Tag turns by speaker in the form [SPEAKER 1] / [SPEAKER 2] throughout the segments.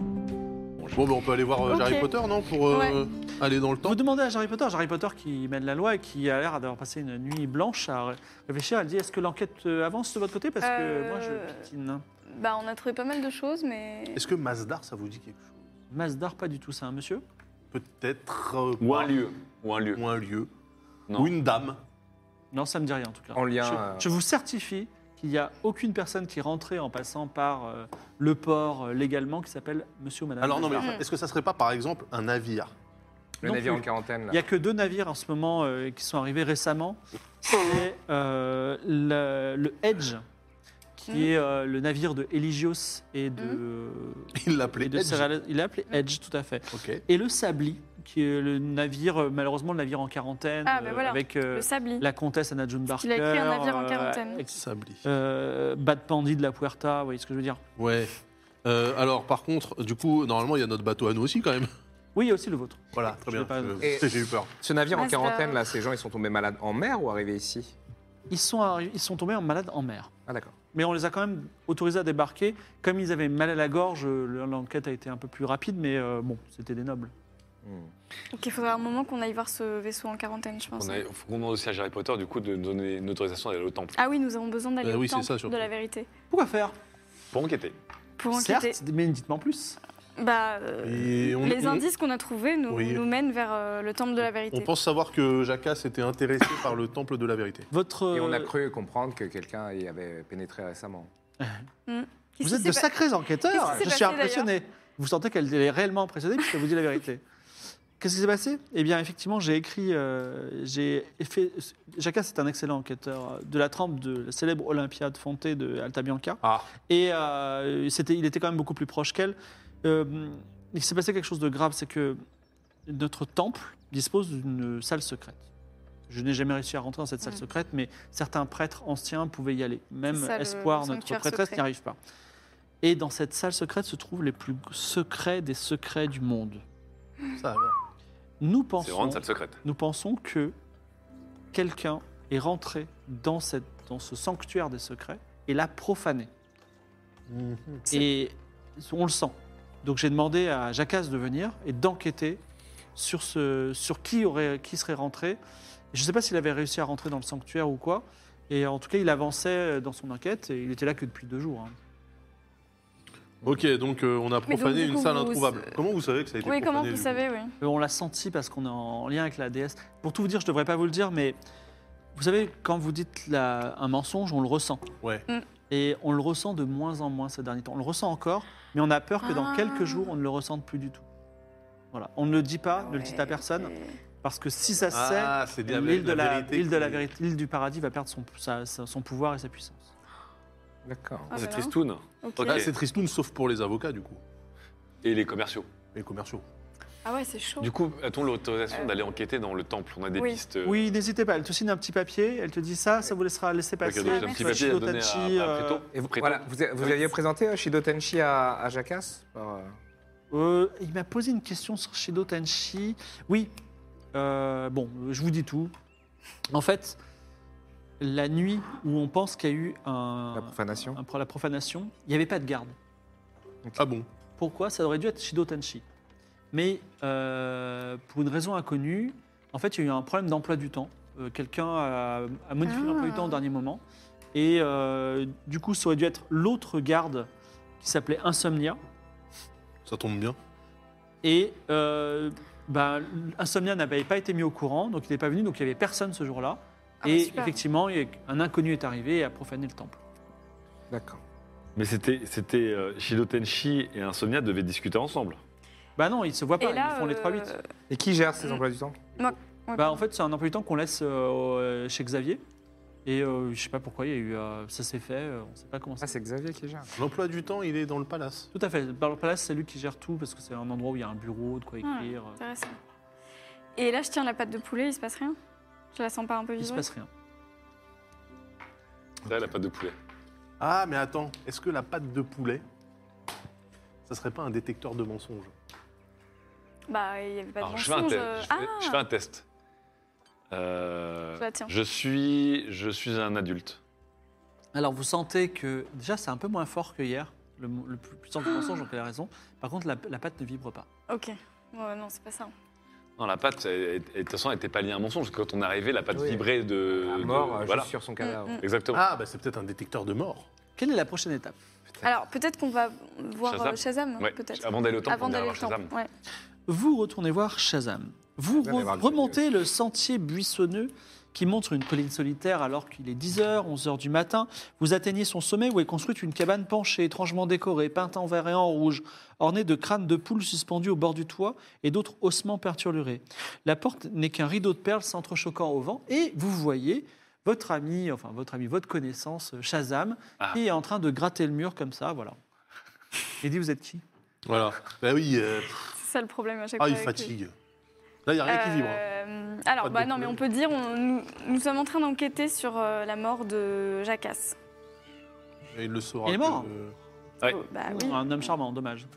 [SPEAKER 1] Bon, bah, on peut aller voir euh,
[SPEAKER 2] Ok.
[SPEAKER 1] Harry Potter, non Pour euh,
[SPEAKER 2] Ouais.
[SPEAKER 1] aller dans le temps.
[SPEAKER 3] Vous demandez à Harry Potter, Harry Potter qui mène la loi et qui a l'air d'avoir passé une nuit blanche à réfléchir. Elle dit Est-ce que l'enquête euh, avance de votre côté Parce que
[SPEAKER 2] Euh,
[SPEAKER 3] moi, je piétine.
[SPEAKER 2] Bah, on a trouvé pas mal de choses, mais.
[SPEAKER 1] Est-ce que Masdar, ça vous dit quelque chose
[SPEAKER 3] Masdar, pas du tout, c'est un monsieur.
[SPEAKER 1] Peut-être. euh,
[SPEAKER 4] Ou un
[SPEAKER 1] pas-
[SPEAKER 4] lieu. Ou un lieu.
[SPEAKER 1] Ou un lieu.
[SPEAKER 4] Non.
[SPEAKER 1] Ou une dame.
[SPEAKER 3] Non, ça me dit rien en tout cas.
[SPEAKER 5] En lien,
[SPEAKER 3] Je,
[SPEAKER 5] euh,
[SPEAKER 3] je vous certifie qu'il n'y a aucune personne qui est rentrée en passant par euh, le port euh, légalement qui s'appelle Monsieur ou Madame.
[SPEAKER 1] Alors non, mais
[SPEAKER 3] Masdar.
[SPEAKER 1] enfin, est-ce que ça serait pas, par exemple, un navire
[SPEAKER 5] Le
[SPEAKER 3] non
[SPEAKER 5] navire
[SPEAKER 3] plus.
[SPEAKER 5] en quarantaine,
[SPEAKER 3] Il
[SPEAKER 5] là.
[SPEAKER 3] n'y a que deux navires en ce moment euh, qui sont arrivés récemment. C'est euh, le, le Edge, qui
[SPEAKER 2] Mm.
[SPEAKER 3] est euh, le navire de Eligios et de.
[SPEAKER 1] Il
[SPEAKER 3] et
[SPEAKER 1] l'appelait
[SPEAKER 3] de
[SPEAKER 1] Edge.
[SPEAKER 3] Cérales- Il l'a appelé Edge, tout à fait.
[SPEAKER 1] Ok.
[SPEAKER 3] Et le Sabli, qui est le navire, euh, malheureusement, le navire en quarantaine,
[SPEAKER 2] Ah, bah
[SPEAKER 3] euh,
[SPEAKER 2] voilà.
[SPEAKER 3] avec euh,
[SPEAKER 2] Le sabli.
[SPEAKER 3] la comtesse Anna June Barker.
[SPEAKER 2] qu'il a écrit un navire en
[SPEAKER 3] euh,
[SPEAKER 2] quarantaine.
[SPEAKER 3] avec-
[SPEAKER 1] Sabli.
[SPEAKER 3] euh, Bad Pandy de la Puerta, vous voyez ce que je veux dire
[SPEAKER 1] Ouais. Euh, alors, par contre, du coup, normalement, il y a notre bateau à nous aussi, quand même.
[SPEAKER 3] Oui, il y a aussi le vôtre.
[SPEAKER 1] Voilà, très
[SPEAKER 3] Je
[SPEAKER 1] bien.
[SPEAKER 3] l'ai pas-
[SPEAKER 1] Euh,
[SPEAKER 5] Et-
[SPEAKER 1] J'ai eu peur.
[SPEAKER 5] Ce navire en
[SPEAKER 2] Mazda.
[SPEAKER 5] quarantaine, là, ces gens, ils sont tombés malades en mer ou arrivés ici
[SPEAKER 3] Ils sont, arri- ils sont tombés en malade en mer.
[SPEAKER 5] Ah, d'accord.
[SPEAKER 3] Mais on les a quand même autorisés à débarquer. Comme ils avaient mal à la gorge, euh, l'enquête a été un peu plus rapide, mais euh, bon, c'était des nobles.
[SPEAKER 5] Hmm.
[SPEAKER 2] Donc, il faudra un moment qu'on aille voir ce vaisseau en quarantaine, je pense.
[SPEAKER 4] On a- faut qu'on demande aussi à Harry Potter, du coup, de donner une autorisation d'aller au temple.
[SPEAKER 2] Ah oui, nous avons besoin d'aller
[SPEAKER 1] Euh,
[SPEAKER 2] au
[SPEAKER 1] oui, c'est
[SPEAKER 2] temple
[SPEAKER 1] ça, surtout.
[SPEAKER 2] de la vérité
[SPEAKER 3] Pourquoi faire
[SPEAKER 4] Pour enquêter.
[SPEAKER 2] pour enquêter.
[SPEAKER 3] Certes, mais dites-moi en plus.
[SPEAKER 2] Bah, euh,
[SPEAKER 1] Et on-
[SPEAKER 2] les
[SPEAKER 1] on-
[SPEAKER 2] indices qu'on a trouvés nous,
[SPEAKER 1] Oui.
[SPEAKER 2] nous mènent vers euh, le temple de la
[SPEAKER 1] On
[SPEAKER 2] vérité.
[SPEAKER 1] pense savoir que Jacques s'était intéressé par le temple de la vérité.
[SPEAKER 3] Votre,
[SPEAKER 5] Et on a
[SPEAKER 3] euh,
[SPEAKER 5] cru comprendre que quelqu'un y avait pénétré récemment.
[SPEAKER 2] Qu'est-ce
[SPEAKER 3] Vous
[SPEAKER 2] qui
[SPEAKER 3] êtes
[SPEAKER 2] s'est
[SPEAKER 3] de
[SPEAKER 2] pas-
[SPEAKER 3] sacrés enquêteurs.
[SPEAKER 2] Qu'est-ce qui
[SPEAKER 3] Je
[SPEAKER 2] s'est passé,
[SPEAKER 3] suis impressionné. Vous sentez qu'elle est réellement impressionnée puisqu'elle vous dit la vérité. Qu'est-ce qui s'est passé Eh bien, effectivement, j'ai écrit. euh, j'ai fait. Jacques, c'est un excellent enquêteur euh, de la trempe de la célèbre Olympiade Fonté de Altabianca.
[SPEAKER 1] Ah.
[SPEAKER 3] Et euh, c'était, il était quand même beaucoup plus proche qu'elle. Euh, il s'est passé quelque chose de grave, c'est que notre temple dispose d'une salle secrète. Je n'ai jamais réussi à rentrer dans cette salle
[SPEAKER 2] Mm.
[SPEAKER 3] secrète, mais certains prêtres anciens pouvaient y aller. Même
[SPEAKER 2] C'est ça, le-
[SPEAKER 3] Espoir,
[SPEAKER 2] le
[SPEAKER 3] notre
[SPEAKER 2] sanctuaire
[SPEAKER 3] prêtresse, n'y
[SPEAKER 2] secret.
[SPEAKER 3] arrive pas. Et dans cette salle secrète se trouvent les plus secrets des secrets du monde.
[SPEAKER 1] Ça, alors.
[SPEAKER 3] Nous
[SPEAKER 4] C'est
[SPEAKER 3] pensons,
[SPEAKER 4] vraiment une salle secrète.
[SPEAKER 3] nous pensons que quelqu'un est rentré dans, cette, dans ce sanctuaire des secrets et l'a profané. Et on le sent. Donc j'ai demandé à Jacasse de venir et d'enquêter sur, ce, sur qui, aurait, qui serait rentré. Je ne sais pas s'il avait réussi à rentrer dans le sanctuaire ou quoi. Et en tout cas, il avançait dans son enquête et il était là que depuis deux jours. hein.
[SPEAKER 1] Ok, donc euh, on a
[SPEAKER 2] Mais donc,
[SPEAKER 1] profané
[SPEAKER 2] du
[SPEAKER 1] une
[SPEAKER 2] coup,
[SPEAKER 1] salle
[SPEAKER 2] vous-
[SPEAKER 1] introuvable.
[SPEAKER 2] euh,
[SPEAKER 1] Comment vous savez que ça a été
[SPEAKER 2] Oui,
[SPEAKER 1] profané
[SPEAKER 2] comment
[SPEAKER 1] du
[SPEAKER 2] vous
[SPEAKER 1] coup
[SPEAKER 2] savez, oui.
[SPEAKER 3] Euh, On l'a senti parce qu'on est en lien avec la déesse. Pour tout vous dire, je ne devrais pas vous le dire, mais vous savez, quand vous dites la- un mensonge, on le ressent.
[SPEAKER 1] Ouais.
[SPEAKER 2] Mm.
[SPEAKER 3] Et on le ressent de moins en moins ces derniers temps. On le ressent encore, mais on a peur que dans
[SPEAKER 2] Ah.
[SPEAKER 3] quelques jours, on ne le ressente plus du tout. Voilà. On ne le dit pas, ne Ah, le dit à
[SPEAKER 2] Ouais, Ah,
[SPEAKER 3] personne,
[SPEAKER 2] ok.
[SPEAKER 3] parce que si ça se sait,
[SPEAKER 1] Ah, c'est bien
[SPEAKER 3] l'île de, la,
[SPEAKER 1] vérité
[SPEAKER 3] l'île de la
[SPEAKER 1] qui-
[SPEAKER 3] vérité, l'île du paradis va perdre son, sa- sa- son pouvoir et sa puissance.
[SPEAKER 4] Euh.
[SPEAKER 5] D'accord.
[SPEAKER 2] Ah,
[SPEAKER 4] c'est
[SPEAKER 2] voilà.
[SPEAKER 4] Tristoun.
[SPEAKER 2] Ok.
[SPEAKER 4] Ok.
[SPEAKER 1] Ah, c'est Tristoun, sauf pour les avocats, du coup.
[SPEAKER 4] Et les commerciaux.
[SPEAKER 1] Et Les commerciaux.
[SPEAKER 2] Ah ouais, c'est chaud.
[SPEAKER 4] Du coup, a-t-on l'autorisation
[SPEAKER 2] Euh.
[SPEAKER 4] d'aller enquêter dans le temple On a des
[SPEAKER 2] Oui.
[SPEAKER 4] pistes. euh,
[SPEAKER 3] Oui, n'hésitez pas. Elle te signe un petit papier. Elle te dit ça, ça vous laissera laisser
[SPEAKER 4] avec,
[SPEAKER 3] passer.
[SPEAKER 4] euh,
[SPEAKER 2] Ah,
[SPEAKER 4] un petit
[SPEAKER 2] merci.
[SPEAKER 4] papier à donner à,
[SPEAKER 3] Shidotachi,
[SPEAKER 4] à
[SPEAKER 3] euh,
[SPEAKER 4] Préto.
[SPEAKER 5] Et vous,
[SPEAKER 4] Préto.
[SPEAKER 5] voilà, vous, vous
[SPEAKER 4] Oui.
[SPEAKER 5] aviez présenté euh, Shido Tenchi à, à Jackass Par, euh,
[SPEAKER 3] Euh, il m'a posé une question sur Shido Tenshi. Oui, euh, bon, je vous dis tout. En fait, la nuit où on pense qu'il y a eu un,
[SPEAKER 5] La profanation
[SPEAKER 3] un- la profanation, il n'y avait pas de garde.
[SPEAKER 1] Ah bon
[SPEAKER 3] Pourquoi Ça aurait dû être Shido Tenshi. Mais euh, pour une raison inconnue, en fait, il y a eu un problème d'emploi du temps. Euh, Quelqu'un a, a modifié
[SPEAKER 2] Ah.
[SPEAKER 3] l'emploi du temps au dernier moment. Et euh, du coup, ça aurait dû être l'autre garde qui s'appelait Insomnia.
[SPEAKER 1] Ça tombe bien.
[SPEAKER 3] Et euh, bah, Insomnia n'avait pas été mis au courant, donc il n'est pas venu, donc il n'y avait personne ce jour-là.
[SPEAKER 2] Ah bah
[SPEAKER 3] et
[SPEAKER 2] super.
[SPEAKER 3] effectivement, il y a- un inconnu est arrivé et a profané le temple.
[SPEAKER 5] D'accord.
[SPEAKER 4] Mais c'était, c'était euh, Shido Tenshi et Insomnia devaient discuter ensemble.
[SPEAKER 3] Bah non, ils se voient pas,
[SPEAKER 2] Et là,
[SPEAKER 3] ils font les
[SPEAKER 2] euh,
[SPEAKER 3] 3-8.
[SPEAKER 5] Et qui gère ces
[SPEAKER 2] Mm.
[SPEAKER 5] emplois du temps
[SPEAKER 2] ouais,
[SPEAKER 3] Bah en fait, c'est un emploi du temps qu'on laisse euh, au- euh, chez Xavier. Et euh, je sais pas pourquoi, il y a eu, euh, ça s'est fait, euh, on sait pas comment ça
[SPEAKER 5] Ah, c'est Xavier qui gère.
[SPEAKER 1] L'emploi du temps, il est dans le palace.
[SPEAKER 3] Tout à fait. Par le palace, c'est lui qui gère tout parce que c'est un endroit où il y a un bureau, de quoi écrire.
[SPEAKER 2] Ah,
[SPEAKER 3] euh,
[SPEAKER 2] Intéressant. Et là, je tiens la patte de poulet, il se passe rien Je la sens pas un peu
[SPEAKER 3] Il se
[SPEAKER 2] vibrer
[SPEAKER 3] passe rien.
[SPEAKER 4] Ça, elle a pas de poulet.
[SPEAKER 1] Ah, mais attends, est-ce que la patte de poulet, ça serait pas un détecteur de mensonges
[SPEAKER 2] Bah, il y avait pas de
[SPEAKER 4] Alors, je fais, un
[SPEAKER 2] mensonge.
[SPEAKER 4] test.
[SPEAKER 2] euh, Ah,
[SPEAKER 4] je, fais, je fais un test. Euh,
[SPEAKER 2] Je la tiens.
[SPEAKER 4] je suis, je suis un adulte.
[SPEAKER 3] Alors vous sentez que déjà c'est un peu moins fort que hier. Le, le plus puissant du mensonge, donc elle a raison. Par contre, la, la patte ne vibre pas.
[SPEAKER 2] ok. Ouais, non, c'est pas ça.
[SPEAKER 4] Non, la pâte, elle- elle- de toute façon, elle n'était pas liée à un mensonge. parce que Quand on est arrivé, la pâte
[SPEAKER 5] Oui.
[SPEAKER 4] vibrait de.
[SPEAKER 5] À
[SPEAKER 4] de-
[SPEAKER 5] mort, euh,
[SPEAKER 4] voilà.
[SPEAKER 5] juste sur son cadavre.
[SPEAKER 2] Mm, mm.
[SPEAKER 4] Exactement.
[SPEAKER 1] Ah, bah c'est peut-être un détecteur de mort.
[SPEAKER 3] Quelle est la prochaine étape
[SPEAKER 2] Alors, peut-être qu'on va voir
[SPEAKER 4] Shazam
[SPEAKER 2] euh, Shazam,
[SPEAKER 4] Ouais.
[SPEAKER 2] peut-être.
[SPEAKER 4] Avant d'aller au temple,
[SPEAKER 2] Avant
[SPEAKER 4] on ira
[SPEAKER 2] d'aller
[SPEAKER 4] voir
[SPEAKER 2] au temple.
[SPEAKER 4] Shazam.
[SPEAKER 2] Ouais.
[SPEAKER 3] Vous retournez voir Shazam. Vous
[SPEAKER 5] Je vais aller
[SPEAKER 3] re-
[SPEAKER 5] voir le
[SPEAKER 3] remontez le sentier buissonneux qui monte sur une colline solitaire alors qu'il est 10h, 11h du matin. Vous atteignez son sommet où est construite une cabane penchée, étrangement décorée, peinte en vert et en rouge, ornée de crânes de poules suspendus au bord du toit et d'autres ossements perturlurés. La porte n'est qu'un rideau de perles s'entrechoquant au vent et vous voyez votre ami, enfin votre ami, votre connaissance, Shazam,
[SPEAKER 4] Ah.
[SPEAKER 3] qui est en train de gratter le mur comme ça, voilà. Et dit, vous êtes qui
[SPEAKER 1] Voilà. Bah oui, euh, pff,
[SPEAKER 2] C'est ça le problème à chaque
[SPEAKER 1] ah,
[SPEAKER 2] fois.
[SPEAKER 1] il
[SPEAKER 2] avec lui.
[SPEAKER 1] fatigue. Là, il n'y a rien qui vibre. hein.
[SPEAKER 2] Euh, alors,
[SPEAKER 1] Pas de
[SPEAKER 2] bah non,
[SPEAKER 1] poulet.
[SPEAKER 2] mais on peut dire, on- nous, nous sommes en train d'enquêter sur euh, la mort de Jacasse. Euh,
[SPEAKER 1] Et il le saura.
[SPEAKER 3] il est
[SPEAKER 1] que-
[SPEAKER 3] mort.
[SPEAKER 4] Ouais.
[SPEAKER 2] Oh, bah oui,
[SPEAKER 3] Un homme charmant, dommage.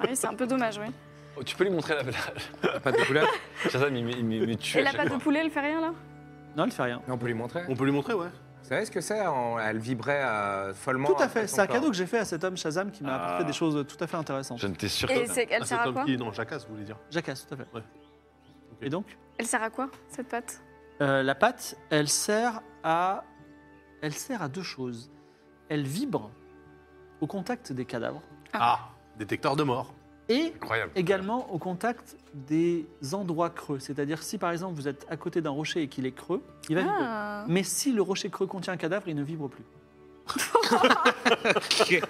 [SPEAKER 2] Ah oui, c'est un peu dommage, oui.
[SPEAKER 4] Oh, tu peux lui montrer la pâte.
[SPEAKER 2] mm.
[SPEAKER 5] La patte de poulet
[SPEAKER 4] Shazam, il me- il me il me tue
[SPEAKER 2] Et
[SPEAKER 4] à
[SPEAKER 2] la
[SPEAKER 4] chaque
[SPEAKER 2] pâte de
[SPEAKER 4] fois.
[SPEAKER 2] poulet, elle fait rien là
[SPEAKER 3] Non, il fait rien.
[SPEAKER 5] On peut lui montrer.
[SPEAKER 1] On peut lui montrer, ouais.
[SPEAKER 5] Vous savez ce que c'est On- Elle vibrait euh, follement.
[SPEAKER 3] Tout à
[SPEAKER 5] après
[SPEAKER 3] fait,
[SPEAKER 5] son
[SPEAKER 3] c'est un
[SPEAKER 5] corps.
[SPEAKER 3] cadeau que j'ai fait à cet homme Shazam qui m'a
[SPEAKER 4] Ah.
[SPEAKER 3] apporté des choses tout à fait intéressantes.
[SPEAKER 4] Je ne t'ai sûr
[SPEAKER 2] Et
[SPEAKER 4] que-
[SPEAKER 2] c'est- elle
[SPEAKER 1] Ah,
[SPEAKER 2] sert à
[SPEAKER 1] homme
[SPEAKER 2] quoi
[SPEAKER 1] qui est dans Jacasse, vous voulez dire.
[SPEAKER 3] Jacasse, tout à fait.
[SPEAKER 1] Ouais. Ok.
[SPEAKER 3] Et donc
[SPEAKER 2] Elle sert à quoi, cette pâte
[SPEAKER 3] Euh, La pâte, elle sert à, elle sert à deux choses. Elle vibre au contact des cadavres
[SPEAKER 1] Ah, détecteur de mort.
[SPEAKER 3] et
[SPEAKER 4] Incroyable.
[SPEAKER 3] également au contact des endroits creux. C'est-à-dire si par exemple vous êtes à côté d'un rocher et qu'il est creux, il va vibrer.
[SPEAKER 2] Ah.
[SPEAKER 3] Mais si le rocher creux contient un cadavre, il ne vibre plus.
[SPEAKER 4] Ah ouais,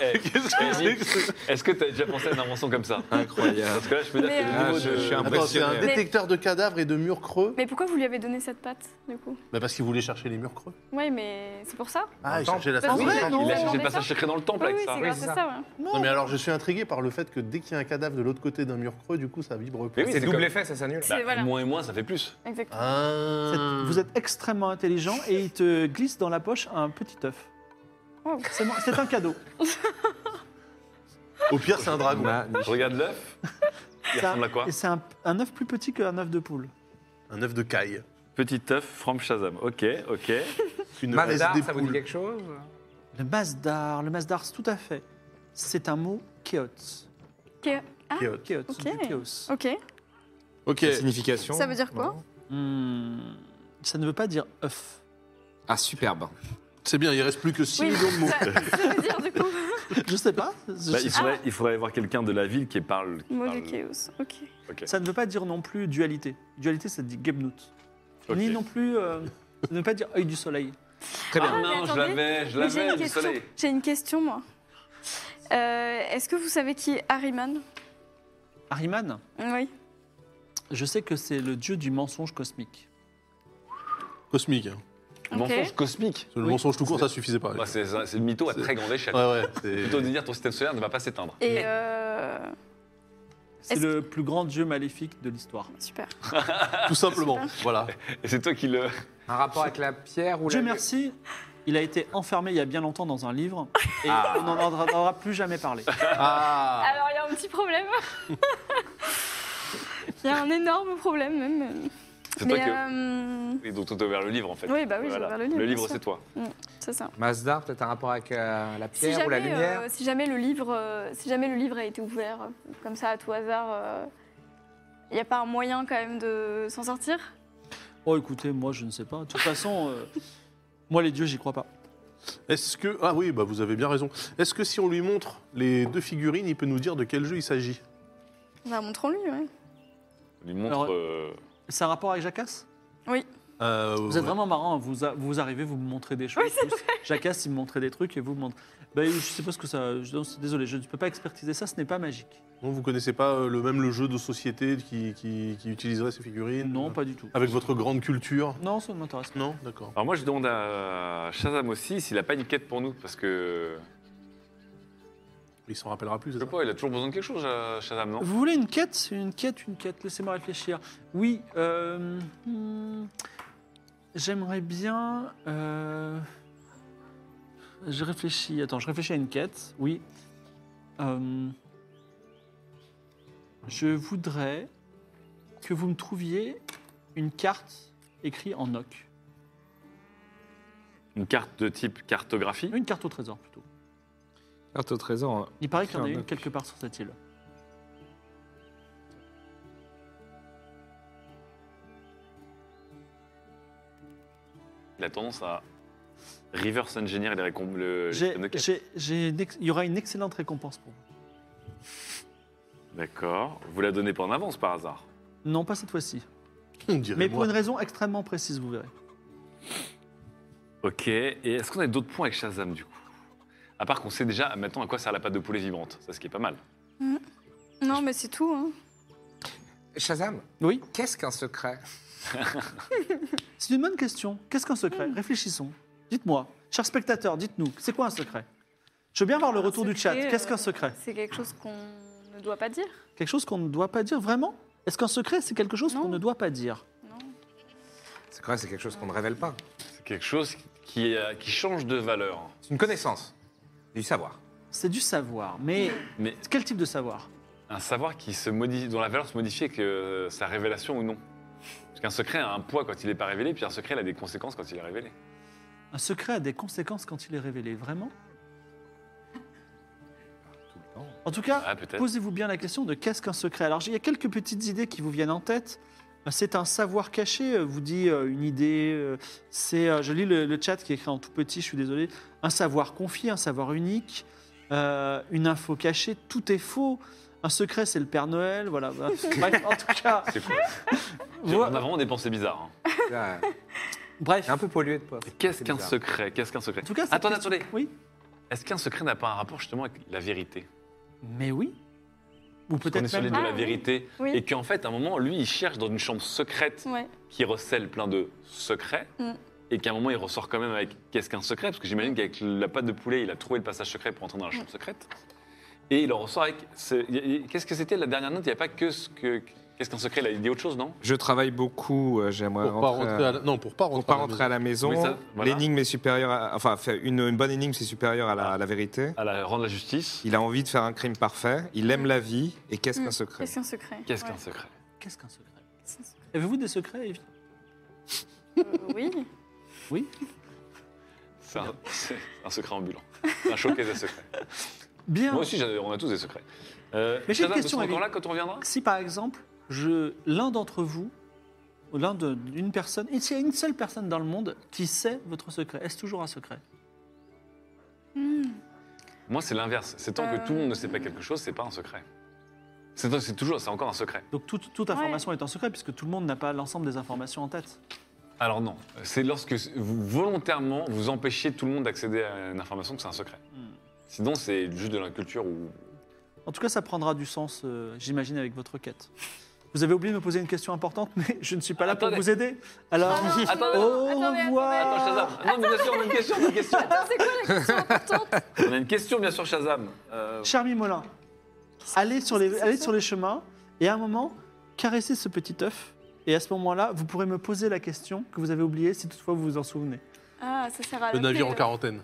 [SPEAKER 4] eh, Yannick, Est-ce que tu as déjà pensé à une invention comme ça
[SPEAKER 5] Incroyable.
[SPEAKER 4] Parce que là, je peux dire
[SPEAKER 2] Mais,
[SPEAKER 4] que
[SPEAKER 2] euh,
[SPEAKER 4] le
[SPEAKER 5] Ah,
[SPEAKER 4] niveau
[SPEAKER 5] je,
[SPEAKER 4] de-
[SPEAKER 5] je suis
[SPEAKER 1] Attends, c'est un
[SPEAKER 5] impressionné.
[SPEAKER 2] Mais-
[SPEAKER 1] détecteur de cadavres et de murs creux.
[SPEAKER 2] Mais pourquoi vous lui avez donné cette pâte, du coup
[SPEAKER 1] Bah parce qu'il voulait chercher les murs creux.
[SPEAKER 2] Oui, mais c'est pour ça
[SPEAKER 1] Ah, il
[SPEAKER 5] Attends,
[SPEAKER 1] cherchait la
[SPEAKER 2] parce que-
[SPEAKER 1] sensation.
[SPEAKER 2] Ouais, non. Vous
[SPEAKER 4] Il a cherché
[SPEAKER 2] entendez
[SPEAKER 4] le passage
[SPEAKER 2] ça
[SPEAKER 4] secret dans le temple
[SPEAKER 2] Oui,
[SPEAKER 4] avec
[SPEAKER 2] oui,
[SPEAKER 4] ça.
[SPEAKER 2] c'est
[SPEAKER 5] Oui,
[SPEAKER 2] grâce
[SPEAKER 5] c'est
[SPEAKER 2] à
[SPEAKER 5] ça.
[SPEAKER 2] ça, ouais.
[SPEAKER 1] Non, mais alors je suis intrigué par le fait que dès qu'il y a un cadavre de l'autre côté d'un mur creux, du coup ça vibre plus.
[SPEAKER 4] Mais oui,
[SPEAKER 5] C'est
[SPEAKER 4] c'est
[SPEAKER 5] double
[SPEAKER 4] comme- Bah,
[SPEAKER 5] effet, ça s'annule.
[SPEAKER 2] C'est- voilà.
[SPEAKER 4] Moins et moins, ça fait plus.
[SPEAKER 2] Exactement.
[SPEAKER 1] Ah.
[SPEAKER 3] C'est- Vous êtes extrêmement intelligent et il te glisse dans la poche un petit œuf.
[SPEAKER 2] Wow.
[SPEAKER 3] C'est mo- C'est un cadeau.
[SPEAKER 1] Au pire, c'est un dragon.
[SPEAKER 4] Je regarde l'œuf. Il
[SPEAKER 3] Ça-
[SPEAKER 4] ressemble à quoi
[SPEAKER 3] Et c'est un, un œuf plus petit qu'un œuf de poule.
[SPEAKER 1] Un œuf de caille.
[SPEAKER 4] Petit œuf from Shazam. Ok, ok. Bah,
[SPEAKER 1] Une race
[SPEAKER 5] Malazar,
[SPEAKER 1] des
[SPEAKER 5] ça vous dit
[SPEAKER 1] poules.
[SPEAKER 5] quelque chose
[SPEAKER 3] Le Masdar, le Masdar, c'est tout à fait. C'est un mot chaos.
[SPEAKER 2] Ok. Ah,
[SPEAKER 1] Chaos.
[SPEAKER 3] Chaos,
[SPEAKER 2] Ok.
[SPEAKER 3] du chaos.
[SPEAKER 2] ok.
[SPEAKER 1] Ok.
[SPEAKER 5] signification
[SPEAKER 2] Ça veut dire quoi
[SPEAKER 5] Non.
[SPEAKER 3] Hmm, ça ne veut pas dire œuf.
[SPEAKER 5] Ah, superbe.
[SPEAKER 1] C'est bien, il reste plus que 6
[SPEAKER 2] Oui,
[SPEAKER 1] millions de mots.
[SPEAKER 2] ça, ça veut dire du coup
[SPEAKER 3] Je sais pas. je
[SPEAKER 4] Bah,
[SPEAKER 3] sais-
[SPEAKER 4] il, faudrait, il faudrait avoir quelqu'un de la ville qui parle. qui
[SPEAKER 2] Mot
[SPEAKER 4] parle.
[SPEAKER 2] du chaos, Ah. ok.
[SPEAKER 3] Ça ne veut pas dire non plus dualité. Dualité, ça dit Gebnut.
[SPEAKER 4] Ok.
[SPEAKER 3] Ni non plus. euh, ne veut pas dire œil du soleil.
[SPEAKER 4] Très bien.
[SPEAKER 2] Ah, mais
[SPEAKER 4] non, je
[SPEAKER 2] attendez.
[SPEAKER 4] l'avais, je
[SPEAKER 2] Mais j'ai
[SPEAKER 4] l'avais,
[SPEAKER 2] une
[SPEAKER 4] du
[SPEAKER 2] question,
[SPEAKER 4] soleil.
[SPEAKER 2] j'ai une question, moi. Euh, Est-ce que vous savez qui est Harryman
[SPEAKER 3] Ahriman,
[SPEAKER 2] Oui.
[SPEAKER 3] je sais que c'est le dieu du mensonge cosmique.
[SPEAKER 1] Cosmique. hein.
[SPEAKER 2] Ok.
[SPEAKER 4] Mensonge cosmique.
[SPEAKER 1] Parce que Le mensonge tout court, ça suffisait pas.
[SPEAKER 4] Bah, c'est c'est le mytho à
[SPEAKER 1] C'est-
[SPEAKER 4] très grande échelle.
[SPEAKER 1] Ouais, ouais.
[SPEAKER 4] Plutôt de
[SPEAKER 1] c'est-
[SPEAKER 4] dire ton système solaire ne va pas s'éteindre.
[SPEAKER 2] Et euh,
[SPEAKER 3] C'est
[SPEAKER 2] Est-ce
[SPEAKER 3] le plus grand dieu maléfique de l'histoire.
[SPEAKER 2] Super.
[SPEAKER 1] Tout simplement. Voilà.
[SPEAKER 4] Et c'est toi qui le.
[SPEAKER 5] Un rapport avec la pierre ou
[SPEAKER 3] Dieu
[SPEAKER 5] la...
[SPEAKER 3] merci, il a été enfermé il y a bien longtemps dans un livre et
[SPEAKER 4] Ah.
[SPEAKER 3] on n'en aura- n'en aura plus jamais parlé.
[SPEAKER 1] Ah.
[SPEAKER 2] Alors, il y a un petit problème. Il y a un énorme problème, même.
[SPEAKER 4] C'est toi
[SPEAKER 2] Mais
[SPEAKER 4] qui.
[SPEAKER 2] euh,
[SPEAKER 4] Oui, donc toi, t'as ouvert le livre en fait.
[SPEAKER 2] Oui, bah oui, j'ai ouvert le livre,
[SPEAKER 4] Le
[SPEAKER 2] bien
[SPEAKER 4] livre,
[SPEAKER 2] sûr.
[SPEAKER 4] c'est toi.
[SPEAKER 2] c'est ça.
[SPEAKER 5] Masdar, peut-être un rapport avec euh, la
[SPEAKER 2] Si
[SPEAKER 5] pierre ou la
[SPEAKER 2] jamais,
[SPEAKER 5] lumière
[SPEAKER 2] euh, si, jamais le livre, euh, si jamais le livre a été ouvert euh, comme ça à tout hasard, il n'y a pas un moyen quand même de s'en sortir
[SPEAKER 3] Oh, écoutez, moi, je ne sais pas. De toute façon, euh, moi, les dieux, j'y crois pas.
[SPEAKER 1] Est-ce que. Ah oui, bah vous avez bien raison. Est-ce que si on lui montre les deux figurines, il peut nous dire de quel jeu il s'agit
[SPEAKER 2] Bah, montrons-lui, oui.
[SPEAKER 4] On lui montre.
[SPEAKER 3] Alors-
[SPEAKER 4] euh,
[SPEAKER 3] C'est un rapport avec Jacasse
[SPEAKER 2] Oui.
[SPEAKER 1] Euh,
[SPEAKER 3] Vous
[SPEAKER 1] ouais.
[SPEAKER 3] êtes vraiment marrant, hein, vous, a- vous arrivez, vous me montrez des choses. tous. Jacasse, il me montrait des trucs et vous me montrez. Ben, je sais pas ce que ça. je- non, c'est- désolé, je ne peux pas expertiser ça, ce n'est pas magique.
[SPEAKER 1] Non, vous connaissez pas euh, le même le jeu de société qui, qui, qui utiliserait ces figurines
[SPEAKER 3] Non,
[SPEAKER 1] euh,
[SPEAKER 3] pas du tout.
[SPEAKER 1] Avec votre grande culture
[SPEAKER 3] Non, ça ne m'intéresse pas.
[SPEAKER 1] Non, d'accord.
[SPEAKER 4] Alors moi, je demande à Shazam aussi s'il a pas une quête pour nous, parce que
[SPEAKER 1] Il s'en rappellera plus,
[SPEAKER 4] je
[SPEAKER 1] c'est
[SPEAKER 4] sais
[SPEAKER 1] ça
[SPEAKER 4] pas, il a toujours besoin de quelque chose, euh, Shazam, non
[SPEAKER 3] Vous voulez une quête Une quête, une quête, laissez-moi réfléchir. Oui, euh, hmm, j'aimerais bien... euh, je réfléchis, attends, je réfléchis à une quête, oui. Euh, je voudrais que vous me trouviez une carte écrite en oc.
[SPEAKER 4] Une carte de type cartographie.
[SPEAKER 3] Une carte au trésor, plutôt.
[SPEAKER 5] Carte au trésor.
[SPEAKER 3] Il paraît qu'il y en a
[SPEAKER 5] Écrit en
[SPEAKER 3] une
[SPEAKER 5] oc.
[SPEAKER 3] quelque part sur cette île.
[SPEAKER 4] Il a tendance à reverse engineer les récomptes. Le...
[SPEAKER 3] J'ai-
[SPEAKER 4] système de quête.
[SPEAKER 3] j'ai- j'ai une ex- Il y aura une excellente récompense pour vous.
[SPEAKER 4] D'accord. Vous la donnez pas en avance par hasard
[SPEAKER 3] Non, pas cette fois-ci.
[SPEAKER 1] On dirait
[SPEAKER 3] Mais pour
[SPEAKER 1] moi.
[SPEAKER 3] une raison extrêmement précise, vous verrez.
[SPEAKER 4] Ok. Et est-ce qu'on a d'autres points avec Shazam du coup À part qu'on sait déjà maintenant à quoi sert la pâte de poulet vivante. Ça, ce qui est pas mal.
[SPEAKER 2] Non, mais c'est tout. hein.
[SPEAKER 5] Shazam,
[SPEAKER 3] Oui
[SPEAKER 5] qu'est-ce qu'un secret
[SPEAKER 3] C'est une bonne question. Qu'est-ce qu'un
[SPEAKER 2] Hmm.
[SPEAKER 3] secret Réfléchissons. Dites-moi. Chers spectateurs, dites-nous, c'est quoi un secret Je veux bien voir le retour
[SPEAKER 2] Un
[SPEAKER 3] du chat.
[SPEAKER 2] secret,
[SPEAKER 3] Qu'est-ce
[SPEAKER 2] euh,
[SPEAKER 3] qu'un secret
[SPEAKER 2] C'est quelque chose qu'on ne doit pas dire.
[SPEAKER 3] Quelque chose qu'on ne doit pas dire vraiment Est-ce qu'un secret, c'est quelque chose qu'on
[SPEAKER 2] Non.
[SPEAKER 3] ne doit pas dire
[SPEAKER 2] Non.
[SPEAKER 5] Un secret, c'est quelque chose qu'on ne révèle pas.
[SPEAKER 4] C'est quelque chose qui, euh, qui change de valeur.
[SPEAKER 5] C'est une connaissance, du savoir.
[SPEAKER 3] C'est du savoir. Mais
[SPEAKER 4] Mais
[SPEAKER 3] quel type de savoir
[SPEAKER 4] un savoir qui se modifie, dont la valeur se modifie avec euh, sa révélation ou non. Parce qu'un secret a un poids quand il n'est pas révélé, puis un secret il a des conséquences quand il est révélé.
[SPEAKER 3] Un secret a des conséquences quand il est révélé, vraiment
[SPEAKER 5] Tout le temps.
[SPEAKER 3] En tout cas,
[SPEAKER 4] Ah, peut-être.
[SPEAKER 3] Posez-vous bien la question de qu'est-ce qu'un secret. Alors, il y a quelques petites idées qui vous viennent en tête. Euh, C'est un savoir caché, euh, vous dit euh, une idée. euh, C'est, euh, je lis le, le chat qui est écrit en tout petit, je suis désolé. Un savoir confié, un savoir unique, euh, une info cachée, tout est faux. Un secret, c'est le Père Noël, voilà. bah, Bref, en tout cas,
[SPEAKER 4] C'est cool. On a
[SPEAKER 3] voilà.
[SPEAKER 4] vraiment des pensées bizarres. hein.
[SPEAKER 5] Là,
[SPEAKER 3] bref.
[SPEAKER 5] il est un peu pollué de poids.
[SPEAKER 4] Qu'est-ce
[SPEAKER 5] C'est
[SPEAKER 4] qu'un
[SPEAKER 5] bizarre.
[SPEAKER 4] secret Qu'est-ce qu'un secret
[SPEAKER 3] En tout cas, cette
[SPEAKER 4] Attendez,
[SPEAKER 3] question-
[SPEAKER 4] attendez.
[SPEAKER 3] Oui,
[SPEAKER 4] Est-ce qu'un secret n'a pas un rapport justement avec la vérité
[SPEAKER 3] mais oui. Ou
[SPEAKER 4] On est
[SPEAKER 3] peut-être
[SPEAKER 4] sur les
[SPEAKER 3] même
[SPEAKER 4] de
[SPEAKER 2] Ah,
[SPEAKER 4] la
[SPEAKER 2] oui.
[SPEAKER 4] vérité.
[SPEAKER 2] Oui.
[SPEAKER 4] Et qu'en fait, à un moment, lui, il cherche dans une chambre secrète
[SPEAKER 2] Ouais.
[SPEAKER 4] qui recèle plein de secrets.
[SPEAKER 2] Mm.
[SPEAKER 4] Et qu'à un moment, il ressort quand même avec qu'est-ce qu'un secret Parce que j'imagine qu'avec la pâte de poulet, il a trouvé le passage secret pour entrer dans la
[SPEAKER 2] Mm.
[SPEAKER 4] chambre secrète. Et il en ressort avec. ce- y- y- Qu'est-ce que c'était la dernière note Il n'y a pas que ce que. Qu'est-ce qu'un secret Il a dit autre chose, non
[SPEAKER 5] Je travaille beaucoup, euh, j'aimerais
[SPEAKER 1] Pour pas rentrer à la... Non, pour pas
[SPEAKER 5] Pour
[SPEAKER 1] rentrer,
[SPEAKER 5] pas
[SPEAKER 1] à la
[SPEAKER 5] rentrer à la maison,
[SPEAKER 4] Oui, ça, voilà.
[SPEAKER 5] l'énigme est supérieure à- Enfin, fait- une, une bonne énigme, c'est supérieur à la, à la vérité.
[SPEAKER 4] À la, rendre la justice.
[SPEAKER 5] Il a envie de faire un crime parfait, il aime la vie, et qu'est-ce
[SPEAKER 2] Mm.
[SPEAKER 5] qu'un secret
[SPEAKER 2] Qu'est-ce qu'un secret
[SPEAKER 4] Qu'est-ce
[SPEAKER 2] Ouais.
[SPEAKER 4] qu'un secret
[SPEAKER 3] Qu'est-ce qu'un secret
[SPEAKER 2] Qu'est-ce qu'un secret
[SPEAKER 3] Avez-vous des secrets, Evie
[SPEAKER 2] Euh, Oui.
[SPEAKER 4] C'est un, c'est un secret ambulant. Un showcase à secrets.
[SPEAKER 3] Bien.
[SPEAKER 4] Moi aussi, j'avais- on a tous des secrets. Euh,
[SPEAKER 3] Mais j'ai une
[SPEAKER 4] Shazam,
[SPEAKER 3] question,
[SPEAKER 4] nous serons
[SPEAKER 3] Elie.
[SPEAKER 4] encore là quand on reviendra
[SPEAKER 3] Si par exemple, je, l'un d'entre vous, ou l'un de- d'une personne, et s'il y a une seule personne dans le monde qui sait votre secret, est-ce toujours un secret
[SPEAKER 2] Hmm.
[SPEAKER 4] Moi, c'est l'inverse. C'est tant que
[SPEAKER 2] Euh.
[SPEAKER 4] tout le monde ne sait pas quelque chose, c'est pas un secret. C'est c'est toujours, c'est encore un secret.
[SPEAKER 3] Donc toute, toute information est un secret puisque tout le monde n'a pas l'ensemble des informations en tête.
[SPEAKER 4] Alors non, c'est lorsque vous volontairement vous empêchez tout le monde d'accéder à une information que c'est un secret.
[SPEAKER 3] Hmm.
[SPEAKER 4] Sinon, c'est juste de la culture ou
[SPEAKER 3] En tout cas, ça prendra du sens, euh, j'imagine, avec votre quête. Vous avez oublié de me poser une question importante, mais je ne suis pas là
[SPEAKER 4] Attendez.
[SPEAKER 3] pour vous aider. Alors,
[SPEAKER 2] Ah non,
[SPEAKER 4] Attendez.
[SPEAKER 3] au
[SPEAKER 2] Attendez,
[SPEAKER 3] revoir.
[SPEAKER 4] Attends, Shazam. Non, mais bien sûr, on a une question, on a une question.
[SPEAKER 2] Attends, Ah, c'est quoi la question importante
[SPEAKER 4] On a une question, bien sûr, Shazam. Euh,
[SPEAKER 3] Cher Mimolin, allez sur les, allez sur les chemins et à un moment, caressez ce petit œuf. Et à ce moment-là, vous pourrez me poser la question que vous avez oubliée si toutefois vous vous en souvenez.
[SPEAKER 2] Ah, ça sert à
[SPEAKER 1] Le
[SPEAKER 2] l'appeler,
[SPEAKER 1] navire en
[SPEAKER 2] euh,
[SPEAKER 1] quarantaine.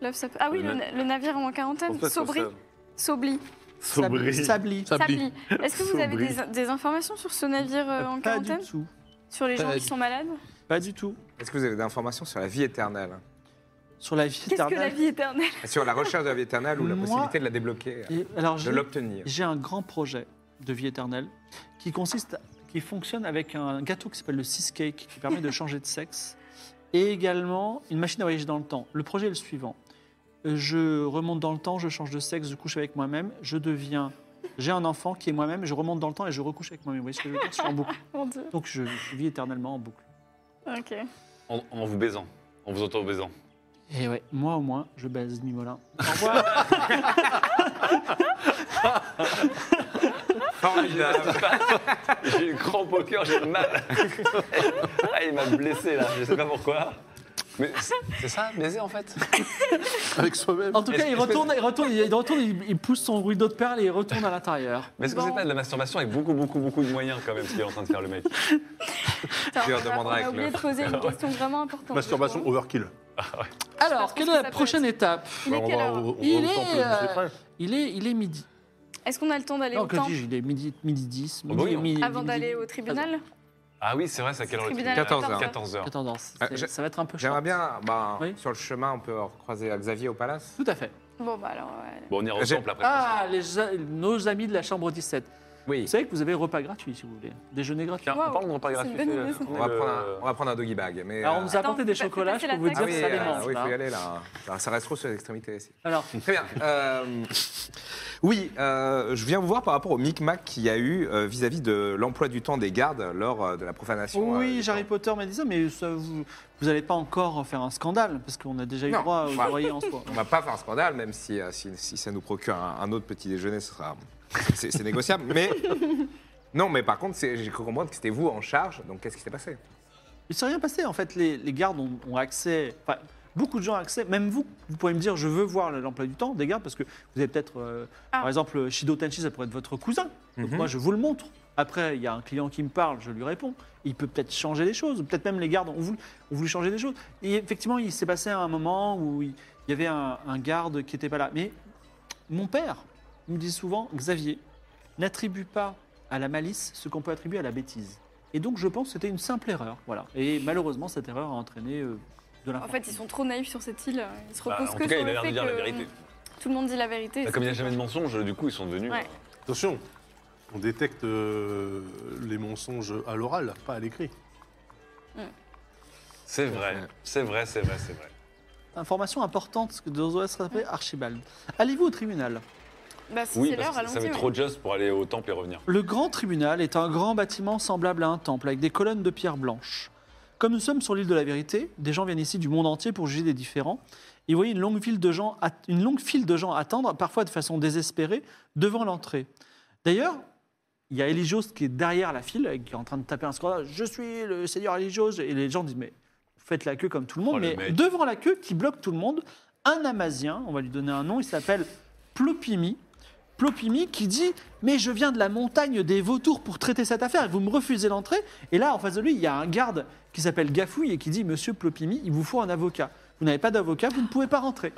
[SPEAKER 2] l'œuf, ça peut- Ah oui,
[SPEAKER 4] Le
[SPEAKER 2] le,
[SPEAKER 4] na-
[SPEAKER 2] le navire en quarantaine.
[SPEAKER 4] pourquoi
[SPEAKER 2] Sobri.
[SPEAKER 4] ça-
[SPEAKER 2] Sobli.
[SPEAKER 3] Sabli. Sabli.
[SPEAKER 1] Sabli.
[SPEAKER 2] Sabli. Est-ce que vous avez
[SPEAKER 1] Sobri.
[SPEAKER 2] des, des informations sur ce navire euh, en
[SPEAKER 3] Pas du
[SPEAKER 2] quarantaine
[SPEAKER 3] tout.
[SPEAKER 2] Sur les gens
[SPEAKER 1] Pas
[SPEAKER 2] qui
[SPEAKER 1] du-
[SPEAKER 2] sont malades
[SPEAKER 3] Pas du tout.
[SPEAKER 5] Est-ce que vous avez des informations sur la vie éternelle
[SPEAKER 3] Sur la vie
[SPEAKER 2] Qu'est-ce que la vie éternelle
[SPEAKER 5] Sur la recherche de la vie éternelle ou la
[SPEAKER 3] Moi-
[SPEAKER 5] possibilité de la débloquer,
[SPEAKER 3] Et alors,
[SPEAKER 5] de
[SPEAKER 3] j'ai-
[SPEAKER 5] l'obtenir
[SPEAKER 3] j'ai un grand projet de vie éternelle qui consiste, qui fonctionne avec un gâteau qui s'appelle le Cake, qui permet de changer de sexe, et également une machine à voyager dans le temps. Le projet est le suivant Euh, je remonte dans le temps, je change de sexe, je couche avec moi-même, je deviens, j'ai un enfant qui est moi-même, je remonte dans le temps et je recouche avec moi-même. Vous voyez ce que je veux dire Je suis en boucle.
[SPEAKER 2] Mon Dieu.
[SPEAKER 3] Donc je, je vis éternellement en boucle.
[SPEAKER 2] Ok.
[SPEAKER 4] En, en vous baisant, en vous auto-baisant.
[SPEAKER 3] Et Eh ouais, moi au moins, je baise Nimolin. Au revoir.
[SPEAKER 5] Formidable.
[SPEAKER 4] J'ai eu grand poker, j'ai mal. ah, il m'a blessé là, je sais pas pourquoi. Mais c'est- c'est ça, baiser en fait
[SPEAKER 1] Avec soi-même.
[SPEAKER 3] en tout cas,
[SPEAKER 4] Est-ce-
[SPEAKER 3] il retourne, il retourne, il retourne, il, il pousse son rudeau de perles et il retourne à l'intérieur.
[SPEAKER 4] Mais est-ce que c'est
[SPEAKER 2] Bon.
[SPEAKER 4] pas de la masturbation avec beaucoup, beaucoup, beaucoup de moyens quand même ce qu'il est en train de faire le mec
[SPEAKER 2] Putain,
[SPEAKER 5] Tu leur
[SPEAKER 2] on a-
[SPEAKER 5] demanderas
[SPEAKER 2] On
[SPEAKER 5] avec
[SPEAKER 2] a oublié
[SPEAKER 5] le-
[SPEAKER 2] de poser une question vraiment importante.
[SPEAKER 1] Masturbation
[SPEAKER 2] je crois.
[SPEAKER 1] overkill.
[SPEAKER 3] Alors,
[SPEAKER 2] Je pense
[SPEAKER 3] quelle est
[SPEAKER 2] que
[SPEAKER 3] la
[SPEAKER 2] ça peut
[SPEAKER 3] prochaine étape
[SPEAKER 2] Il est
[SPEAKER 1] Bah, On
[SPEAKER 2] quelle
[SPEAKER 1] va
[SPEAKER 2] heure
[SPEAKER 1] au- au-
[SPEAKER 3] Il
[SPEAKER 1] au
[SPEAKER 3] est,
[SPEAKER 1] temple de
[SPEAKER 3] euh,
[SPEAKER 1] Zéphin.
[SPEAKER 3] il est, il est midi.
[SPEAKER 2] Est-ce qu'on a le temps d'aller
[SPEAKER 3] Non,
[SPEAKER 2] au
[SPEAKER 3] que je
[SPEAKER 2] temple
[SPEAKER 3] dis, il est midi, midi 10,
[SPEAKER 5] Ah
[SPEAKER 4] bah
[SPEAKER 3] midi,
[SPEAKER 4] oui, on-
[SPEAKER 3] midi-
[SPEAKER 2] avant
[SPEAKER 3] midi-
[SPEAKER 2] d'aller au tribunal
[SPEAKER 4] Ah oui, c'est vrai, c'est à quelle heure le
[SPEAKER 2] Tribunal
[SPEAKER 5] à
[SPEAKER 4] 14
[SPEAKER 5] 14 heures.
[SPEAKER 4] 14 heures.
[SPEAKER 3] 14 c'est-
[SPEAKER 5] Ah, j'ai-
[SPEAKER 3] ça va être un peu
[SPEAKER 5] J'aimerais
[SPEAKER 3] short.
[SPEAKER 5] bien, bah,
[SPEAKER 3] Oui.
[SPEAKER 5] sur le chemin, on peut croiser Xavier au palace.
[SPEAKER 3] Tout à fait.
[SPEAKER 2] Bon, bah alors. ouais.
[SPEAKER 4] Bon, on ira au
[SPEAKER 5] J'ai-
[SPEAKER 4] temple après.
[SPEAKER 3] Ah, les a- nos amis de la chambre 17. Vous
[SPEAKER 5] Oui.
[SPEAKER 3] savez que vous avez repas gratuit, si vous voulez. Déjeuner gratuit.
[SPEAKER 4] Tiens, on
[SPEAKER 2] Wow,
[SPEAKER 4] parle de repas
[SPEAKER 2] c'est
[SPEAKER 4] gratuit.
[SPEAKER 2] une bonne idée,
[SPEAKER 4] euh,
[SPEAKER 2] ça.
[SPEAKER 5] On va,
[SPEAKER 4] le-
[SPEAKER 5] prendre un, on va prendre un doggy bag. Mais,
[SPEAKER 3] Alors,
[SPEAKER 5] euh,
[SPEAKER 3] on nous a
[SPEAKER 2] Attends,
[SPEAKER 3] apporté des
[SPEAKER 2] fais- fais
[SPEAKER 3] chocolats,
[SPEAKER 2] passer
[SPEAKER 3] je peux
[SPEAKER 2] la
[SPEAKER 3] vous
[SPEAKER 2] taxe.
[SPEAKER 3] dire
[SPEAKER 5] ah
[SPEAKER 3] que
[SPEAKER 5] oui,
[SPEAKER 3] ça les
[SPEAKER 5] euh,
[SPEAKER 3] mange.
[SPEAKER 5] oui,
[SPEAKER 3] là.
[SPEAKER 5] faut y aller là. Ça, ça reste trop sur les extrémités ici.
[SPEAKER 3] Alors,
[SPEAKER 5] Très bien. Euh, oui, euh, je viens vous voir par rapport au micmac qu'il y a eu euh, vis-à-vis de l'emploi du temps des gardes lors euh, de la profanation. euh,
[SPEAKER 3] oui,
[SPEAKER 5] du
[SPEAKER 3] Harry
[SPEAKER 5] temple.
[SPEAKER 3] Potter m'a dit ça, mais ça, vous n'allez pas encore faire un scandale, parce qu'on a déjà eu
[SPEAKER 5] Non.
[SPEAKER 3] droit aux
[SPEAKER 5] Ouais.
[SPEAKER 3] oreillers en soi.
[SPEAKER 5] On va pas faire un scandale, même si, euh, si, si ça nous procure un, un autre petit déjeuner, ce sera, c'est, c'est négociable. Mais non, mais par contre, c'est- j'ai cru comprendre que c'était vous en charge. Donc, qu'est-ce qui s'est passé
[SPEAKER 3] Il ne s'est rien passé, en fait. Les, les gardes ont, ont accès, enfin, beaucoup de gens ont accès, même vous, vous pouvez me dire, je veux voir l'emploi du temps des gardes, parce que vous avez peut-être, euh,
[SPEAKER 2] Ah.
[SPEAKER 3] par exemple, Shido Tenchi, ça pourrait être votre cousin. Donc
[SPEAKER 5] Mhm.
[SPEAKER 3] moi, je vous le montre. Après, il y a un client qui me parle, je lui réponds. Il peut peut-être changer les choses. Peut-être même les gardes ont voulu, ont voulu changer des choses. Et effectivement, il s'est passé un moment où il il y avait un, un garde qui n'était pas là. Mais mon père me dit souvent, Xavier, n'attribue pas à la malice ce qu'on peut attribuer à la bêtise. Et donc, je pense que c'était une simple erreur. Voilà. Et malheureusement, cette erreur a entraîné euh, de
[SPEAKER 2] En
[SPEAKER 3] l'infortune.
[SPEAKER 2] fait, ils sont trop naïfs sur cette île. euh, Ils se
[SPEAKER 4] Bah,
[SPEAKER 2] reposent
[SPEAKER 4] en
[SPEAKER 2] que
[SPEAKER 4] tout cas,
[SPEAKER 2] sur
[SPEAKER 4] il a
[SPEAKER 2] le
[SPEAKER 4] l'air de
[SPEAKER 2] fait
[SPEAKER 4] dire la
[SPEAKER 2] que
[SPEAKER 4] vérité.
[SPEAKER 2] Tout le monde dit la vérité.
[SPEAKER 4] Bah, Comme il n'y a jamais de mensonge, du coup, ils sont devenus.
[SPEAKER 2] Ouais.
[SPEAKER 4] euh,
[SPEAKER 1] Attention, on détecte euh, les mensonges à l'oral, pas à l'écrit.
[SPEAKER 4] C'est vrai, c'est vrai, c'est vrai, c'est vrai.
[SPEAKER 3] Information importante de OS
[SPEAKER 2] Mmh.
[SPEAKER 3] rappelé Archibald. Allez-vous au tribunal
[SPEAKER 2] Bah, si
[SPEAKER 4] Oui,
[SPEAKER 2] c'est l'heure,
[SPEAKER 4] parce que ça
[SPEAKER 2] allons-y.
[SPEAKER 4] fait
[SPEAKER 2] ouais.
[SPEAKER 4] trop just pour aller au temple et revenir.
[SPEAKER 3] Le grand tribunal est un grand bâtiment semblable à un temple, avec des colonnes de pierre blanche. Comme nous sommes sur l'île de la vérité, des gens viennent ici du monde entier pour juger des différents. Et vous voyez une longue file de gens, at- une longue file de gens attendre, parfois de façon désespérée, devant l'entrée. D'ailleurs, il y a Eligios qui est derrière la file, et qui est en train de taper un scandale. Je suis le seigneur Eligios. Et les gens disent Mais faites la queue comme tout le monde.
[SPEAKER 4] Oh, le
[SPEAKER 3] mais
[SPEAKER 4] mec.
[SPEAKER 3] devant la queue, qui bloque tout le monde, un Amazien, on va lui donner un nom, il s'appelle Plopimi. Plopimi qui dit Mais je viens de la montagne des vautours pour traiter cette affaire et vous me refusez l'entrée. Et là, en face de lui, il y a un garde qui s'appelle Gafouille et qui dit Monsieur Plopimi, il vous faut un avocat. Vous n'avez pas d'avocat, vous ne pouvez pas rentrer.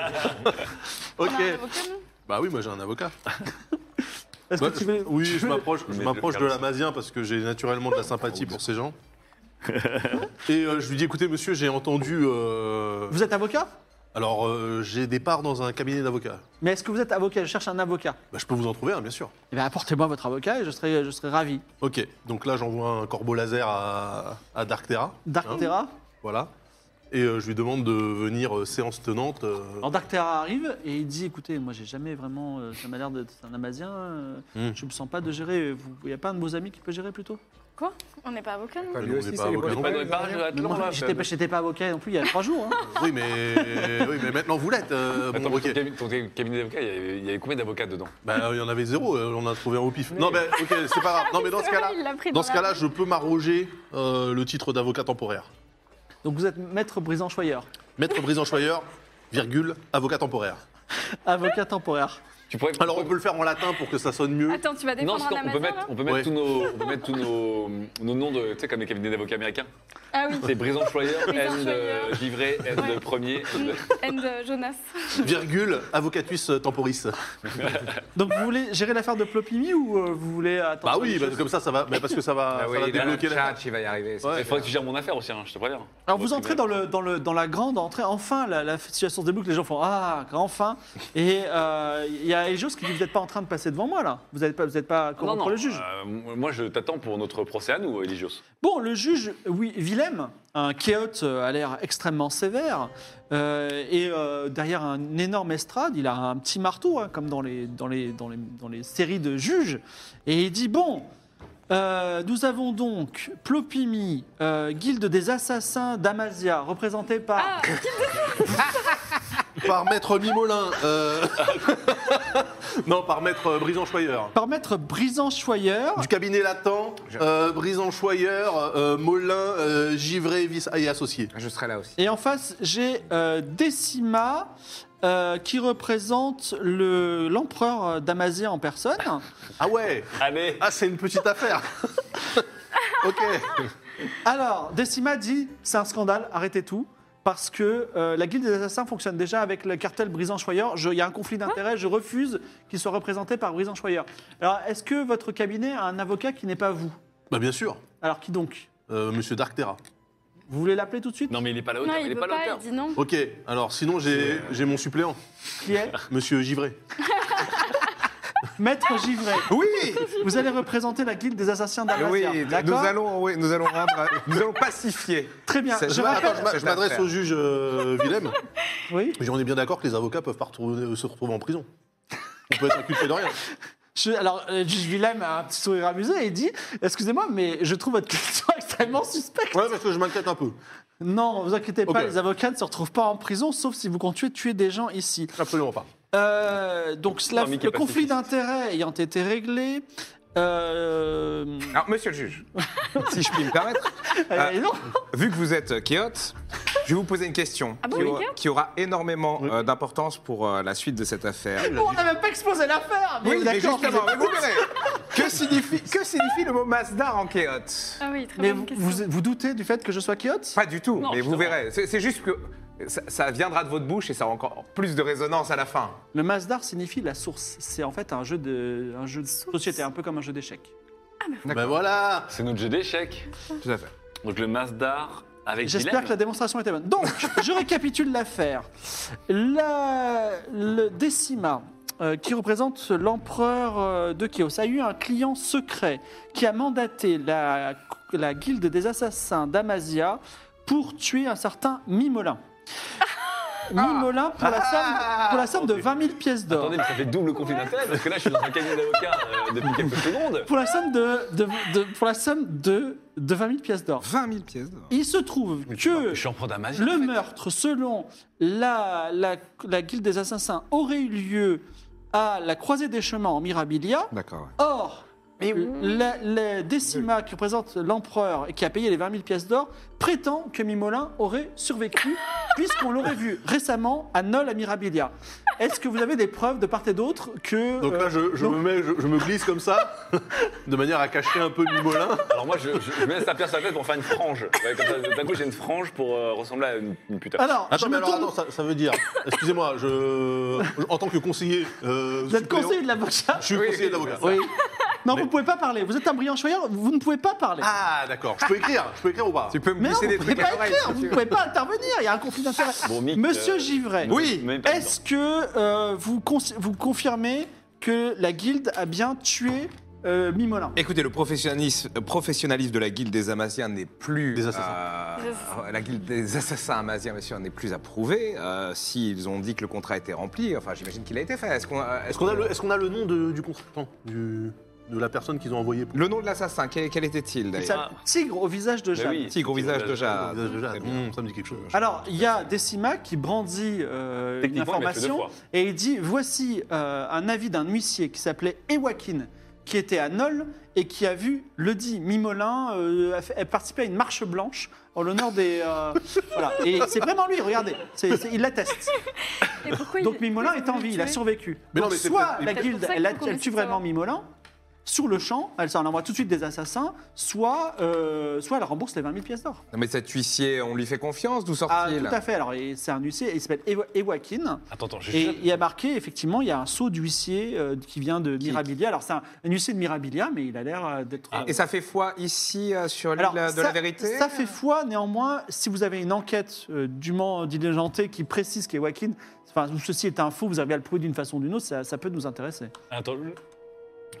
[SPEAKER 2] On a un avocat, nous
[SPEAKER 1] Bah oui, moi j'ai un avocat.
[SPEAKER 3] Est-ce
[SPEAKER 1] Bah,
[SPEAKER 3] que tu veux-
[SPEAKER 1] je- oui, je
[SPEAKER 3] tu veux-
[SPEAKER 1] m'approche,
[SPEAKER 4] Mais
[SPEAKER 1] je
[SPEAKER 4] de
[SPEAKER 1] m'approche
[SPEAKER 4] faire
[SPEAKER 1] de
[SPEAKER 4] ça.
[SPEAKER 1] l'Amazien parce que j'ai naturellement de la sympathie pour ces gens. Et euh, je lui dis, écoutez monsieur, j'ai entendu... euh,
[SPEAKER 3] Vous êtes avocat
[SPEAKER 1] Alors, euh, j'ai des parts dans un cabinet d'avocats.
[SPEAKER 3] Mais est-ce que vous êtes avocat Je cherche un avocat.
[SPEAKER 1] Bah, je peux vous en trouver un, bien sûr.
[SPEAKER 3] Eh bien, apportez-moi votre avocat et je serai, je serai ravi.
[SPEAKER 1] Ok, donc là j'envoie un corbeau laser à, à Dark Terra.
[SPEAKER 3] Dark
[SPEAKER 1] Hein,
[SPEAKER 3] Terra
[SPEAKER 1] voilà. Et euh, je lui demande de venir euh, séance tenante. euh,
[SPEAKER 3] Alors Dark Terra arrive et il dit écoutez, moi j'ai jamais vraiment, euh, ça m'a l'air d'être un Amazien, euh,
[SPEAKER 1] Hmm.
[SPEAKER 3] je me sens pas de gérer. Vous- Il n'y a pas un de vos amis qui peut gérer plutôt
[SPEAKER 2] Quoi On n'est pas avocat, nous
[SPEAKER 5] Enfin,
[SPEAKER 1] on n'est pas avocat
[SPEAKER 5] boîtes
[SPEAKER 1] non
[SPEAKER 4] Pas
[SPEAKER 1] plus.
[SPEAKER 5] aux
[SPEAKER 4] de
[SPEAKER 5] lettres,
[SPEAKER 4] barrage de
[SPEAKER 5] rien.
[SPEAKER 4] Atlan, là,
[SPEAKER 3] J'étais pas, j'étais pas avocat non plus il y a trois jours. hein.
[SPEAKER 1] Oui, mais... oui, mais maintenant vous l'êtes. euh,
[SPEAKER 4] Attends,
[SPEAKER 1] bon,
[SPEAKER 4] ton
[SPEAKER 1] ok.
[SPEAKER 4] cabinet- ton cabinet d'avocats, il y avait- il y avait combien d'avocats dedans
[SPEAKER 1] Bah, il y en avait zéro, euh, on en a trouvé un au pif. Non, mais ok, c'est pas grave. Non, mais dans ce
[SPEAKER 2] C'est vrai,
[SPEAKER 1] cas-là,
[SPEAKER 2] il l'a pris
[SPEAKER 1] dans
[SPEAKER 2] dans
[SPEAKER 1] ce
[SPEAKER 2] la
[SPEAKER 1] cas-là,
[SPEAKER 2] rue.
[SPEAKER 1] je peux m'arroger euh, le titre d'avocat temporaire.
[SPEAKER 3] Donc vous êtes maître brisant choyeur,
[SPEAKER 1] Maître Brisant Schweier, virgule, avocat temporaire.
[SPEAKER 3] avocat temporaire.
[SPEAKER 4] Tu pourrais-
[SPEAKER 1] Alors, on peut le faire en latin pour que ça sonne mieux.
[SPEAKER 2] Attends, tu vas
[SPEAKER 4] Non,
[SPEAKER 2] défendre
[SPEAKER 4] sinon,
[SPEAKER 2] un
[SPEAKER 4] on peut
[SPEAKER 2] Amazon,
[SPEAKER 4] mettre,
[SPEAKER 2] là
[SPEAKER 4] on peut mettre
[SPEAKER 1] Ouais.
[SPEAKER 4] tous nos, on peut mettre tous nos, nos noms de, tu sais, comme les cabinets d'avocats américains.
[SPEAKER 2] Ah oui,
[SPEAKER 4] C'est Brisant Schreier,
[SPEAKER 2] Brisant
[SPEAKER 4] End euh, Givré, End
[SPEAKER 2] Ouais.
[SPEAKER 4] Premier. End-
[SPEAKER 2] and euh, Jonas.
[SPEAKER 1] Virgule, avocatus euh, temporis.
[SPEAKER 3] Donc vous voulez gérer l'affaire de Plopimi ou euh, vous voulez attendre
[SPEAKER 1] Bah oui,
[SPEAKER 3] les
[SPEAKER 1] bah,
[SPEAKER 3] choses
[SPEAKER 1] comme ça, ça va, mais parce que ça va,
[SPEAKER 5] Ah
[SPEAKER 1] ça
[SPEAKER 5] oui,
[SPEAKER 1] va
[SPEAKER 5] il a
[SPEAKER 1] débloquer
[SPEAKER 5] le
[SPEAKER 1] la...
[SPEAKER 5] chat, il va y arriver. c'est
[SPEAKER 1] Ouais.
[SPEAKER 4] Il faudrait que tu gères mon affaire aussi, hein, je te préviens.
[SPEAKER 3] Alors vous entrez dans, le, dans, le, dans la grande entrée, enfin la, la situation se débloque, les gens font Ah, enfin Et euh, il y a Elios qui dit Vous n'êtes pas en train de passer devant moi là, vous n'êtes pas, vous êtes pas
[SPEAKER 4] Non,
[SPEAKER 3] corrompre
[SPEAKER 4] non,
[SPEAKER 3] le juge.
[SPEAKER 4] euh, moi, je t'attends pour notre procès à nous, euh, Eligios.
[SPEAKER 3] Bon, le juge, oui, Willem, un chaote euh, à l'air extrêmement sévère, euh, et euh, derrière un énorme estrade, il a un petit marteau, hein, comme dans les, dans, les, dans, les, dans les séries de juges, et il dit, bon, Euh, nous avons donc Plopimi, euh, guilde des assassins d'Amazia, représentée par
[SPEAKER 2] Ah,
[SPEAKER 1] Par maître Mimolin. euh, non, par maître euh, Brisant Choyeur.
[SPEAKER 3] par maître Brisant Choyeur.
[SPEAKER 1] Du cabinet latent, euh, Brisant Choyeur, euh, Molin, euh, Givré, Vis et associé.
[SPEAKER 5] Ah, Je serai là aussi.
[SPEAKER 3] Et en face, j'ai euh, Décima, euh, qui représente le- l'empereur euh, d'Amazia en personne.
[SPEAKER 1] Ah ouais
[SPEAKER 4] Allez,
[SPEAKER 1] Ah, c'est une petite affaire Ok
[SPEAKER 3] Alors, Décima dit c'est un scandale, arrêtez tout. Parce que euh, la guilde des assassins fonctionne déjà avec le cartel Brisant-Choyeur. Je- Il y a un conflit d'intérêts, je refuse qu'il soit représenté par Brisant-Choyeur. Alors, est-ce que votre cabinet a un avocat qui n'est pas vous
[SPEAKER 1] Bah, bien sûr,
[SPEAKER 3] Alors, qui donc
[SPEAKER 1] euh, monsieur Darktera.
[SPEAKER 3] Vous voulez l'appeler tout de suite
[SPEAKER 4] non mais il est pas à la
[SPEAKER 2] non,
[SPEAKER 4] hauteur,
[SPEAKER 2] il,
[SPEAKER 4] il est
[SPEAKER 2] peut
[SPEAKER 4] pas à la
[SPEAKER 2] pas,
[SPEAKER 4] hauteur.
[SPEAKER 2] il dit non.
[SPEAKER 1] Ok, alors sinon, j'ai j'ai mon suppléant,
[SPEAKER 3] Qui est
[SPEAKER 1] monsieur Givré.
[SPEAKER 3] Maître Givray.
[SPEAKER 5] Oui
[SPEAKER 3] Vous allez représenter la guilde des assassins
[SPEAKER 5] Oui,
[SPEAKER 3] d'Amazia.
[SPEAKER 5] nous
[SPEAKER 3] d'accord
[SPEAKER 5] allons, oui, nous allons rendre, euh, nous allons pacifier.
[SPEAKER 3] Très bien.
[SPEAKER 5] C'est-
[SPEAKER 3] Je
[SPEAKER 1] Je,
[SPEAKER 5] rappelle-
[SPEAKER 1] Ah, attends, je m'a- je
[SPEAKER 5] cette
[SPEAKER 1] m'adresse
[SPEAKER 5] affaire.
[SPEAKER 1] au juge euh, Willem.
[SPEAKER 3] Oui.
[SPEAKER 1] On est bien d'accord que les avocats peuvent pas retrouver- euh, se retrouver en prison. On peut être inculpé de rien.
[SPEAKER 3] Je- alors, euh, Juge Willem a un petit sourire amusé et il dit Excusez-moi, mais je trouve votre question extrêmement suspecte.
[SPEAKER 1] Ouais, parce que je m'inquiète un peu.
[SPEAKER 3] Non, vous inquiétez pas,
[SPEAKER 1] Ok.
[SPEAKER 3] les avocats ne se retrouvent pas en prison, sauf si vous comptez tuer des gens ici.
[SPEAKER 1] Absolument pas.
[SPEAKER 3] Euh, donc, cela-
[SPEAKER 4] Non, Mickey
[SPEAKER 3] le conflit
[SPEAKER 4] pacifiste.
[SPEAKER 3] d'intérêts ayant été réglé. euh,
[SPEAKER 5] Alors, monsieur le juge, si je puis me permettre,
[SPEAKER 3] euh, non.
[SPEAKER 5] vu que vous êtes Kyote, je vais vous poser une question
[SPEAKER 2] Ah bon,
[SPEAKER 5] qui,
[SPEAKER 2] oui,
[SPEAKER 5] aura,
[SPEAKER 2] Kyote
[SPEAKER 5] qui aura énormément euh, d'importance pour euh, la suite de cette affaire.
[SPEAKER 3] on n'a même pas exposé l'affaire. Mais
[SPEAKER 5] Oui, mais
[SPEAKER 3] d'accord,
[SPEAKER 5] justement,
[SPEAKER 3] vous-
[SPEAKER 5] mais vous verrez. Que signifie, que signifie le mot Masdar en Kyote
[SPEAKER 2] Ah oui, très
[SPEAKER 3] mais
[SPEAKER 2] bonne
[SPEAKER 3] vous,
[SPEAKER 2] question.
[SPEAKER 3] vous- vous doutez du fait que je sois Kyote
[SPEAKER 5] Pas du tout,
[SPEAKER 4] Non,
[SPEAKER 5] mais vous
[SPEAKER 4] justement.
[SPEAKER 5] verrez. C'est c'est juste que ça, ça viendra de votre bouche et ça aura encore plus de résonance à la fin.
[SPEAKER 3] Le Masdar signifie la source. C'est en fait un jeu de, un jeu de société, un peu comme un jeu d'échecs.
[SPEAKER 1] Ben voilà
[SPEAKER 4] C'est notre jeu d'échecs.
[SPEAKER 5] Tout à fait.
[SPEAKER 4] Donc le Masdar avec
[SPEAKER 3] J'espère
[SPEAKER 4] Dylan.
[SPEAKER 3] que la démonstration était bonne. Donc, je récapitule l'affaire. La- le Décima, euh, qui représente l'empereur euh, de Chaos, a eu un client secret qui a mandaté la, la guilde des assassins d'Amazia pour tuer un certain Mimolin. Mimolin pour la somme, pour la somme de 20 000 pièces d'or.
[SPEAKER 4] Attendez, mais ça fait double conflit d'intérêt parce que là je suis dans un cabinet d'avocat euh, depuis quelques secondes.
[SPEAKER 3] Pour la somme de, de- de- pour la somme de, de 20 000 pièces d'or.
[SPEAKER 5] 20 000 pièces d'or.
[SPEAKER 3] Il se trouve que
[SPEAKER 4] Je suis en pro d'Amazia.
[SPEAKER 3] Le meurtre, selon la, la, la Guilde des Assassins, aurait eu lieu à la croisée des chemins en Mirabilia.
[SPEAKER 5] D'accord.
[SPEAKER 3] Or, la- la Décima, qui représente l'empereur et qui a payé les 20 000 pièces d'or, prétend que Mimolin aurait survécu, puisqu'on l'aurait vu récemment à Nol à Mirabilia. Est-ce que vous avez des preuves de part et d'autre que.
[SPEAKER 1] Donc
[SPEAKER 3] euh,
[SPEAKER 1] là, je, je
[SPEAKER 3] non.
[SPEAKER 1] me mets, je, je me glisse comme ça, de manière à cacher un peu Mimolin.
[SPEAKER 4] Alors moi je, je, je me laisse la pierre sur la tête pour faire une frange. Ouais, comme ça, d'un coup j'ai une frange pour euh, ressembler à une, une putain.
[SPEAKER 3] Alors, je
[SPEAKER 1] Attends, mais
[SPEAKER 3] me
[SPEAKER 1] alors,
[SPEAKER 3] tourne-
[SPEAKER 1] attends, ça, ça veut dire, excusez-moi, je, je- en tant que conseiller, euh,
[SPEAKER 3] Vous êtes
[SPEAKER 1] suppléant,
[SPEAKER 3] conseiller de l'avocat
[SPEAKER 1] je suis
[SPEAKER 5] Oui,
[SPEAKER 1] conseiller
[SPEAKER 5] oui,
[SPEAKER 1] d'avocat.
[SPEAKER 3] Oui. Non,
[SPEAKER 1] Mais-
[SPEAKER 3] vous ne pouvez pas parler. Vous êtes un brillant choyeur, vous ne pouvez pas parler.
[SPEAKER 1] Ah, d'accord. Je peux écrire, je peux écrire ou pas
[SPEAKER 5] Tu peux me
[SPEAKER 3] Mais non,
[SPEAKER 5] glisser
[SPEAKER 3] vous
[SPEAKER 5] des
[SPEAKER 3] ne pouvez
[SPEAKER 5] trucs à
[SPEAKER 3] pas
[SPEAKER 5] l'oreille.
[SPEAKER 3] écrire,
[SPEAKER 5] si
[SPEAKER 3] vous
[SPEAKER 5] tu
[SPEAKER 3] ne
[SPEAKER 5] veux.
[SPEAKER 3] pouvez pas intervenir, il y a un conflit d'intérêts.
[SPEAKER 4] Bon, Mick,
[SPEAKER 3] Monsieur
[SPEAKER 4] euh,
[SPEAKER 3] Givray,
[SPEAKER 4] Oui. mais pas
[SPEAKER 3] est-ce que euh, vous, con- vous confirmez que la guilde a bien tué euh, Mimolin
[SPEAKER 5] Écoutez, le professionnalisme, euh, professionnalisme de la guilde des Amaziens n'est plus.
[SPEAKER 1] Des assassins.
[SPEAKER 5] euh, euh, la guilde des assassins Amaziens, bien sûr, n'est plus approuvée. Euh, S'ils ont dit que le contrat était rempli, enfin, j'imagine qu'il a été fait. Est-ce qu'on euh,
[SPEAKER 1] Est-ce qu'on a, le- est-ce qu'on a le nom de- du consultant du- De la personne qu'ils ont envoyé pour.
[SPEAKER 5] Le nom de l'assassin, quel, quel était-il
[SPEAKER 3] Il
[SPEAKER 5] d'ailleurs
[SPEAKER 3] s'appelle Tigre au visage de
[SPEAKER 4] Mais
[SPEAKER 3] Jeanne.
[SPEAKER 4] oui.
[SPEAKER 5] Petit gros visage de Jade.
[SPEAKER 1] Le visage de Jade.
[SPEAKER 5] Très bien.
[SPEAKER 1] Mmh, ça me dit quelque chose.
[SPEAKER 3] Alors, il y a Décima qui brandit euh, une
[SPEAKER 4] Techniquement, il m'a tué deux
[SPEAKER 3] information
[SPEAKER 4] fois.
[SPEAKER 3] et il dit voici euh, un avis d'un huissier qui s'appelait Ewakin, qui était à Nol et qui a vu le dit Mimolin euh, a fait- a participé à une marche blanche en l'honneur des. euh, voilà. Et c'est vraiment lui, regardez, C'est- c'est- il l'atteste.
[SPEAKER 2] Et pourquoi
[SPEAKER 3] Donc
[SPEAKER 2] il-
[SPEAKER 3] Mimolin
[SPEAKER 2] il
[SPEAKER 3] est en
[SPEAKER 2] veut
[SPEAKER 3] vie, il a
[SPEAKER 2] tuer
[SPEAKER 3] survécu.
[SPEAKER 1] Mais non,
[SPEAKER 3] Donc
[SPEAKER 1] mais c'est
[SPEAKER 3] soit
[SPEAKER 1] peut-être-
[SPEAKER 3] la
[SPEAKER 2] C'est pour
[SPEAKER 3] guilde,
[SPEAKER 2] ça qu'il
[SPEAKER 3] elle,
[SPEAKER 2] faut qu'on
[SPEAKER 3] elle tue
[SPEAKER 2] puisse
[SPEAKER 3] vraiment
[SPEAKER 2] savoir.
[SPEAKER 3] Mimolin, sur le champ, elle s'en envoie tout de suite des assassins, soit, euh, soit elle rembourse les 20 000 pièces d'or.
[SPEAKER 5] Non, mais cet huissier, on lui fait confiance D'où
[SPEAKER 3] Ah,
[SPEAKER 5] sort-il
[SPEAKER 3] tout à fait, alors et c'est un huissier, il s'appelle Ewa- Ewakin,
[SPEAKER 4] Attends, attends, je
[SPEAKER 3] et
[SPEAKER 4] suis
[SPEAKER 3] il y a marqué, effectivement, il y a un sceau d'huissier euh, qui vient de Mirabilia. Alors c'est un, un huissier de Mirabilia, mais il a l'air euh, d'être...
[SPEAKER 5] Ah, Et ça fait foi ici euh, sur l'île
[SPEAKER 3] Alors,
[SPEAKER 5] de
[SPEAKER 3] ça,
[SPEAKER 5] la vérité
[SPEAKER 3] ça fait foi, néanmoins, si vous avez une enquête euh, dûment diligentée qui précise qu'Ewakin, enfin, ceci est un faux, vous arrivez à le prouver d'une façon ou d'une autre, ça- ça peut nous intéresser.
[SPEAKER 4] Attends,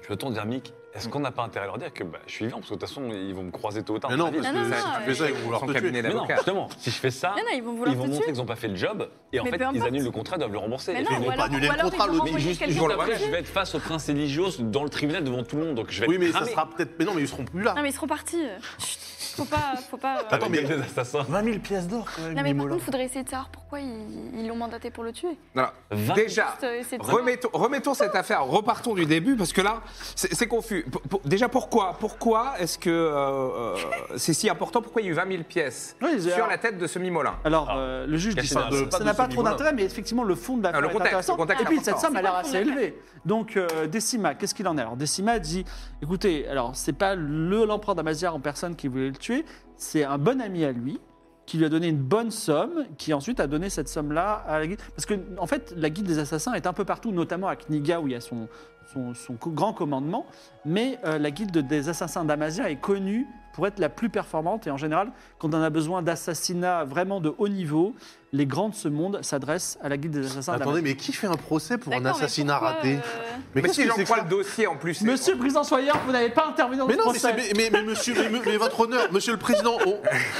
[SPEAKER 4] Je me tourne vers Mick. Est-ce qu'on n'a pas intérêt à leur dire que bah, je suis vivant Parce que de toute façon, ils vont me croiser tôt ou tard.
[SPEAKER 1] Mais
[SPEAKER 4] dans
[SPEAKER 1] Ah, non,
[SPEAKER 4] la
[SPEAKER 1] parce
[SPEAKER 4] ville.
[SPEAKER 2] Non,
[SPEAKER 1] que
[SPEAKER 2] non,
[SPEAKER 1] si
[SPEAKER 2] non,
[SPEAKER 1] tu fais ça, ils vont vouloir
[SPEAKER 5] Son
[SPEAKER 1] te tuer.
[SPEAKER 5] cabinet
[SPEAKER 4] Mais non,
[SPEAKER 5] d'avocat.
[SPEAKER 4] justement, si je fais ça,
[SPEAKER 2] Non, non, ils vont
[SPEAKER 4] ils
[SPEAKER 2] vouloir
[SPEAKER 4] vont
[SPEAKER 2] te
[SPEAKER 4] montrer
[SPEAKER 2] tuer.
[SPEAKER 4] qu'ils n'ont pas fait le job et en
[SPEAKER 2] Mais
[SPEAKER 4] fait,
[SPEAKER 2] peu
[SPEAKER 4] ils
[SPEAKER 2] importe.
[SPEAKER 4] annulent le contrat, doivent le rembourser.
[SPEAKER 2] Mais
[SPEAKER 4] Et
[SPEAKER 2] non,
[SPEAKER 4] puis,
[SPEAKER 1] vont
[SPEAKER 2] ou
[SPEAKER 1] pas
[SPEAKER 2] alors,
[SPEAKER 1] annuler
[SPEAKER 2] ou
[SPEAKER 1] le
[SPEAKER 2] alors
[SPEAKER 1] contrat,
[SPEAKER 2] ils
[SPEAKER 1] le
[SPEAKER 2] vont
[SPEAKER 1] mec.
[SPEAKER 2] renvoyer
[SPEAKER 4] Juste,
[SPEAKER 2] quelqu'un
[SPEAKER 4] juste
[SPEAKER 2] pour
[SPEAKER 4] après,
[SPEAKER 2] tuer.
[SPEAKER 4] je vais être face au prince Eligios dans le tribunal devant tout le monde, donc je vais
[SPEAKER 1] Oui,
[SPEAKER 4] être
[SPEAKER 1] mais ça
[SPEAKER 4] cramé.
[SPEAKER 1] sera peut-être. Mais non, mais ils seront plus là.
[SPEAKER 2] Non, mais ils seront partis. Chut, faut pas. Faut pas
[SPEAKER 4] Avec
[SPEAKER 1] Attends, mais-
[SPEAKER 4] des assassins.
[SPEAKER 3] 20 000 pièces d'or quand même,
[SPEAKER 2] Non, mais par
[SPEAKER 3] Mimola.
[SPEAKER 2] contre, faudrait essayer de savoir pourquoi ils ils l'ont mandaté pour le tuer.
[SPEAKER 5] Voilà.
[SPEAKER 4] Vingt-
[SPEAKER 5] Déjà,
[SPEAKER 2] Juste, euh, essayer de-
[SPEAKER 5] remettons, remettons cette affaire, repartons du début, parce que là, c'est c'est confus. Pour- pour- déjà, pourquoi Pourquoi est-ce que euh, euh, c'est si important Pourquoi il y a eu 20 000 pièces
[SPEAKER 3] Oui, ils-
[SPEAKER 5] sur la tête de ce mimolin
[SPEAKER 3] Alors, euh, le juge dit
[SPEAKER 4] Cachez
[SPEAKER 3] ça.
[SPEAKER 4] derrière
[SPEAKER 1] ça.
[SPEAKER 3] ça n'a
[SPEAKER 1] Pas
[SPEAKER 3] pas
[SPEAKER 1] de
[SPEAKER 3] trop
[SPEAKER 1] ce
[SPEAKER 3] d'intérêt, mais effectivement, le fond de l'affaire
[SPEAKER 5] Ah, le
[SPEAKER 3] est
[SPEAKER 5] contexte, le
[SPEAKER 3] intéressant.
[SPEAKER 5] contexte
[SPEAKER 3] et puis,
[SPEAKER 5] est
[SPEAKER 3] cette
[SPEAKER 5] important.
[SPEAKER 3] somme, elle
[SPEAKER 2] C'est
[SPEAKER 3] a
[SPEAKER 2] quoi le
[SPEAKER 3] assez
[SPEAKER 2] fond de l'affaire
[SPEAKER 3] élevée. Donc, euh, Décima, qu'est-ce qu'il en est Alors, Décima dit écoutez, alors, c'est pas le l'empereur d'Amazia en personne qui voulait le tuer, c'est un bon ami à lui qui lui a donné une bonne somme, qui ensuite a donné cette somme-là à la guilde. Parce que, en fait, la guilde des assassins est un peu partout, notamment à Kniga, où il y a son, son, son co- grand commandement. Mais euh, la guilde des assassins d'Amazia est connue pour être la plus performante. Et en général, quand on a besoin d'assassinats vraiment de haut niveau, les grands de ce monde s'adressent à la guilde des assassins
[SPEAKER 1] Attendez,
[SPEAKER 3] d'Amazia.
[SPEAKER 1] mais qui fait un procès pour un
[SPEAKER 2] D'accord, mais
[SPEAKER 1] assassinat
[SPEAKER 2] pourquoi,
[SPEAKER 1] raté
[SPEAKER 2] euh,
[SPEAKER 5] Mais
[SPEAKER 1] qu'est-ce
[SPEAKER 5] si
[SPEAKER 1] que
[SPEAKER 5] j'en
[SPEAKER 1] c'est que
[SPEAKER 5] crois
[SPEAKER 1] ça
[SPEAKER 5] le dossier en plus. c'est-
[SPEAKER 3] Monsieur le président Soyer, vous n'avez pas intervenu dans
[SPEAKER 1] Mais
[SPEAKER 3] le
[SPEAKER 1] non, mais,
[SPEAKER 3] procès.
[SPEAKER 1] c'est- mais, mais- mais monsieur, mais, mais votre honneur, monsieur le président, on,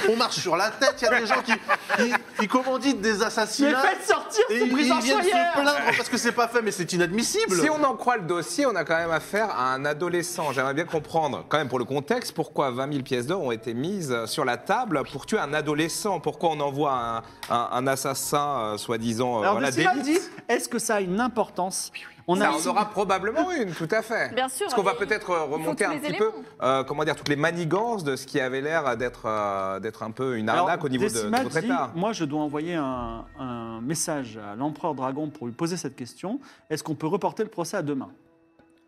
[SPEAKER 1] on marche sur la tête. Il y a des gens qui, qui, qui commanditent des
[SPEAKER 3] Mais
[SPEAKER 1] assassinats
[SPEAKER 3] faites sortir
[SPEAKER 1] et
[SPEAKER 3] ce
[SPEAKER 1] ils, ils
[SPEAKER 3] président
[SPEAKER 1] viennent
[SPEAKER 3] Soyer
[SPEAKER 1] se plaindre parce que c'est pas fait, mais c'est inadmissible.
[SPEAKER 5] Si on en croit le dossier, on a quand même affaire à un adolescent. J'aimerais bien comprendre, quand même pour le contexte, pourquoi 20 000 pièces d'or ont été mises euh, sur la table pour tuer un adolescent. Pourquoi on envoie un, un- un assassin, euh, soi-disant, euh,
[SPEAKER 3] Alors,
[SPEAKER 5] voilà,
[SPEAKER 3] Décima
[SPEAKER 5] d'élite.
[SPEAKER 3] dit est-ce que ça a une importance On
[SPEAKER 5] Ça
[SPEAKER 3] a
[SPEAKER 5] en aura probablement une, tout à fait.
[SPEAKER 2] Bien sûr,
[SPEAKER 5] Parce qu'on va
[SPEAKER 2] mais
[SPEAKER 5] peut-être euh,
[SPEAKER 2] il faut
[SPEAKER 5] remonter
[SPEAKER 2] tous
[SPEAKER 5] un
[SPEAKER 2] les
[SPEAKER 5] petit peu,
[SPEAKER 2] éléments.
[SPEAKER 5] euh, comment dire, toutes les manigances de ce qui avait l'air d'être euh, d'être un peu une
[SPEAKER 3] Alors,
[SPEAKER 5] arnaque au niveau de,
[SPEAKER 3] Décima
[SPEAKER 5] de votre
[SPEAKER 3] dit,
[SPEAKER 5] état.
[SPEAKER 3] Moi, je dois envoyer un, un message à l'empereur dragon pour lui poser cette question. Est-ce qu'on peut reporter le procès à demain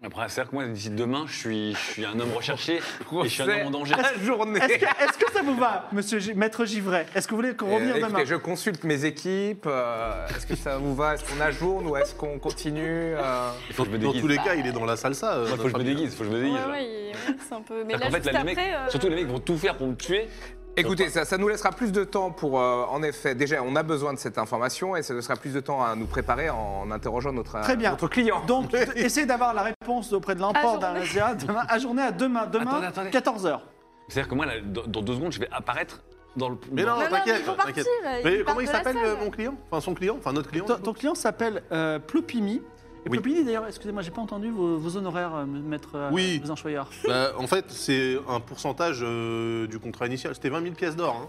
[SPEAKER 4] Après, c'est vrai que moi, d'ici demain, je suis, je suis un homme recherché et je suis un
[SPEAKER 5] C'est
[SPEAKER 4] homme en danger.
[SPEAKER 5] La journée.
[SPEAKER 3] Est-ce que, est-ce que ça vous va, monsieur G- Maître Givray Est-ce que vous voulez qu'on
[SPEAKER 5] Euh,
[SPEAKER 3] revienne demain
[SPEAKER 5] écoutez, je consulte mes équipes. euh, est-ce que ça vous va Est-ce qu'on ajourne ou est-ce qu'on continue euh
[SPEAKER 4] Il faut que je me
[SPEAKER 1] Dans
[SPEAKER 4] déguise.
[SPEAKER 1] tous les cas, il est dans la salsa. euh,
[SPEAKER 4] Il faut que je me
[SPEAKER 1] notre
[SPEAKER 4] déguise, il faut que je me déguise.
[SPEAKER 2] Ouais,
[SPEAKER 4] là.
[SPEAKER 2] ouais, il- ouais, c'est un peu. Mais là,
[SPEAKER 4] C'est-à-dire
[SPEAKER 2] juste
[SPEAKER 4] qu'en fait, là, les mecs-
[SPEAKER 2] après. euh,
[SPEAKER 4] surtout les mecs vont tout faire pour me tuer.
[SPEAKER 5] Écoutez, ça, ça nous laissera plus de temps pour, euh, en effet, déjà, on a besoin de cette information et ça nous laissera plus de temps à nous préparer en interrogeant notre,
[SPEAKER 3] Très bien.
[SPEAKER 5] notre client.
[SPEAKER 3] Donc, essayez d'avoir la réponse auprès de l'empereur d'Alasia demain, à journée à demain, demain,
[SPEAKER 4] Attendez, attendez.
[SPEAKER 3] 14h.
[SPEAKER 4] C'est-à-dire que moi, là, dans, dans deux secondes, je vais apparaître dans le.
[SPEAKER 1] Mais
[SPEAKER 4] dans-
[SPEAKER 1] non,
[SPEAKER 2] Non, non, mais
[SPEAKER 1] t'inquiète,
[SPEAKER 2] ils vont
[SPEAKER 1] t'inquiète.
[SPEAKER 2] partir, là, ils
[SPEAKER 1] Mais
[SPEAKER 2] partent
[SPEAKER 1] comment il
[SPEAKER 2] de la
[SPEAKER 1] s'appelle
[SPEAKER 2] salle.
[SPEAKER 1] euh, mon client Enfin, son client Enfin, notre client
[SPEAKER 3] Ton, ton client s'appelle euh, Plopimi. Et Plopimi, d'ailleurs, excusez-moi, j'ai pas entendu vos, vos honoraires, euh, maître euh,
[SPEAKER 1] Oui.
[SPEAKER 3] président Schweier.
[SPEAKER 1] Bah, En fait, c'est un pourcentage euh, du contrat initial. C'était 20 000 pièces d'or. hein.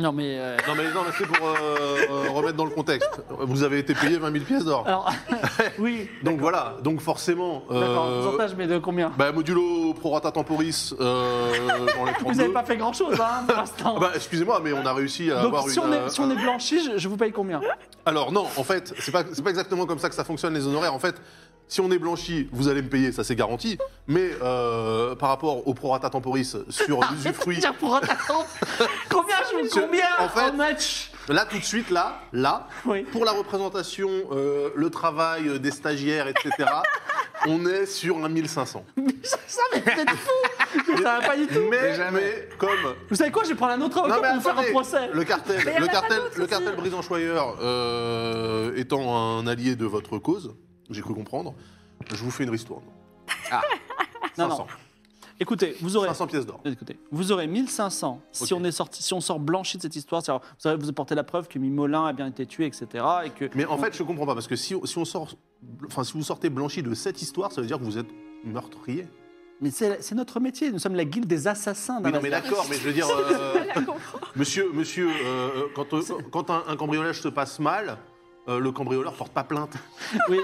[SPEAKER 3] Non, mais. euh,
[SPEAKER 1] Non, mais, non, mais c'est pour euh, euh, remettre dans le contexte. Vous avez été payé 20 000 pièces d'or.
[SPEAKER 3] alors, oui.
[SPEAKER 1] Donc voilà, donc forcément. euh,
[SPEAKER 3] D'accord, pourcentage, mais de combien
[SPEAKER 1] bah, modulo prorata temporis, euh, j'en ai 32.
[SPEAKER 3] Vous n'avez pas fait grand-chose, hein, pour l'instant.
[SPEAKER 1] Ah bah, excusez-moi, mais on a réussi à
[SPEAKER 3] Donc,
[SPEAKER 1] avoir
[SPEAKER 3] si,
[SPEAKER 1] une.
[SPEAKER 3] on
[SPEAKER 1] euh,
[SPEAKER 3] est, si on est blanchi, je, je vous paye combien
[SPEAKER 1] Alors non, en fait, c'est pas, c'est pas exactement comme ça que ça fonctionne les honoraires. En fait, si on est blanchi, vous allez me payer, ça c'est garanti. Mais euh, par rapport au prorata temporis sur
[SPEAKER 3] Ah,
[SPEAKER 1] l'usufruit,
[SPEAKER 3] Tiens, pour un attaquant, Combien je vous
[SPEAKER 1] Monsieur,
[SPEAKER 3] combien
[SPEAKER 1] en fait-
[SPEAKER 3] match
[SPEAKER 1] là tout de suite, là, là,
[SPEAKER 3] Oui.
[SPEAKER 1] pour la représentation, euh, le travail euh, des stagiaires, etc., on est sur un 1500.
[SPEAKER 3] Ça, mais vous êtes fous Mais Ça va pas du tout
[SPEAKER 1] Mais,
[SPEAKER 5] jamais.
[SPEAKER 1] mais comme
[SPEAKER 3] Vous savez quoi Je vais prendre un autre avocat
[SPEAKER 1] Non, mais
[SPEAKER 3] pour vous faire un
[SPEAKER 1] attendez,
[SPEAKER 3] procès
[SPEAKER 1] Le cartel,
[SPEAKER 2] Mais y en
[SPEAKER 1] le
[SPEAKER 2] a pas
[SPEAKER 1] cartel,
[SPEAKER 2] d'autres
[SPEAKER 1] le
[SPEAKER 2] aussi.
[SPEAKER 1] cartel Brisanchoyeur euh, étant un allié de votre cause, j'ai cru comprendre, je vous fais une ristourne.
[SPEAKER 5] Ah.
[SPEAKER 3] Non, non.
[SPEAKER 1] 500,
[SPEAKER 3] Écoutez, vous aurez...
[SPEAKER 1] 500 pièces d'or.
[SPEAKER 3] Écoutez, vous aurez 1500 si,
[SPEAKER 1] Ok.
[SPEAKER 3] on est sorti, si on sort blanchi de cette histoire. c'est-à-dire, Vous, aurez- vous apportez la preuve que Mimolin a bien été tué, etc. Et que,
[SPEAKER 1] Mais en fait, je comprends pas, parce que si, si on sort, enfin, si vous sortez blanchi de cette histoire, ça veut dire que vous êtes meurtrier.
[SPEAKER 3] Mais c'est c'est notre métier, nous sommes la guilde des assassins.
[SPEAKER 1] Oui, non, mais
[SPEAKER 3] d'Amazia.
[SPEAKER 1] d'accord, mais je veux dire, euh, monsieur, monsieur, euh, quand, euh, quand un, un cambriolage se passe mal, euh, le cambrioleur porte pas plainte.
[SPEAKER 3] Oui.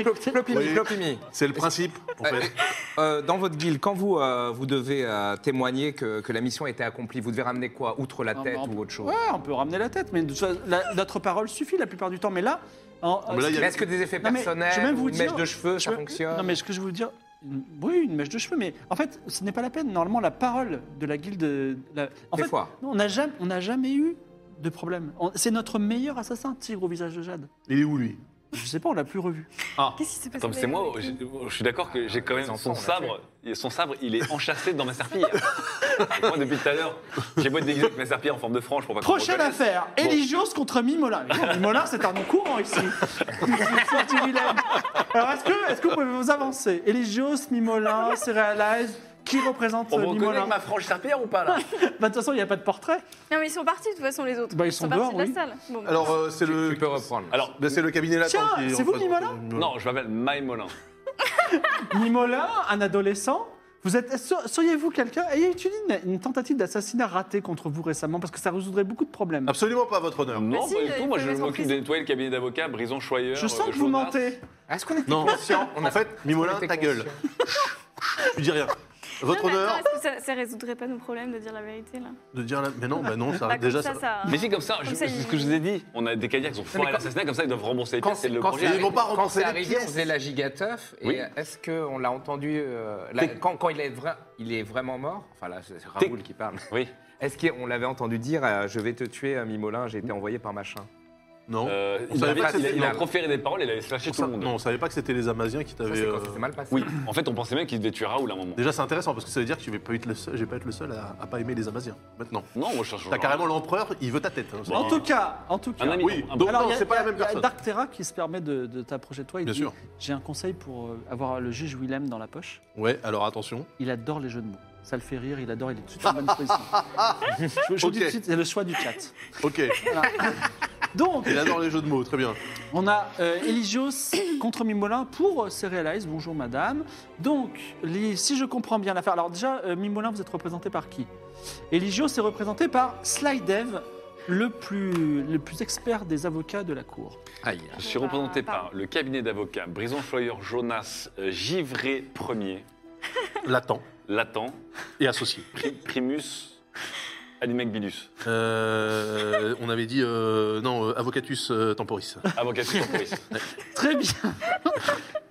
[SPEAKER 5] Plopimi,
[SPEAKER 1] Oui.
[SPEAKER 5] Plopimi.
[SPEAKER 1] C'est le principe, en fait.
[SPEAKER 5] Euh, dans votre guilde, quand vous, euh, vous devez euh, témoigner que, que la mission a été accomplie, vous devez ramener quoi Outre la
[SPEAKER 3] Ah,
[SPEAKER 5] tête
[SPEAKER 3] bah,
[SPEAKER 5] ou autre chose
[SPEAKER 3] Ouais, on peut ramener la tête, mais de toute façon, la- notre parole suffit la plupart du temps. Mais là, en-
[SPEAKER 1] mais là, il y a-
[SPEAKER 5] Mais Est-ce que des effets
[SPEAKER 3] Non, mais je vais
[SPEAKER 5] personnels,
[SPEAKER 3] même vous
[SPEAKER 5] ou une mèche
[SPEAKER 3] dire-
[SPEAKER 5] de cheveux,
[SPEAKER 3] Je
[SPEAKER 5] ça
[SPEAKER 3] veux-
[SPEAKER 5] fonctionne
[SPEAKER 3] Non, mais ce que je veux vous dire, une- oui, une mèche de cheveux, mais en fait, ce n'est pas la peine. Normalement, la parole de la guilde. la- En
[SPEAKER 5] Des
[SPEAKER 3] fait,
[SPEAKER 5] fois.
[SPEAKER 3] on n'a jamais, on n'a jamais eu de problème. On- C'est notre meilleur assassin, Tigre au visage de Jade.
[SPEAKER 1] Il est où, lui
[SPEAKER 3] Je sais pas, on l'a plus revu.
[SPEAKER 2] Qu'est-ce qui s'est passé
[SPEAKER 4] Attends, mais c'est moi, je, je suis d'accord que j'ai
[SPEAKER 1] Ah,
[SPEAKER 4] quand
[SPEAKER 5] les
[SPEAKER 4] même
[SPEAKER 5] enfants,
[SPEAKER 4] son
[SPEAKER 5] on l'a
[SPEAKER 4] sabre. et Son sabre, il est enchâssé dans ma serpillière. Et moi, depuis tout à l'heure, j'ai beau être déguisé avec ma serpillière en forme de frange pour pas qu'on me
[SPEAKER 5] ben,
[SPEAKER 3] Prochaine
[SPEAKER 4] reconnaisse.
[SPEAKER 3] affaire,
[SPEAKER 4] Bon.
[SPEAKER 3] Eligios contre Mimolin. Mimolin, c'est un nom courant ici. C'est une sortie vilaine. Alors, est-ce que, est que pouvez vous avancer. Eligios, Mimola, Cerealize, qui représente euh,
[SPEAKER 6] On me reconnaît
[SPEAKER 3] Mimola
[SPEAKER 6] avec ma frange Saint-Pierre ou pas là
[SPEAKER 3] Bah, De toute façon, il n'y a pas de portrait.
[SPEAKER 2] Non, mais ils sont partis de toute façon, les autres.
[SPEAKER 3] Bah, ils sont
[SPEAKER 2] partis
[SPEAKER 3] dehors,
[SPEAKER 2] de
[SPEAKER 3] oui.
[SPEAKER 2] la salle. Bon, bah.
[SPEAKER 1] Alors, euh, c'est
[SPEAKER 5] Tu-
[SPEAKER 1] le.
[SPEAKER 5] Tu peux reprendre.
[SPEAKER 4] Alors,
[SPEAKER 1] Ben, c'est le cabinet latin.
[SPEAKER 3] Tiens,
[SPEAKER 1] qui
[SPEAKER 3] c'est vous,
[SPEAKER 1] représente-
[SPEAKER 3] Mimola
[SPEAKER 4] non, je m'appelle Maï Molin.
[SPEAKER 3] Mimola, un adolescent. Vous êtes, so- seriez-vous quelqu'un ayez étudié une, une tentative d'assassinat ratée contre vous récemment parce que ça résoudrait beaucoup de problèmes.
[SPEAKER 1] Absolument pas, votre honneur.
[SPEAKER 4] Non,
[SPEAKER 2] si,
[SPEAKER 4] pas du
[SPEAKER 2] il
[SPEAKER 4] tout. Moi,
[SPEAKER 2] faut
[SPEAKER 4] je
[SPEAKER 2] les
[SPEAKER 4] m'occupe de
[SPEAKER 2] emprisonner.
[SPEAKER 4] nettoyer le cabinet d'avocats, Brison Choyeur.
[SPEAKER 3] Je sens
[SPEAKER 4] euh,
[SPEAKER 3] que vous
[SPEAKER 4] Jonas.
[SPEAKER 3] mentez.
[SPEAKER 5] Est-ce qu'on était
[SPEAKER 1] Non,
[SPEAKER 5] conscient
[SPEAKER 1] en fait, Mimolin, ta gueule. Tu dis rien. Votre
[SPEAKER 2] Non, mais
[SPEAKER 1] honneur
[SPEAKER 2] attends, est-ce que ça, ça résoudrait pas nos problèmes de dire la vérité là
[SPEAKER 1] de dire la. Mais non, bah non, ça
[SPEAKER 2] Bah, comme
[SPEAKER 1] déjà.
[SPEAKER 2] ça,
[SPEAKER 1] ça-
[SPEAKER 2] ça.
[SPEAKER 4] Mais si, comme ça,
[SPEAKER 2] Comme
[SPEAKER 4] je-
[SPEAKER 2] ça,
[SPEAKER 4] c'est
[SPEAKER 2] il-
[SPEAKER 4] ce que je vous ai dit. On a des cadillacs qui ont foiré l'assassinat, comme ça, ils doivent rembourser les
[SPEAKER 5] Quand
[SPEAKER 4] pièces. C'est
[SPEAKER 5] c'est
[SPEAKER 4] le
[SPEAKER 5] quand c'est
[SPEAKER 4] problème.
[SPEAKER 1] Ils vont
[SPEAKER 5] arrivé,
[SPEAKER 1] pas
[SPEAKER 5] quand
[SPEAKER 1] rembourser
[SPEAKER 5] c'est
[SPEAKER 1] les
[SPEAKER 5] arrivé,
[SPEAKER 1] pièces.
[SPEAKER 5] on faisait la gigateuf.
[SPEAKER 4] Oui.
[SPEAKER 5] Et est-ce qu'on l'a entendu euh, la- quand, quand il, est vra- il est vraiment mort Enfin là, c'est c'est Raoul qui parle.
[SPEAKER 4] Oui.
[SPEAKER 5] Est-ce qu'on l'avait entendu dire euh, Je vais te tuer, euh, Mimolin, j'ai été envoyé par machin
[SPEAKER 1] Non.
[SPEAKER 4] Euh,
[SPEAKER 1] On
[SPEAKER 4] il,
[SPEAKER 1] savait
[SPEAKER 4] avait-
[SPEAKER 1] pas que
[SPEAKER 4] il a,
[SPEAKER 1] c'était
[SPEAKER 4] il a
[SPEAKER 1] mal.
[SPEAKER 4] proféré des paroles, il avait slashé
[SPEAKER 1] On
[SPEAKER 4] tout
[SPEAKER 1] sa-
[SPEAKER 4] le monde.
[SPEAKER 1] Non, on savait pas que c'était les Amaziens qui
[SPEAKER 5] Ça,
[SPEAKER 1] t'avaient.
[SPEAKER 5] c'est quand
[SPEAKER 1] euh,
[SPEAKER 5] ça s'est mal passé.
[SPEAKER 4] Oui, en fait, on pensait même qu'il devait tuer Raoul à un moment.
[SPEAKER 1] Déjà, c'est intéressant parce que ça veut dire que je vais pas être le seul, je vais pas être le seul à, à pas aimer les Amaziens. Maintenant,
[SPEAKER 4] Non, moi, je cherche.
[SPEAKER 1] t'as carrément l'empereur, il veut ta tête. hein, ça
[SPEAKER 3] En
[SPEAKER 1] dit.
[SPEAKER 3] tout cas, en tout cas.
[SPEAKER 4] Un ami.
[SPEAKER 1] Oui,
[SPEAKER 4] Ah,
[SPEAKER 1] donc
[SPEAKER 3] Alors,
[SPEAKER 1] non,
[SPEAKER 3] il y a-
[SPEAKER 1] c'est pas la
[SPEAKER 3] il y a-
[SPEAKER 1] même
[SPEAKER 3] il y a
[SPEAKER 1] personne.
[SPEAKER 3] Dark Terra qui se permet de, de t'approcher de toi. Il
[SPEAKER 1] Bien
[SPEAKER 3] dit,
[SPEAKER 1] sûr.
[SPEAKER 3] J'ai un conseil pour euh, avoir le juge Willem dans la poche.
[SPEAKER 1] Ouais, alors attention.
[SPEAKER 3] Il adore les jeux de mots. Ça le fait rire, il adore, il est tout de suite en bonne position. Je, je vous dis tout de
[SPEAKER 1] Ok.
[SPEAKER 3] suite, c'est le choix du chat.
[SPEAKER 1] Ok,
[SPEAKER 3] Donc,
[SPEAKER 1] il adore les jeux de mots, très bien.
[SPEAKER 3] on a euh, Eligios contre Mimolin pour euh, Serialize. Bonjour madame. Donc, les- si je comprends bien l'affaire. Alors, déjà, euh, Mimolin, vous êtes représenté par qui Eligios est représenté par Slydev, le plus, le plus expert des avocats de la cour.
[SPEAKER 5] Aïe.
[SPEAKER 4] Je suis représenté par le cabinet d'avocats Brison Choyeur, Jonas, euh, Givré Premier,
[SPEAKER 1] Latent
[SPEAKER 4] Latent,
[SPEAKER 1] et associé.
[SPEAKER 4] Pri- Primus, Animagbilus.
[SPEAKER 1] Euh, on avait dit euh, non, euh, Avocatus euh, Temporis.
[SPEAKER 4] Avocat sous surprise.
[SPEAKER 3] Très bien.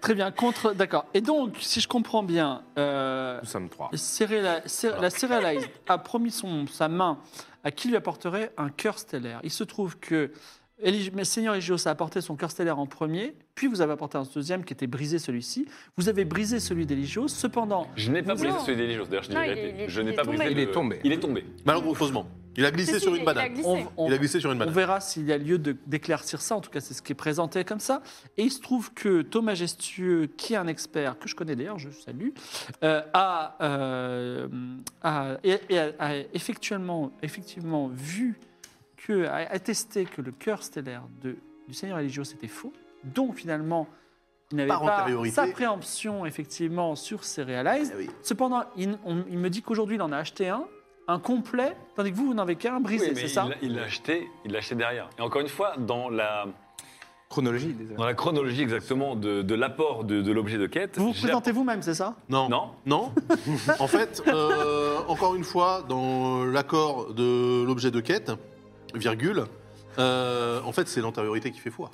[SPEAKER 3] Très bien. Contre. D'accord. Et donc, si je comprends bien, euh,
[SPEAKER 5] Nous sommes trois.
[SPEAKER 3] Cérela- Cé- la Serialized a promis son, sa main à qui lui apporterait un cœur stellaire. Il se trouve que Eli- mais Seigneur Egios a apporté son cœur stellaire en premier, puis vous avez apporté un deuxième qui était brisé celui-ci. Vous avez brisé celui d'Eligios. Cependant,
[SPEAKER 4] Je n'ai pas
[SPEAKER 2] Non.
[SPEAKER 4] brisé celui d'Eligios. D'ailleurs, je dis
[SPEAKER 2] Non,
[SPEAKER 4] la
[SPEAKER 2] il est-
[SPEAKER 4] vérité.
[SPEAKER 2] il est-
[SPEAKER 4] Je n'ai
[SPEAKER 2] il est
[SPEAKER 4] pas brisé.
[SPEAKER 5] tombé.
[SPEAKER 4] le-
[SPEAKER 5] Il est tombé.
[SPEAKER 4] Il est tombé.
[SPEAKER 1] Malencontreusement, il a glissé
[SPEAKER 2] Si, si,
[SPEAKER 1] sur
[SPEAKER 2] il
[SPEAKER 1] une
[SPEAKER 2] a
[SPEAKER 1] banane.
[SPEAKER 2] glissé.
[SPEAKER 3] on, on-
[SPEAKER 1] Il a glissé sur une
[SPEAKER 3] on
[SPEAKER 1] banane.
[SPEAKER 3] verra s'il y a lieu de- d'éclaircir ça. En tout cas, c'est ce qui est présenté comme ça. Et il se trouve que Thomas Gestueux, qui est un expert que je connais d'ailleurs, je salue, euh, a, euh, a- et- et a- a effectuellement, effectivement vu que a attesté que le cœur stellaire de- du Seigneur Eligios était faux. Donc finalement, il n'avait
[SPEAKER 1] Par
[SPEAKER 3] pas
[SPEAKER 1] antériorité. Eh
[SPEAKER 3] sa préemption effectivement sur ses Realize. Cependant, il, on- il me dit qu'aujourd'hui, il en a acheté un, un complet, tandis que vous, vous n'avez qu'un brisé,
[SPEAKER 4] Oui, mais
[SPEAKER 3] c'est ça
[SPEAKER 4] il- Il l'a acheté, il l'a acheté derrière. Et encore une fois, dans la,
[SPEAKER 5] Chronologie, désolé.
[SPEAKER 4] dans la chronologie exactement de, de l'apport de, de l'objet de quête,
[SPEAKER 3] Vous vous
[SPEAKER 4] j'ai-
[SPEAKER 3] présentez vous-même, c'est ça
[SPEAKER 1] Non.
[SPEAKER 4] Non.
[SPEAKER 1] Non. en fait, euh, encore une fois, dans l'accord de l'objet de quête, virgule, euh, en fait, c'est l'antériorité qui fait foi.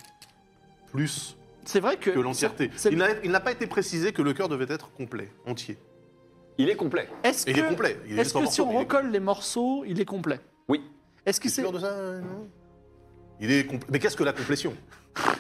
[SPEAKER 1] Plus
[SPEAKER 3] C'est vrai que.
[SPEAKER 1] que l'entièreté.
[SPEAKER 3] c'est-
[SPEAKER 1] Il n'a- il n'a pas été précisé que le cœur devait être complet, entier.
[SPEAKER 4] il est complet.
[SPEAKER 3] Est-ce
[SPEAKER 1] Et
[SPEAKER 3] que,
[SPEAKER 1] il est complet. Il est
[SPEAKER 3] est-ce
[SPEAKER 1] juste
[SPEAKER 3] que
[SPEAKER 1] en
[SPEAKER 3] si
[SPEAKER 1] morceaux,
[SPEAKER 3] on
[SPEAKER 1] mais il est-
[SPEAKER 3] recolle les morceaux, il est complet
[SPEAKER 4] Oui.
[SPEAKER 3] Est-ce que
[SPEAKER 1] T'es
[SPEAKER 3] c'est.
[SPEAKER 1] sûr de ça euh, non Il est compl- Mais qu'est-ce que la complétion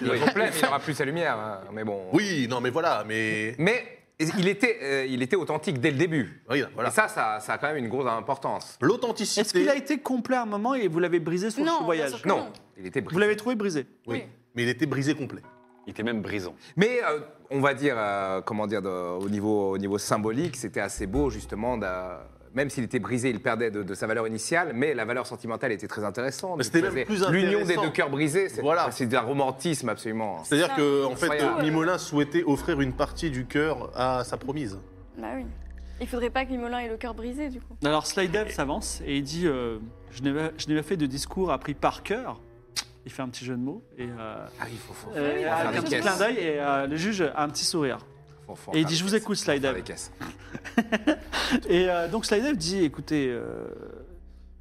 [SPEAKER 5] Il est complet, mais il aura plus sa lumière. hein. Mais bon.
[SPEAKER 1] Oui, non, mais voilà, mais
[SPEAKER 5] Mais il était, euh, il était authentique dès le début.
[SPEAKER 1] oui, voilà.
[SPEAKER 5] Et ça, ça, ça a quand même une grosse importance.
[SPEAKER 1] L'authenticité.
[SPEAKER 3] Est-ce qu'il a été complet à un moment et vous l'avez brisé sur
[SPEAKER 2] Non,
[SPEAKER 3] le
[SPEAKER 2] bien
[SPEAKER 3] voyage
[SPEAKER 2] sûr que
[SPEAKER 5] Non, il était brillant.
[SPEAKER 3] Vous l'avez trouvé brisé
[SPEAKER 1] Oui.
[SPEAKER 2] Oui.
[SPEAKER 1] Mais il était brisé complet.
[SPEAKER 4] Il était même brisant.
[SPEAKER 5] Mais euh, on va dire, euh, comment dire, de- au, niveau, au niveau symbolique, c'était assez beau justement. d'a- même s'il était brisé, il perdait de, de sa valeur initiale, mais la valeur sentimentale était très intéressante.
[SPEAKER 1] Mais c'était même
[SPEAKER 5] Faisait-
[SPEAKER 1] plus
[SPEAKER 5] L'union des
[SPEAKER 1] intéressant.
[SPEAKER 5] deux cœurs brisés, c'est
[SPEAKER 1] Voilà.
[SPEAKER 5] c'est d'un romantisme absolument. hein.
[SPEAKER 1] C'est-à-dire
[SPEAKER 2] Ça,
[SPEAKER 1] que en fait,
[SPEAKER 5] incroyable.
[SPEAKER 1] euh, Mimolin souhaitait offrir une partie du cœur à sa promise.
[SPEAKER 2] Bah oui. Il faudrait pas que Mimolin ait le cœur brisé du coup.
[SPEAKER 3] Alors Slidev s'avance et il dit euh, Je n'ai pas- je n'ai pas fait de discours appris par cœur. Il fait un petit jeu de mots et. euh,
[SPEAKER 5] Ah oui, faut, faut, faut,
[SPEAKER 3] euh,
[SPEAKER 5] faire
[SPEAKER 3] avec
[SPEAKER 5] des
[SPEAKER 3] un petit
[SPEAKER 5] caisses.
[SPEAKER 3] clin d'œil et euh, le juge a un petit sourire.
[SPEAKER 5] Faut- faut
[SPEAKER 3] Et il
[SPEAKER 5] faire
[SPEAKER 3] dit,
[SPEAKER 5] des
[SPEAKER 3] je vous
[SPEAKER 5] caisses.
[SPEAKER 3] écoute,
[SPEAKER 5] Faut faire
[SPEAKER 3] Slider.
[SPEAKER 5] des caisses.
[SPEAKER 3] Et euh, donc Slidev dit écoutez, euh,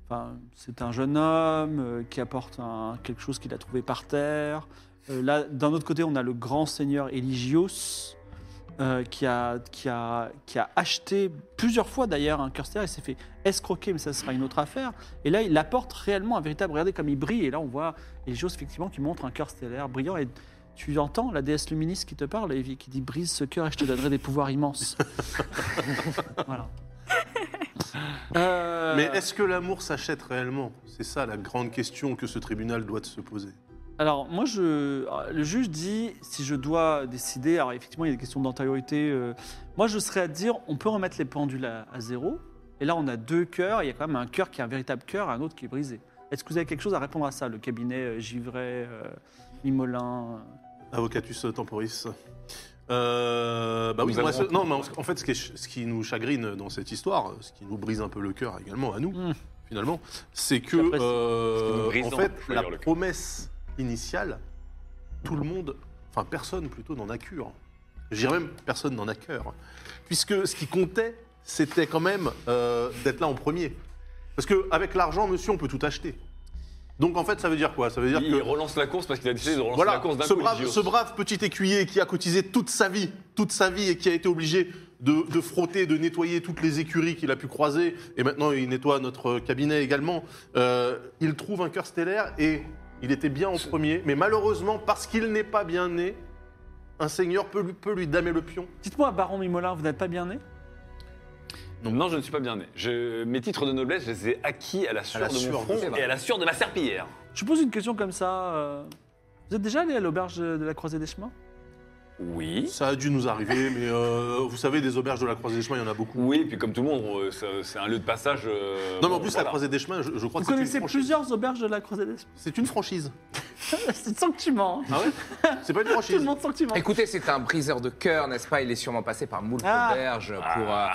[SPEAKER 3] enfin, c'est un jeune homme euh, qui apporte un- quelque chose qu'il a trouvé par terre. Euh, là, d'un autre côté, on a le grand seigneur Eligios. euh, qui, a, qui, a, qui a acheté plusieurs fois d'ailleurs un Curster et s'est fait escroquer, mais ça sera une autre affaire. Et là, il apporte réellement un véritable. Regardez comme il brille. Et là, on voit Eligios effectivement qui montre un cœur stellaire brillant. Et tu entends la déesse luministe qui te parle et qui dit Brise ce cœur et je te donnerai des pouvoirs immenses. voilà. Euh,
[SPEAKER 1] Mais est-ce que l'amour s'achète réellement C'est ça la grande question que ce tribunal doit se poser.
[SPEAKER 3] Alors, moi, je, alors, le juge dit, si je dois décider, alors effectivement, il y a des questions d'antériorité. euh, moi, je serais à dire, on peut remettre les pendules à, à zéro. Et là, on a deux cœurs. Il y a quand même un cœur qui est un véritable cœur et un autre qui est brisé. Est-ce que vous avez quelque chose à répondre à ça, le cabinet euh, Givray, euh, Mimolin euh?
[SPEAKER 1] Avocatus temporis. Euh, bah oui,
[SPEAKER 4] Nous
[SPEAKER 1] moi,
[SPEAKER 4] avons-
[SPEAKER 1] ce- non, mais en- en fait, ce qui, est- ce qui nous chagrine dans cette histoire, ce qui nous brise un peu le cœur également à nous,
[SPEAKER 3] Hmm.
[SPEAKER 1] finalement, c'est que,
[SPEAKER 3] Après, c'est-
[SPEAKER 1] euh,
[SPEAKER 4] ce qui nous brise
[SPEAKER 1] en
[SPEAKER 4] dans-
[SPEAKER 1] fait,
[SPEAKER 4] je vais
[SPEAKER 1] la
[SPEAKER 4] dire le cœur.
[SPEAKER 1] promesse initiale, tout le monde, enfin personne plutôt, n'en a cure. Je dirais même personne n'en a cœur. Puisque ce qui comptait, c'était quand même euh, d'être là en premier. Parce qu'avec l'argent, monsieur, on peut tout acheter. Donc en fait, ça veut dire quoi Ça veut dire
[SPEAKER 4] Il
[SPEAKER 1] que
[SPEAKER 4] relance la course parce qu'il a décidé de relancer
[SPEAKER 1] voilà,
[SPEAKER 4] la course d'un
[SPEAKER 1] ce,
[SPEAKER 4] coup.
[SPEAKER 1] brave,
[SPEAKER 4] l'idiot.
[SPEAKER 1] ce brave petit écuyer qui a cotisé toute sa vie, toute sa vie et qui a été obligé de, de frotter, de nettoyer toutes les écuries qu'il a pu croiser, et maintenant il nettoie notre cabinet également, euh, il trouve un cœur stellaire et il était bien en premier, mais malheureusement, parce qu'il n'est pas bien né, un seigneur peut lui, peut lui damer le pion.
[SPEAKER 3] Dites-moi, Baron Mimolin, vous n'êtes pas bien né
[SPEAKER 4] Non, je ne suis pas bien né. Je- Mes titres de noblesse, je les ai acquis à la sueur
[SPEAKER 1] la
[SPEAKER 4] de
[SPEAKER 1] sueur
[SPEAKER 4] mon
[SPEAKER 1] de
[SPEAKER 4] front
[SPEAKER 1] ton front.
[SPEAKER 4] et à la sueur de ma serpillière.
[SPEAKER 3] Je vous pose une question comme ça. euh, Vous êtes déjà allé à l'auberge de la Croisée des Chemins
[SPEAKER 1] Ah,
[SPEAKER 4] Oui.
[SPEAKER 1] Ça a dû nous arriver, mais euh, vous savez, des auberges de la Croisée des Chemins, il y en a beaucoup.
[SPEAKER 4] Oui, puis comme tout le monde, on- ça- c'est un lieu de passage. euh,
[SPEAKER 1] Non, mais en
[SPEAKER 4] bon,
[SPEAKER 1] plus,
[SPEAKER 4] voilà.
[SPEAKER 1] la Croisée des Chemins, je, je crois que
[SPEAKER 3] Vous
[SPEAKER 1] c'est une
[SPEAKER 3] connaissez
[SPEAKER 1] franchise.
[SPEAKER 3] plusieurs auberges de la Croisée des Chemins
[SPEAKER 1] C'est une franchise.
[SPEAKER 3] C'est sentiment. hein.
[SPEAKER 1] Ah ouais C'est pas une
[SPEAKER 3] Tout
[SPEAKER 1] franchise.
[SPEAKER 3] le monde sentiment.
[SPEAKER 5] Écoutez, c'est un briseur de cœur, n'est-ce pas Il est sûrement passé par moult
[SPEAKER 3] Ah.
[SPEAKER 5] auberges pour, euh,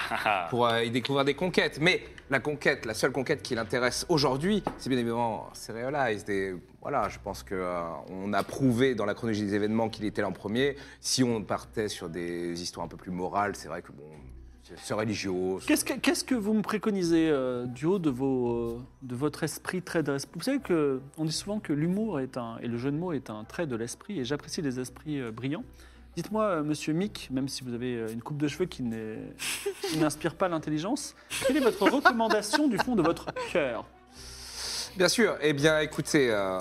[SPEAKER 5] pour euh, y découvrir des conquêtes. Mais la conquête, la seule conquête qui l'intéresse aujourd'hui, c'est bien évidemment Serialized. Et voilà, je pense que euh, on a prouvé dans la chronologie des événements qu'il était là en premier. Si on partait sur des histoires un peu plus morales, c'est vrai que bon, ce religieux. ce-
[SPEAKER 3] Qu'est-ce que, qu'est-ce que vous me préconisez euh, du haut de, vos, euh, de votre esprit trait de l'esprit Vous savez que on dit souvent que l'humour est un et le jeu de mots est un trait de l'esprit et j'apprécie les esprits euh, brillants. Dites-moi, euh, Monsieur Mick, même si vous avez euh, une coupe de cheveux qui n'est- qui n'inspire pas l'intelligence, quelle est votre recommandation du fond de votre cœur
[SPEAKER 5] Bien sûr. Eh bien, écoutez, euh,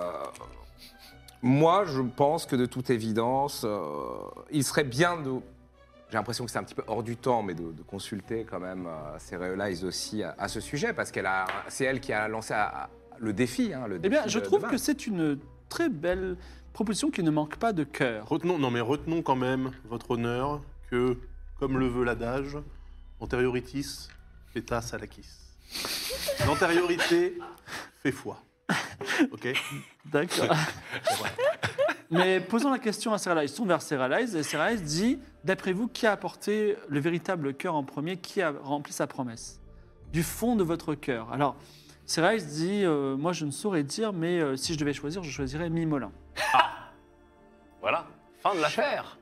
[SPEAKER 5] moi, je pense que de toute évidence, euh, il serait bien de. J'ai l'impression que c'est un petit peu hors du temps, mais de, de consulter quand même euh, Serialize aussi à, à ce sujet, parce qu'elle a, c'est elle qui a lancé à- à- le défi. hein, le
[SPEAKER 3] Eh bien,
[SPEAKER 5] défi
[SPEAKER 3] je
[SPEAKER 5] de-
[SPEAKER 3] trouve
[SPEAKER 5] de
[SPEAKER 3] que
[SPEAKER 5] Vin.
[SPEAKER 3] c'est une très belle proposition qui ne manque pas de cœur.
[SPEAKER 1] Retenons, non mais retenons quand même, votre honneur, que, comme le veut l'adage, antérioritis feta salakis. L'antériorité fait foi. Ok
[SPEAKER 3] D'accord. Mais posons la question à Serialize, tourne vers Serialize, et Serialize dit D'après vous, qui a apporté le véritable cœur en premier Qui a rempli sa promesse Du fond de votre cœur. Alors, Serialize dit euh, Moi, je ne saurais dire, mais euh, si je devais choisir, je choisirais Mimolin.
[SPEAKER 4] Voilà. Fin de l'affaire.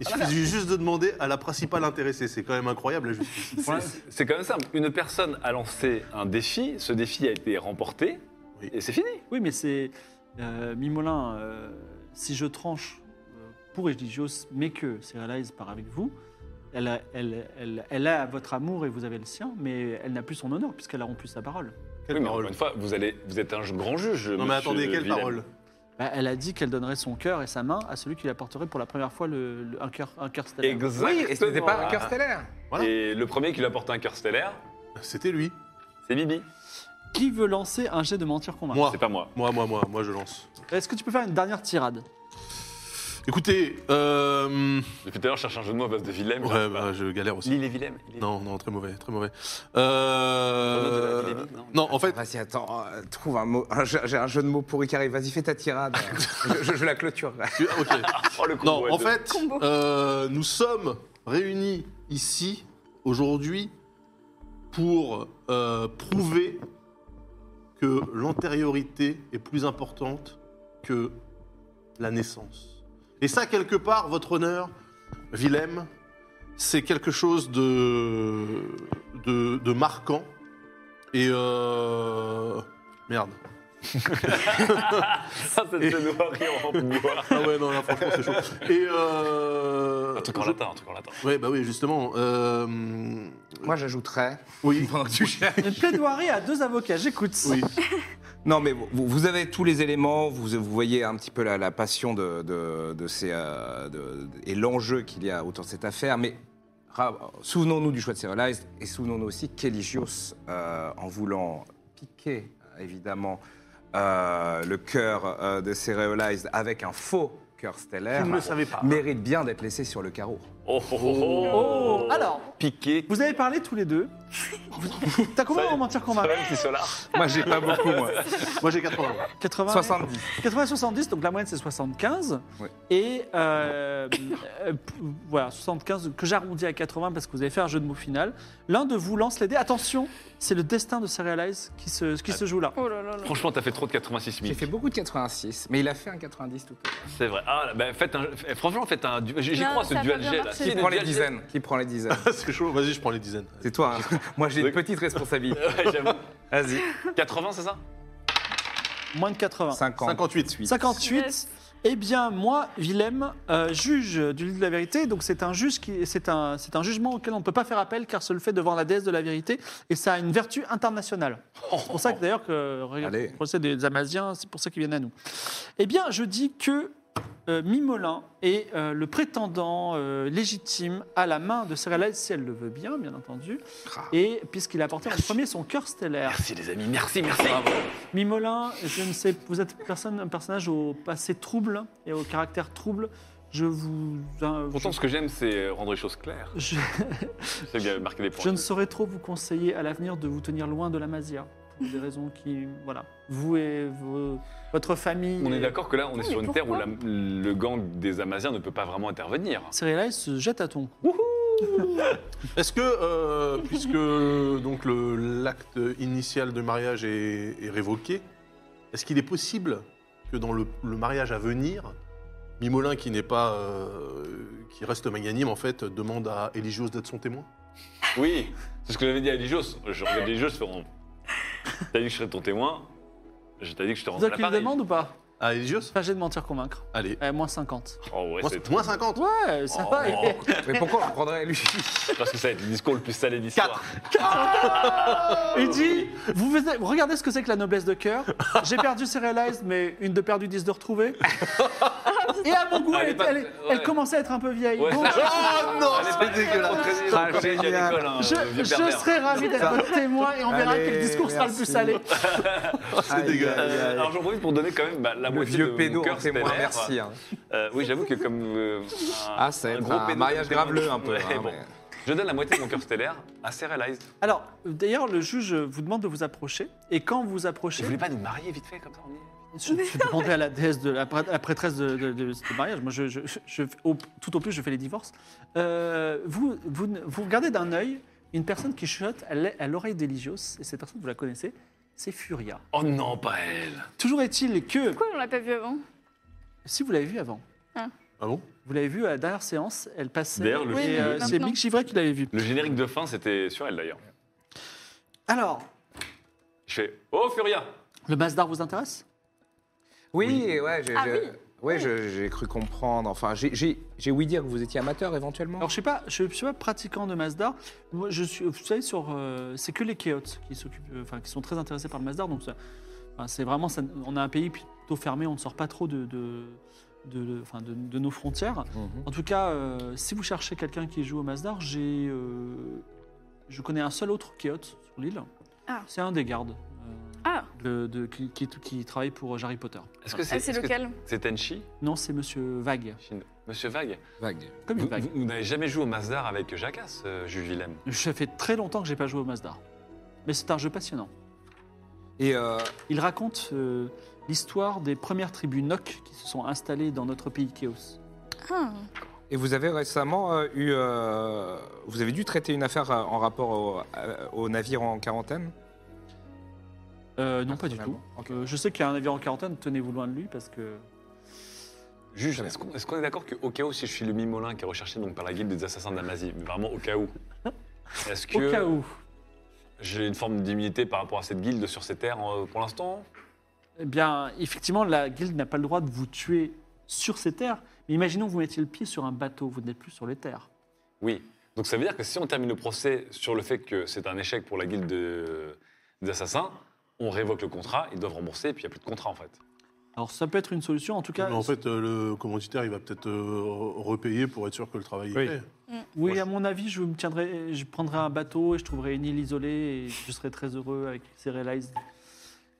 [SPEAKER 1] Il suffit juste de demander à la principale intéressée. C'est quand même incroyable la justice.
[SPEAKER 4] Voilà, c'est- C'est quand même simple. Une personne a lancé un défi, ce défi a été remporté,
[SPEAKER 1] Oui.
[SPEAKER 4] et c'est fini.
[SPEAKER 3] Oui, mais c'est euh, Mimolin, euh, si je tranche euh, pour Egidios, mais que Serialize part avec vous, elle a, elle- elle- elle a votre amour et vous avez le sien, mais elle n'a plus son honneur puisqu'elle a rompu sa parole.
[SPEAKER 1] Quelle
[SPEAKER 4] Oui, mais
[SPEAKER 1] parole
[SPEAKER 4] encore une fois, vous, allez, vous êtes un grand juge.
[SPEAKER 1] Non mais attendez, quelle parole
[SPEAKER 3] Bah, elle a dit qu'elle donnerait son cœur et sa main à celui qui lui apporterait pour la première fois le, le- un cœur un cœur stellaire.
[SPEAKER 4] Exactement.
[SPEAKER 5] Oui, et ce n'était pas un
[SPEAKER 3] Ah.
[SPEAKER 5] cœur stellaire.
[SPEAKER 1] Voilà.
[SPEAKER 4] Et le premier qui lui apporte un cœur stellaire,
[SPEAKER 1] C'était lui.
[SPEAKER 4] c'est Bibi.
[SPEAKER 3] Qui veut lancer un jet de mentir convaincre
[SPEAKER 1] Moi.
[SPEAKER 4] C'est pas moi.
[SPEAKER 1] Moi, moi, moi, moi, je lance.
[SPEAKER 3] Est-ce que tu peux faire une dernière tirade
[SPEAKER 1] Écoutez, euh...
[SPEAKER 4] Depuis tout à l'heure, je cherche un jeu de mots à base de Willem.
[SPEAKER 1] ouais, bah, je galère aussi.
[SPEAKER 4] L'île et Willem. il est-
[SPEAKER 1] Non, non, très mauvais, très mauvais. Euh,
[SPEAKER 4] Renaud de la Villenie, non.
[SPEAKER 1] Non, en fait,
[SPEAKER 5] Vas-y, attends, euh, trouve un mot. un jeu- J'ai un jeu de mots pourri qui arrive. Vas-y, fais ta tirade. je, je- je la clôture.
[SPEAKER 1] tu- ok.
[SPEAKER 4] Oh, le
[SPEAKER 1] Non,
[SPEAKER 4] combo,
[SPEAKER 1] en
[SPEAKER 4] ouais,
[SPEAKER 1] fait, euh, nous sommes réunis ici aujourd'hui pour euh, prouver que l'antériorité est plus importante que la naissance. Et ça, quelque part, votre honneur, Willem, c'est quelque chose de, de, de marquant. Et euh, merde.
[SPEAKER 4] de- Ça, c'est de rire en bois.
[SPEAKER 1] Ah ouais, non, là, franchement, c'est chaud. Et euh,
[SPEAKER 4] Un truc en
[SPEAKER 1] je-
[SPEAKER 4] latin, un truc en latin.
[SPEAKER 1] Ouais, bah oui, justement. euh,
[SPEAKER 5] Moi, j'ajouterais.
[SPEAKER 1] Oui.
[SPEAKER 3] Une plaidoirie à deux avocats, j'écoute.
[SPEAKER 1] Oui.
[SPEAKER 5] Non, mais vous, vous avez tous les éléments, vous, vous voyez un petit peu la, la passion de, de- de ces, euh, de- et l'enjeu qu'il y a autour de cette affaire, mais ra- souvenons-nous du choix de Serialized et souvenons-nous aussi qu'Eligios, euh, en voulant piquer, euh, évidemment, euh, le cœur euh, de Serialized avec un faux cœur stellaire
[SPEAKER 1] Je ne le savais pas.
[SPEAKER 5] mérite bien d'être laissé sur le carreau.
[SPEAKER 4] Oh, oh, oh,
[SPEAKER 3] Oh Alors,
[SPEAKER 4] Piqué.
[SPEAKER 3] vous avez parlé tous les deux. Vous- T'as combien en mentir convaincre
[SPEAKER 4] Solal, c'est Solar.
[SPEAKER 5] Moi, j'ai pas beaucoup, moi.
[SPEAKER 1] Moi j'ai 80.
[SPEAKER 3] 80
[SPEAKER 5] 70.
[SPEAKER 3] 80 70, donc la moyenne c'est 75.
[SPEAKER 5] Ouais.
[SPEAKER 3] Et euh, euh, p- voilà, 75 que j'arrondis à 80 parce que vous allez faire un jeu de mots final. L'un de vous lance les dés. Attention, c'est le destin de Serialize qui se, qui
[SPEAKER 1] Ah.
[SPEAKER 3] se joue là.
[SPEAKER 2] Oh là là là.
[SPEAKER 4] Franchement, t'as fait trop de 86 000.
[SPEAKER 5] J'ai fait beaucoup de 86, mais il a fait un 90 tout à l'heure.
[SPEAKER 4] C'est vrai. Ah, là, ben, faites un, eh, franchement, faites un. du- J'y j'y
[SPEAKER 2] Non,
[SPEAKER 4] crois, ce
[SPEAKER 2] ça va
[SPEAKER 4] dual
[SPEAKER 2] bien
[SPEAKER 4] jet là.
[SPEAKER 2] marcher.
[SPEAKER 4] S'il y a
[SPEAKER 5] Qui
[SPEAKER 4] des
[SPEAKER 5] prend les
[SPEAKER 4] dual jet-
[SPEAKER 5] dizaines Qui prend les dizaines
[SPEAKER 1] Ah, C'est chaud. Vas-y, je prends les dizaines.
[SPEAKER 5] C'est toi. hein. Moi, j'ai une petite responsabilité.
[SPEAKER 4] Ouais, j'avoue.
[SPEAKER 5] Vas-y.
[SPEAKER 4] 80, c'est ça
[SPEAKER 3] Moins de 80.
[SPEAKER 5] 50.
[SPEAKER 1] 58.
[SPEAKER 3] 58.
[SPEAKER 2] Yes.
[SPEAKER 3] Eh bien, moi, Willem, euh, juge du lieu de la vérité, donc c'est un, juge qui, c'est, un, c'est un jugement auquel on ne peut pas faire appel car se le fait devant la déesse de la vérité et ça a une vertu internationale. C'est pour ça que d'ailleurs que regarde,
[SPEAKER 5] Allez.
[SPEAKER 3] le procès des Amaziens, c'est pour ça qu'ils viennent à nous. Eh bien, je dis que euh, Mimolin est euh, le prétendant euh, légitime à la main de Céréales, si elle le veut bien, bien entendu, et puisqu'il a apporté en premier son cœur stellaire.
[SPEAKER 4] Merci, les amis. Merci, merci.
[SPEAKER 3] Mimolin, je ne sais, vous êtes personne, un personnage au passé trouble et au caractère trouble. Je vous. euh,
[SPEAKER 4] Pourtant, ce que j'aime, c'est euh, rendre les choses claires.
[SPEAKER 3] je,
[SPEAKER 4] C'est bien marquer des points.
[SPEAKER 3] je ne saurais trop vous conseiller à l'avenir de vous tenir loin de la Mazia. Pour des raisons qui. Voilà. Vous et vos- votre famille.
[SPEAKER 4] On est
[SPEAKER 3] et-
[SPEAKER 4] d'accord que là, on est
[SPEAKER 2] Mais
[SPEAKER 4] sur une terre où
[SPEAKER 2] pourquoi
[SPEAKER 4] la- le gang des Amaziens ne peut pas vraiment intervenir.
[SPEAKER 3] Céréales se jette à ton cou.
[SPEAKER 1] Est-ce que, euh, puisque donc le- l'acte initial de mariage est, est révoqué, est-ce qu'il est possible que dans le, le mariage à venir, Mimolin, qui n'est pas, euh, qui reste magnanime en fait, demande à Eligios d'être son témoin
[SPEAKER 4] Oui, c'est ce que j'avais dit à Eligios. Je regarde Eligios, feront. T'as dit que je serais ton témoin. Je t'ai dit que je te
[SPEAKER 3] Vous
[SPEAKER 4] rendrais
[SPEAKER 3] avez qu'il le
[SPEAKER 4] l'appareil.
[SPEAKER 3] demande ou pas
[SPEAKER 1] À Eligios
[SPEAKER 3] Enfin, j'ai de mentir convaincre.
[SPEAKER 1] Allez.
[SPEAKER 3] Eh, moins 50.
[SPEAKER 4] Oh ouais,
[SPEAKER 1] Moins-
[SPEAKER 4] c'est
[SPEAKER 1] moins 50
[SPEAKER 3] Ouais, ça
[SPEAKER 4] Oh.
[SPEAKER 3] va. et-
[SPEAKER 5] Mais pourquoi on le prendrait lui
[SPEAKER 4] Parce que ça va être le discours le plus salé d'histoire.
[SPEAKER 3] Il dit vous, faisiez- vous regardez ce que c'est que la noblesse de cœur. J'ai perdu Serialized, mais une de perdue, dix de retrouvée. Et à mon goût,
[SPEAKER 4] Ah, Elle
[SPEAKER 3] elle,
[SPEAKER 4] est pas-
[SPEAKER 3] elle-
[SPEAKER 4] ouais.
[SPEAKER 3] elle commençait à être un peu vieille.
[SPEAKER 4] Ouais,
[SPEAKER 3] Donc,
[SPEAKER 4] ça-
[SPEAKER 1] Oh non,
[SPEAKER 4] Allez,
[SPEAKER 1] c'est dégueulasse
[SPEAKER 5] Ah,
[SPEAKER 4] Ah,
[SPEAKER 5] génial.
[SPEAKER 3] je, je serais ravi d'être votre témoin et on verra
[SPEAKER 5] Allez,
[SPEAKER 3] quel discours sera le plus
[SPEAKER 5] merci.
[SPEAKER 3] salé.
[SPEAKER 5] Aïe,
[SPEAKER 1] dégueulasse.
[SPEAKER 5] aïe, aïe.
[SPEAKER 4] Euh, alors j'en profite pour donner quand même bah, la
[SPEAKER 5] Euh, Le
[SPEAKER 4] moitié de
[SPEAKER 5] vieux
[SPEAKER 4] mon
[SPEAKER 5] pédo en
[SPEAKER 4] cœur
[SPEAKER 5] témoin,
[SPEAKER 4] stellaire.
[SPEAKER 5] merci. hein.
[SPEAKER 4] Euh, oui, j'avoue que comme euh, un,
[SPEAKER 5] Ah, c'est
[SPEAKER 4] gros
[SPEAKER 5] un
[SPEAKER 4] pédo
[SPEAKER 5] mariage
[SPEAKER 4] témoin-
[SPEAKER 5] graveleux un peu,
[SPEAKER 4] Ouais,
[SPEAKER 5] hein,
[SPEAKER 4] bon.
[SPEAKER 5] mais-
[SPEAKER 4] Je donne la moitié de mon cœur stellaire à Serialized.
[SPEAKER 3] Alors, d'ailleurs, le juge vous demande de vous approcher. Et quand vous approchez,
[SPEAKER 4] Vous voulez pas nous marier vite fait comme ça on est-
[SPEAKER 3] je, je demandais à la déesse de la, prê- la prêtresse de, de- de ce mariage. Moi, je, je- je- au- tout au plus, je fais les divorces. Euh, vous, vous, ne- vous regardez d'un œil une personne qui chuchote à l'e- à l'oreille d'Eligios, et cette personne, vous la connaissez, c'est Furia.
[SPEAKER 4] Oh non, pas elle.
[SPEAKER 3] Toujours est-il que,
[SPEAKER 2] Pourquoi on l'a pas vu avant
[SPEAKER 3] si vous l'avez vue avant,
[SPEAKER 1] Ah bon
[SPEAKER 3] vous l'avez vue à la dernière séance, elle passait.
[SPEAKER 4] D'ailleurs, le-
[SPEAKER 3] et,
[SPEAKER 2] Oui,
[SPEAKER 3] euh,
[SPEAKER 2] mais
[SPEAKER 3] c'est
[SPEAKER 2] maintenant.
[SPEAKER 3] Mick Givray qui l'avait vue.
[SPEAKER 4] Le générique de fin, c'était sur elle d'ailleurs.
[SPEAKER 3] Alors,
[SPEAKER 4] Je fais Oh Furia
[SPEAKER 3] le Masdar vous intéresse
[SPEAKER 5] Oui, ouais, j'ai
[SPEAKER 2] Ah
[SPEAKER 5] j'ai-
[SPEAKER 2] oui.
[SPEAKER 5] ouais, je- j'ai cru comprendre. Enfin, j'ai- j'ai j'ai ouï dire que vous étiez amateur éventuellement.
[SPEAKER 3] Alors, je sais pas, je suis pas pratiquant de Masdar. Moi, je suis, vous savez, sur, euh, c'est que les Kéotes qui s'occupent, euh, enfin, qui sont très intéressés par le Masdar. Donc, ça- enfin, c'est vraiment, ça- on a un pays plutôt fermé, on ne sort pas trop de, de, de- de- enfin, de- de nos frontières.
[SPEAKER 5] Mhm.
[SPEAKER 3] En tout cas, euh, si vous cherchez quelqu'un qui joue au Masdar, j'ai, euh, je connais un seul autre Kéote sur l'île.
[SPEAKER 2] Ah.
[SPEAKER 3] C'est un des gardes. euh,
[SPEAKER 2] Ah,
[SPEAKER 3] de- de- qui, qui- qui travaille pour euh, Harry Potter.
[SPEAKER 4] Est-ce que c'est
[SPEAKER 2] ah, c'est
[SPEAKER 4] est-ce que
[SPEAKER 2] lequel
[SPEAKER 4] C'est Tenchi
[SPEAKER 3] Non, c'est Monsieur Vague.
[SPEAKER 4] Shin- Monsieur Vague,
[SPEAKER 5] Vague.
[SPEAKER 3] Comme une
[SPEAKER 4] vous,
[SPEAKER 3] vague.
[SPEAKER 4] vous- vous n'avez jamais joué au Mazdar avec Jackass, euh, Jules Willem
[SPEAKER 3] Ça fait très longtemps que j'ai pas joué au Masdar. Mais c'est un jeu passionnant.
[SPEAKER 5] Et euh,
[SPEAKER 3] Il raconte euh, l'histoire des premières tribus Nok qui se sont installées dans notre pays Chaos.
[SPEAKER 2] ah.
[SPEAKER 5] Et vous avez récemment euh, eu. euh, vous avez dû traiter une affaire euh, en rapport au, euh, au navire en quarantaine
[SPEAKER 3] Euh, non, pas du tout.
[SPEAKER 5] Ok.
[SPEAKER 3] Euh, je sais qu'il y a un navire en quarantaine, tenez-vous loin de lui parce que.
[SPEAKER 4] Juge, est-ce qu'on est, qu'on est d'accord qu'au cas où, si je suis le Mimolin qui est recherché donc, par la guilde des assassins d'Amazie, mais vraiment au cas où, est-ce que
[SPEAKER 3] Au cas où.
[SPEAKER 4] j'ai une forme d'immunité par rapport à cette guilde sur ces terres euh, pour l'instant
[SPEAKER 3] Eh bien, effectivement, la guilde n'a pas le droit de vous tuer sur ces terres. Mais imaginons que vous mettiez le pied sur un bateau, vous n'êtes plus sur les terres.
[SPEAKER 4] Oui. Donc ça veut dire que si on termine le procès sur le fait que c'est un échec pour la guilde de- des assassins, on révoque le contrat, ils doivent rembourser, et puis il n'y a plus de contrat en fait.
[SPEAKER 3] Alors, ça peut être une solution. En tout cas,
[SPEAKER 1] Mais En fait, euh, le commanditaire, il va peut-être euh, repayer pour être sûr que le travail
[SPEAKER 5] Oui.
[SPEAKER 1] est fait.
[SPEAKER 3] Oui, à mon avis, je me tiendrai, je prendrai un bateau et je trouverai une île isolée et je serai très heureux avec Serialized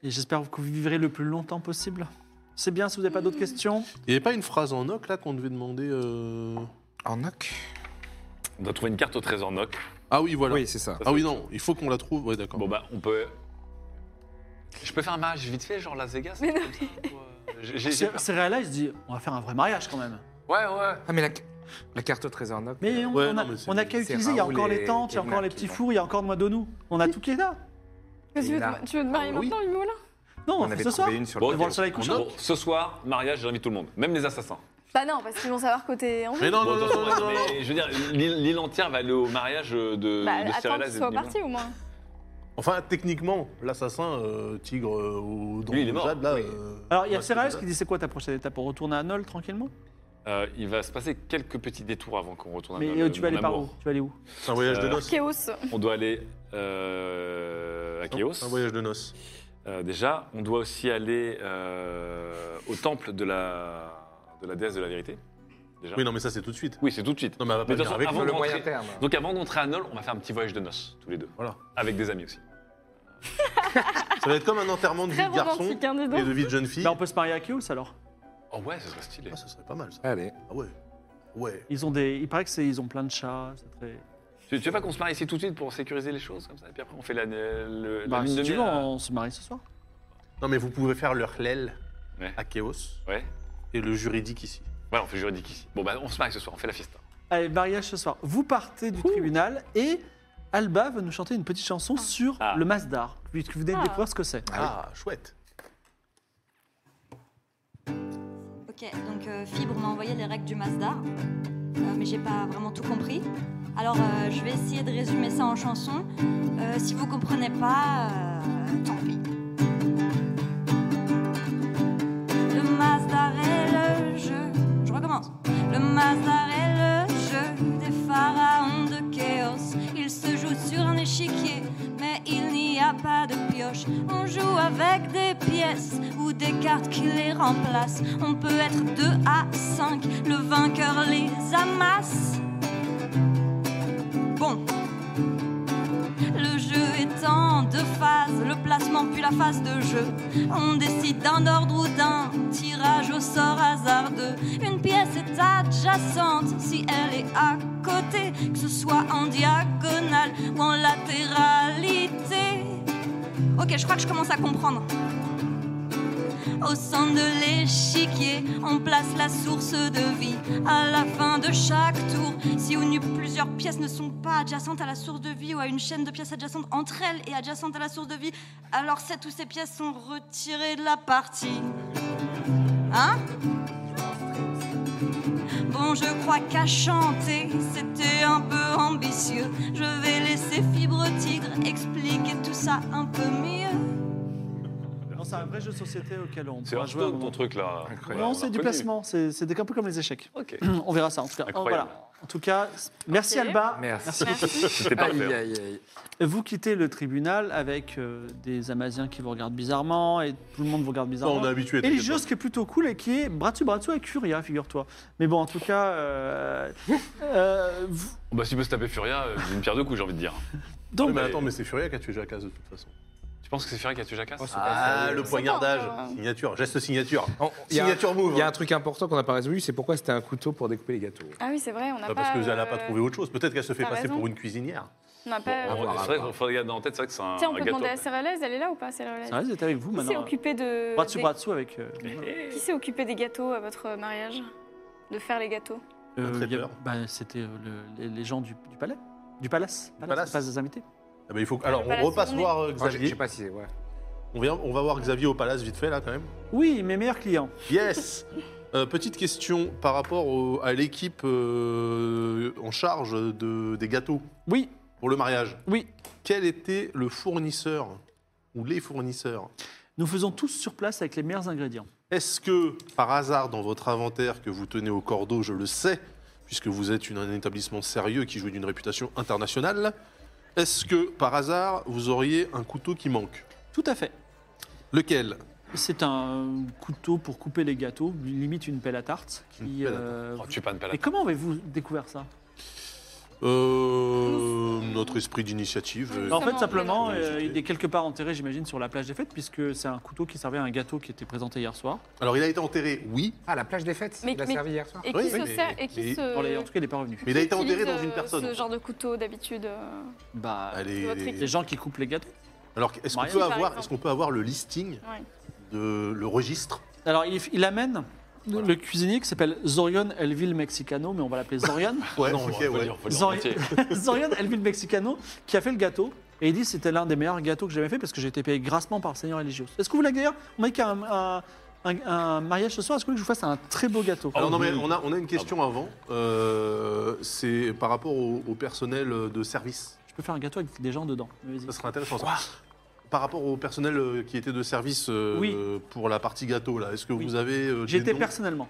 [SPEAKER 3] Et j'espère que vous vivrez le plus longtemps possible. C'est bien si vous n'avez pas d'autres questions.
[SPEAKER 1] Il n'y avait pas une phrase en oc là qu'on devait demander euh,
[SPEAKER 5] En oc
[SPEAKER 4] On doit trouver une carte au trésor Noc.
[SPEAKER 1] Ah oui, voilà.
[SPEAKER 5] Oui, c'est ça.
[SPEAKER 1] ah oui, non, il faut qu'on la trouve. Ouais, d'accord.
[SPEAKER 4] Bon bah on peut. Je peux faire un mariage vite fait, genre Las Vegas
[SPEAKER 2] Mais non,
[SPEAKER 4] comme ça, ou, euh, j'ai- j'ai- j'ai
[SPEAKER 3] C'est
[SPEAKER 4] peur.
[SPEAKER 3] c'est réel, là, il se dit on va faire un vrai mariage quand même.
[SPEAKER 4] Ouais, ouais.
[SPEAKER 5] Ah, mais la, la carte au trésor noc.
[SPEAKER 3] Mais on,
[SPEAKER 1] Ouais,
[SPEAKER 3] on a-
[SPEAKER 1] non, mais c'est-
[SPEAKER 3] on a qu'à
[SPEAKER 5] c'est
[SPEAKER 3] utiliser, il y a
[SPEAKER 5] Raoul
[SPEAKER 3] encore
[SPEAKER 5] et-
[SPEAKER 3] les tentes, il y a
[SPEAKER 5] et
[SPEAKER 3] encore les
[SPEAKER 5] Mac,
[SPEAKER 3] petits
[SPEAKER 5] ils vont.
[SPEAKER 3] fours, il y a encore le mois de nous. On a tout qui est là.
[SPEAKER 2] Mais tu, veux
[SPEAKER 5] Là.
[SPEAKER 2] te, tu veux te marier
[SPEAKER 1] Ah oui.
[SPEAKER 2] maintenant, Mimola
[SPEAKER 3] Non, on,
[SPEAKER 5] On
[SPEAKER 3] fait
[SPEAKER 5] avait
[SPEAKER 3] ce soir.
[SPEAKER 5] trouvé une sur
[SPEAKER 4] Bon,
[SPEAKER 3] On va voir le soleil couchant.
[SPEAKER 4] Bon, ce soir, mariage, j'invite tout le monde, même les assassins.
[SPEAKER 2] Bah non, parce qu'ils vont savoir que t'es en
[SPEAKER 1] Mais non,
[SPEAKER 4] Bon,
[SPEAKER 1] non, non,
[SPEAKER 4] attends,
[SPEAKER 1] non,
[SPEAKER 4] attends,
[SPEAKER 1] non, non,
[SPEAKER 4] mais je veux dire, l'île l'île entière va aller au mariage euh, de,
[SPEAKER 1] euh,
[SPEAKER 2] Bah
[SPEAKER 4] de
[SPEAKER 2] attends
[SPEAKER 4] Cyril
[SPEAKER 2] qu'ils
[SPEAKER 4] Haz et
[SPEAKER 2] soient
[SPEAKER 4] Nima.
[SPEAKER 2] partis au moins.
[SPEAKER 1] Enfin, techniquement, l'assassin, euh, tigre euh, ou
[SPEAKER 4] Lui, il est mort,
[SPEAKER 1] Jade, là.
[SPEAKER 4] oui.
[SPEAKER 1] euh,
[SPEAKER 3] Alors, il y a
[SPEAKER 1] bah,
[SPEAKER 3] Cérès
[SPEAKER 1] c'est-
[SPEAKER 3] qui dit c'est quoi ta prochaine étape On retourne à Anol tranquillement
[SPEAKER 4] Euh, il va se passer quelques petits détours avant qu'on retourne à
[SPEAKER 3] Mais
[SPEAKER 4] notre-
[SPEAKER 3] euh, tu vas
[SPEAKER 4] mon
[SPEAKER 3] aller par où
[SPEAKER 4] amour.
[SPEAKER 3] Tu vas aller où
[SPEAKER 1] C'est un voyage de
[SPEAKER 4] Euh,
[SPEAKER 1] noces.
[SPEAKER 2] Chaos.
[SPEAKER 4] On doit aller euh, à Chaos.
[SPEAKER 1] C'est un voyage de noces.
[SPEAKER 4] Euh, déjà, on doit aussi aller euh, au temple de la, de la déesse de la vérité. Déjà.
[SPEAKER 1] Oui, non, mais ça, c'est tout de suite.
[SPEAKER 4] Oui, c'est tout de suite.
[SPEAKER 1] Non, mais elle va pas
[SPEAKER 4] Mais de
[SPEAKER 1] venir
[SPEAKER 4] toute
[SPEAKER 1] avec
[SPEAKER 4] façon,
[SPEAKER 1] nous.
[SPEAKER 5] le
[SPEAKER 4] avant
[SPEAKER 5] moyen
[SPEAKER 4] d'entrer-
[SPEAKER 5] terme.
[SPEAKER 4] Donc avant d'entrer à Nol, on va faire un petit voyage de noces, tous les deux.
[SPEAKER 1] Voilà.
[SPEAKER 4] Avec des amis aussi.
[SPEAKER 1] Ça va être comme un enterrement de vie
[SPEAKER 2] Très
[SPEAKER 1] de garçon
[SPEAKER 2] romantique, hein, dis
[SPEAKER 1] et
[SPEAKER 2] donc.
[SPEAKER 1] de vie de jeune fille.
[SPEAKER 3] Bah, on peut se marier à Chaos alors.
[SPEAKER 4] Oh ouais, ce serait stylé.
[SPEAKER 1] Ah, ce serait pas mal, ça.
[SPEAKER 5] Allez.
[SPEAKER 1] Ah ouais. Ouais.
[SPEAKER 3] Ils ont des, il paraît que c'est, ils ont plein de chats. c'est très-
[SPEAKER 4] Tu, tu veux pas qu'on se marie ici tout de suite pour sécuriser les choses comme ça Et puis après, on fait la, le, la
[SPEAKER 3] Bah,
[SPEAKER 4] lune
[SPEAKER 3] si
[SPEAKER 4] de
[SPEAKER 3] tu
[SPEAKER 4] miel euh,
[SPEAKER 3] veux,
[SPEAKER 4] à-
[SPEAKER 3] on se marie ce soir.
[SPEAKER 1] Non, mais vous pouvez faire le hlel
[SPEAKER 4] Ouais.
[SPEAKER 1] à Chaos
[SPEAKER 4] Ouais.
[SPEAKER 1] et le juridique ici.
[SPEAKER 4] Voilà, on fait juridique ici. Bon, bah, on se marie ce soir, on fait la fiesta.
[SPEAKER 3] Allez, mariage ce soir. Vous partez du tribunal et Alba va nous chanter une petite chanson sur
[SPEAKER 4] Ah.
[SPEAKER 3] le Masdar, puisque vous venez de
[SPEAKER 2] Ah.
[SPEAKER 3] découvrir ce que c'est.
[SPEAKER 1] Ah, chouette.
[SPEAKER 6] Ok, donc euh, Fibre m'a envoyé les règles du Masdar, euh, mais j'ai pas vraiment tout compris. Alors euh, je vais essayer de résumer ça en chanson. Euh, si vous comprenez pas, euh, tant pis. Le Masdar est le jeu. Je recommence. Le Masdar est le jeu des pharaons de Chaos. Il se joue sur un échiquier, mais il n'y a pas de pioche. On joue avec des pièces ou des cartes qui les remplacent. On peut être 2 à 5, le vainqueur les amasse. Bon. Le jeu est en deux phases, le placement puis la phase de jeu. On décide d'un ordre ou d'un tirage au sort hasardeux. Une pièce est adjacente si elle est à côté, que ce soit en diagonale ou en latéralité. Ok, je crois que je commence à comprendre. Au centre de l'échiquier, on place la source de vie. À la fin de chaque tour, si au nu plusieurs pièces ne sont pas adjacentes à la source de vie ou à une chaîne de pièces adjacentes entre elles et adjacentes à la source de vie, alors cette ou ces pièces sont retirées de la partie. Hein Bon, je crois qu'à chanter, c'était un peu ambitieux. Je vais laisser Fibre Tigre expliquer tout ça un peu mieux.
[SPEAKER 3] Non, c'est un vrai jeu de société auquel on
[SPEAKER 4] C'est
[SPEAKER 3] pourra jouer. un
[SPEAKER 4] Hearthstone, ton
[SPEAKER 3] moment.
[SPEAKER 4] truc là. Voilà, on
[SPEAKER 3] non,
[SPEAKER 4] a
[SPEAKER 3] c'est du
[SPEAKER 4] reconnu.
[SPEAKER 3] placement. C'est, c'est un peu comme les échecs.
[SPEAKER 4] Ok.
[SPEAKER 3] Hmm, on verra ça en tout cas. Oh,
[SPEAKER 4] Incroyable.
[SPEAKER 3] Voilà. En tout cas, merci
[SPEAKER 2] Ok.
[SPEAKER 3] Alba.
[SPEAKER 5] Merci.
[SPEAKER 4] C'était parfait.
[SPEAKER 5] Aïe, aïe, aïe.
[SPEAKER 3] Vous quittez le tribunal avec euh, des Amaziens qui vous regardent bizarrement et tout le monde vous regarde
[SPEAKER 1] Non,
[SPEAKER 3] bizarrement.
[SPEAKER 1] on est habitué.
[SPEAKER 3] Et
[SPEAKER 1] t'inquiète
[SPEAKER 3] Eligios qui est plutôt cool et qui est bras dessus bras dessous avec Furia, figure-toi. Mais bon, en tout cas, euh, euh, vous-
[SPEAKER 4] Bah, si peut se taper Furia, euh, d'une pierre deux coups, j'ai envie de dire.
[SPEAKER 1] pas.
[SPEAKER 3] donc
[SPEAKER 1] Ouais, Mais attends, mais c'est Furia qui a tué Jacques de toute façon.
[SPEAKER 4] Tu penses que c'est Furia qui a tué Jacques
[SPEAKER 1] Ah, le poignardage.
[SPEAKER 2] encore, hein.
[SPEAKER 1] Signature, geste signature.
[SPEAKER 5] On- Il y, a-
[SPEAKER 1] Signature move. hein.
[SPEAKER 5] il y a un truc important qu'on n'a pas résolu, c'est pourquoi c'était un couteau pour découper les gâteaux.
[SPEAKER 2] Ah oui, c'est vrai, on n'a
[SPEAKER 1] Bah,
[SPEAKER 2] pas.
[SPEAKER 1] parce que vous n'allez pas
[SPEAKER 2] euh,
[SPEAKER 1] trouver autre chose. Peut-être qu'elle se fait
[SPEAKER 2] t'as
[SPEAKER 1] passer
[SPEAKER 2] raison.
[SPEAKER 1] pour une cuisinière.
[SPEAKER 2] On n'a pas.
[SPEAKER 5] Bon,
[SPEAKER 2] euh,
[SPEAKER 4] Ah,
[SPEAKER 5] voir,
[SPEAKER 4] C'est
[SPEAKER 5] à
[SPEAKER 4] vrai
[SPEAKER 5] voir.
[SPEAKER 4] qu'il faut le garder en tête, c'est vrai que c'est un,
[SPEAKER 2] Tiens, on
[SPEAKER 4] un
[SPEAKER 2] peut
[SPEAKER 4] gâteau.
[SPEAKER 2] demander à Cérélès, elle est là ou pas, Cérélès
[SPEAKER 1] Ah
[SPEAKER 3] Cérès est avec vous
[SPEAKER 2] Qui s'est
[SPEAKER 3] maintenant.
[SPEAKER 2] occupé de.
[SPEAKER 3] Bras dessus
[SPEAKER 2] des-
[SPEAKER 3] bras dessous avec. euh,
[SPEAKER 2] Qui s'est occupé des gâteaux à votre mariage De faire les gâteaux
[SPEAKER 3] euh, il y a-
[SPEAKER 1] traiteur.
[SPEAKER 3] bah, C'était euh, le- les, les gens du, du palais. Du palace.
[SPEAKER 1] Palace.
[SPEAKER 3] Palace. Pas des invités.
[SPEAKER 1] Ah, bah, il faut... que- Alors,
[SPEAKER 2] pas la
[SPEAKER 1] on repasse
[SPEAKER 2] tourner.
[SPEAKER 1] voir euh,
[SPEAKER 5] Ah, Je je
[SPEAKER 1] Xavier.
[SPEAKER 5] sais pas si c'est. Ouais.
[SPEAKER 1] On, vient- on va voir Xavier au palace vite fait, là, quand même.
[SPEAKER 3] Oui, mes meilleurs clients.
[SPEAKER 1] Yes Euh, Petite question par rapport au- à l'équipe euh, en charge de- des gâteaux
[SPEAKER 3] Oui,
[SPEAKER 1] pour le mariage.
[SPEAKER 3] oui.
[SPEAKER 1] Quel était le fournisseur ou les fournisseurs
[SPEAKER 3] Nous faisons tous sur place avec les meilleurs ingrédients.
[SPEAKER 1] Est-ce que, par hasard, dans votre inventaire que vous tenez au cordeau, je le sais, puisque vous êtes une- un établissement sérieux qui jouit d'une réputation internationale, est-ce que, par hasard, vous auriez un couteau qui manque
[SPEAKER 3] Tout à fait.
[SPEAKER 1] Lequel
[SPEAKER 3] C'est un couteau pour couper les gâteaux, limite une pelle à tarte. Qui,
[SPEAKER 1] Une pelle à
[SPEAKER 3] euh,
[SPEAKER 4] Oh, tu pas de
[SPEAKER 3] Et
[SPEAKER 4] palate.
[SPEAKER 3] comment avez-vous découvert ça
[SPEAKER 1] Euh, notre esprit d'initiative. euh,
[SPEAKER 3] En fait,
[SPEAKER 2] Simplement,
[SPEAKER 3] simplement,
[SPEAKER 1] oui.
[SPEAKER 3] euh, il est quelque part enterré, j'imagine, sur la plage des fêtes, puisque c'est un couteau qui servait à un gâteau qui était présenté hier soir.
[SPEAKER 1] Alors, il a été enterré, oui,
[SPEAKER 5] Ah, la plage des fêtes,
[SPEAKER 2] Mais-
[SPEAKER 5] il a
[SPEAKER 2] mais-
[SPEAKER 5] servi hier soir.
[SPEAKER 2] Et qui
[SPEAKER 1] Oui,
[SPEAKER 2] se
[SPEAKER 1] mais-
[SPEAKER 2] sert et
[SPEAKER 1] mais-
[SPEAKER 2] qui
[SPEAKER 3] Pour les- en
[SPEAKER 2] se.
[SPEAKER 3] tout cas, il n'est pas revenu.
[SPEAKER 1] mais il a été enterré
[SPEAKER 2] utilise,
[SPEAKER 1] dans une
[SPEAKER 2] euh,
[SPEAKER 1] personne.
[SPEAKER 2] Ce genre de couteau d'habitude. euh,
[SPEAKER 3] Bah,
[SPEAKER 1] Elle est-
[SPEAKER 2] votre équipe.
[SPEAKER 3] les gens qui coupent les gâteaux.
[SPEAKER 1] Alors, est-ce qu'on
[SPEAKER 3] Marianne,
[SPEAKER 1] peut,
[SPEAKER 2] par
[SPEAKER 1] avoir-
[SPEAKER 2] exemple.
[SPEAKER 1] est-ce qu'on peut avoir le listing,
[SPEAKER 2] ouais.
[SPEAKER 1] de, le registre
[SPEAKER 3] Alors, il, il amène le cuisinier qui s'appelle Zorion Elville Mexicano, mais on va l'appeler Zorion.
[SPEAKER 1] Ouais,
[SPEAKER 4] Non,
[SPEAKER 1] ok,
[SPEAKER 4] faut le
[SPEAKER 1] ouais.
[SPEAKER 4] dire, faut le dire en
[SPEAKER 3] Zorion,
[SPEAKER 4] entier.
[SPEAKER 3] Zorion Elville Mexicano qui a fait le gâteau. Et il dit c'était l'un des meilleurs gâteaux que j'ai jamais fait parce que j'ai été payé grassement par le Seigneur Eligios. Est-ce que vous voulez d'ailleurs, on m'a dit qu'il y a un, un- un- un mariage ce soir, est-ce que vous voulez que je vous fasse un très beau gâteau
[SPEAKER 1] Alors, Ah, non, mais on a, on a une question avant. Euh, c'est par rapport au, au personnel de service.
[SPEAKER 3] Je peux faire un gâteau avec des gens dedans. Mais vas-y.
[SPEAKER 1] Ça serait intéressant. ça. Par rapport au personnel euh, qui était de service euh,
[SPEAKER 3] Oui.
[SPEAKER 1] pour la partie gâteau, là, est-ce que
[SPEAKER 3] Oui.
[SPEAKER 1] vous avez euh, des
[SPEAKER 3] J'étais
[SPEAKER 1] noms
[SPEAKER 3] personnellement.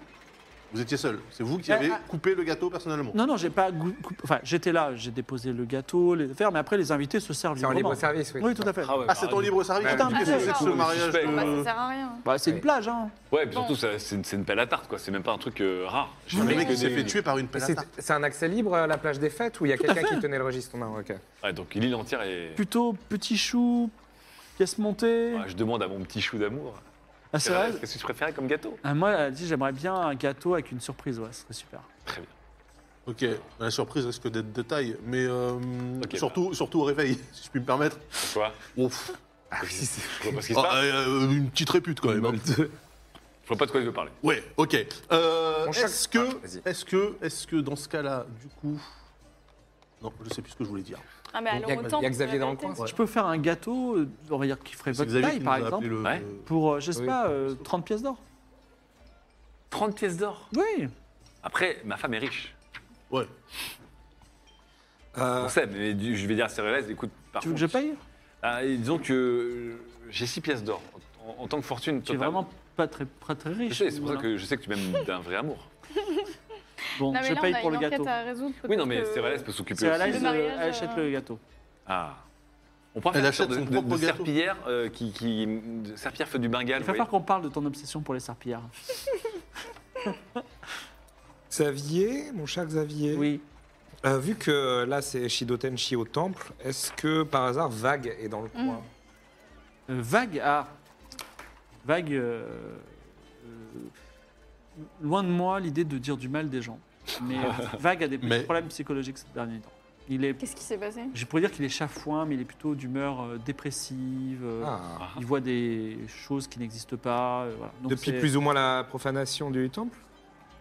[SPEAKER 1] Vous étiez seul. C'est vous qui
[SPEAKER 3] Euh,
[SPEAKER 1] avez
[SPEAKER 3] ah.
[SPEAKER 1] coupé le gâteau personnellement.
[SPEAKER 3] Non, non, j'ai pas. goût- coup- Enfin, j'étais là, j'ai déposé le gâteau, les affaires, mais après les invités se servent
[SPEAKER 5] C'est en
[SPEAKER 3] librement.
[SPEAKER 5] libre service, oui.
[SPEAKER 3] Oui, tout à fait.
[SPEAKER 4] Ah ouais,
[SPEAKER 1] Ah, c'est en
[SPEAKER 4] bah,
[SPEAKER 1] libre service.
[SPEAKER 5] Ouais,
[SPEAKER 1] Qu'est-ce
[SPEAKER 3] ouais.
[SPEAKER 1] que c'est que ce
[SPEAKER 4] Ah,
[SPEAKER 1] mariage
[SPEAKER 4] suspect.
[SPEAKER 1] de-
[SPEAKER 2] Bah,
[SPEAKER 5] euh,
[SPEAKER 2] ça sert à rien.
[SPEAKER 3] Bah, c'est une plage, hein.
[SPEAKER 4] Ouais, puis surtout, ça- c'est c'est une pelle à tarte, quoi. C'est même pas un truc euh, rare. J'ai
[SPEAKER 1] Le
[SPEAKER 4] jamais
[SPEAKER 1] mec
[SPEAKER 4] que
[SPEAKER 1] qui s'est
[SPEAKER 4] des-
[SPEAKER 1] fait tuer par une
[SPEAKER 5] Mais
[SPEAKER 1] pelle à
[SPEAKER 5] C'est
[SPEAKER 1] tarte.
[SPEAKER 5] c'est un accès libre à la plage des fêtes où il y a
[SPEAKER 3] Tout à
[SPEAKER 5] quelqu'un
[SPEAKER 3] fait.
[SPEAKER 5] qui tenait le registre Non, ok.
[SPEAKER 4] Ouais, donc l'île entière est.
[SPEAKER 3] Plutôt petit chou, pièce montée.
[SPEAKER 4] Ouais, je demande à mon petit chou d'amour.
[SPEAKER 3] ah, c'est vrai
[SPEAKER 4] Qu'est-ce que tu préférais comme gâteau
[SPEAKER 3] Ah, Moi, elle a dit j'aimerais bien un gâteau avec une surprise, ouais, ce serait super.
[SPEAKER 1] Ok, la surprise risque d'être de taille, mais euh,
[SPEAKER 4] Ok,
[SPEAKER 1] surtout, surtout au réveil, si je puis me permettre.
[SPEAKER 4] Quoi
[SPEAKER 1] Ouf.
[SPEAKER 4] Je vois pas ce qui se
[SPEAKER 1] Ah,
[SPEAKER 4] passe.
[SPEAKER 1] euh, euh, une petite répute quand même. hein.
[SPEAKER 4] Je vois pas de quoi il veut parler.
[SPEAKER 1] Ouais, ok. Euh,
[SPEAKER 5] Mon chat-
[SPEAKER 1] est-ce que,
[SPEAKER 5] Ah, vas-y.
[SPEAKER 1] est-ce que, est-ce que dans ce cas-là, du coup, non, je sais plus ce que je voulais dire.
[SPEAKER 2] Ah, mais
[SPEAKER 5] Il y a-
[SPEAKER 2] alors autant.
[SPEAKER 5] il y a Xavier dans le coin,
[SPEAKER 3] Je peux faire un gâteau, euh, on va dire, qui ferait
[SPEAKER 1] C'est
[SPEAKER 3] votre
[SPEAKER 1] Xavier
[SPEAKER 3] taille,
[SPEAKER 1] qui
[SPEAKER 3] par
[SPEAKER 1] nous a appelé
[SPEAKER 3] exemple,
[SPEAKER 1] le-
[SPEAKER 4] Ouais.
[SPEAKER 3] pour, euh, je sais
[SPEAKER 5] Oui.
[SPEAKER 3] pas, euh, 30 pièces d'or.
[SPEAKER 4] 30 pièces d'or
[SPEAKER 3] Oui.
[SPEAKER 4] Après, ma femme est riche.
[SPEAKER 1] Ouais.
[SPEAKER 4] On sait, mais du- je vais dire à Cérélès, écoute, par
[SPEAKER 3] Tu veux que
[SPEAKER 4] contre,
[SPEAKER 3] je paye
[SPEAKER 4] ah, disons que euh, j'ai 6 pièces d'or en, en tant que fortune.
[SPEAKER 3] Tu es
[SPEAKER 4] totale.
[SPEAKER 3] vraiment pas très, pas très riche.
[SPEAKER 4] Je sais, c'est pour ça
[SPEAKER 3] voilà.
[SPEAKER 4] que je sais que tu m'aimes d'un vrai amour.
[SPEAKER 3] Bon,
[SPEAKER 2] Non, mais
[SPEAKER 3] je
[SPEAKER 2] là, on
[SPEAKER 3] paye
[SPEAKER 2] a
[SPEAKER 3] pour
[SPEAKER 2] une
[SPEAKER 3] le
[SPEAKER 2] enquête
[SPEAKER 3] gâteau.
[SPEAKER 2] à résoudre.
[SPEAKER 4] Oui, non, mais
[SPEAKER 2] peut-être que-
[SPEAKER 4] Cérélès peut s'occuper
[SPEAKER 3] C'est à
[SPEAKER 4] aussi.
[SPEAKER 3] elle
[SPEAKER 2] Le mariage, euh,
[SPEAKER 3] achète le gâteau.
[SPEAKER 4] Ah. On pourrait
[SPEAKER 1] Elle
[SPEAKER 4] faire
[SPEAKER 1] achète
[SPEAKER 4] une sorte
[SPEAKER 1] son
[SPEAKER 4] de, de,
[SPEAKER 1] propre
[SPEAKER 4] de
[SPEAKER 1] gâteau.
[SPEAKER 4] serpillière euh, qui, qui de serpillière feu du Bengale.
[SPEAKER 3] Il va
[SPEAKER 4] vous
[SPEAKER 3] falloir
[SPEAKER 4] voyez.
[SPEAKER 3] qu'on parle de ton obsession pour les serpillères.
[SPEAKER 5] Xavier, mon cher Xavier.
[SPEAKER 3] Oui.
[SPEAKER 5] Euh, vu que là c'est Shidotenshi au temple, est-ce que par hasard Vague est
[SPEAKER 2] Mm.
[SPEAKER 5] dans le coin
[SPEAKER 3] Euh, vague à. Vague. euh, euh, loin de moi l'idée de dire du mal des gens. Mais euh, Vague a des petits
[SPEAKER 1] Mais-
[SPEAKER 3] problèmes psychologiques ces derniers temps. Il est.
[SPEAKER 2] Qu'est-ce qui s'est passé
[SPEAKER 3] Je pourrais dire qu'il est chafouin, mais il est plutôt d'humeur euh, dépressive. euh,
[SPEAKER 5] Ah.
[SPEAKER 3] Il voit des choses qui n'existent pas. euh, voilà. Donc
[SPEAKER 5] Depuis
[SPEAKER 3] c'est-
[SPEAKER 5] plus ou moins la profanation du temple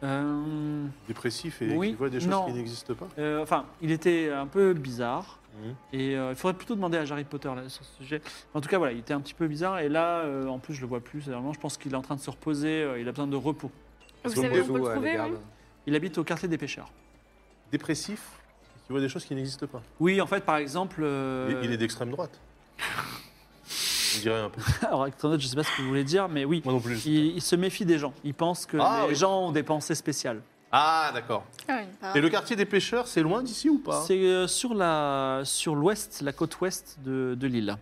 [SPEAKER 3] Euh,
[SPEAKER 1] Dépressif et
[SPEAKER 3] Oui,
[SPEAKER 1] qui voit des choses
[SPEAKER 3] non.
[SPEAKER 1] qui n'existent pas.
[SPEAKER 3] euh, enfin, il était un peu bizarre.
[SPEAKER 1] Mhm.
[SPEAKER 3] Et euh, il faudrait plutôt demander à Harry Potter là, sur ce sujet. En tout cas, voilà, il était un petit peu bizarre. Et là, euh, en plus, je le vois plus. c'est Vraiment, je pense qu'il est en train de se reposer. euh, il a besoin de repos.
[SPEAKER 2] Vous
[SPEAKER 5] Sous le
[SPEAKER 2] savez où on peut le
[SPEAKER 5] bozo, euh, les
[SPEAKER 2] trouver
[SPEAKER 5] gardes.
[SPEAKER 2] oui
[SPEAKER 3] Il habite au quartier des pêcheurs.
[SPEAKER 1] Dépressif et qui voit des choses qui n'existent pas.
[SPEAKER 3] Oui, en fait, par exemple.
[SPEAKER 1] Il-
[SPEAKER 3] euh,
[SPEAKER 1] Il, est d'extrême droite. On dirait un peu.
[SPEAKER 3] Alors, attendez, je ne sais pas ce que vous voulez dire, mais oui.
[SPEAKER 1] Moi non plus.
[SPEAKER 3] Il, il se méfie des gens. Il pense que
[SPEAKER 1] Ah,
[SPEAKER 3] les
[SPEAKER 1] oui.
[SPEAKER 3] gens ont des pensées spéciales.
[SPEAKER 1] Ah, d'accord.
[SPEAKER 2] Ah oui, par-
[SPEAKER 1] Et le quartier des pêcheurs, c'est loin d'ici ou pas
[SPEAKER 3] C'est euh, sur la sur l'ouest, la côte ouest de, de l'île.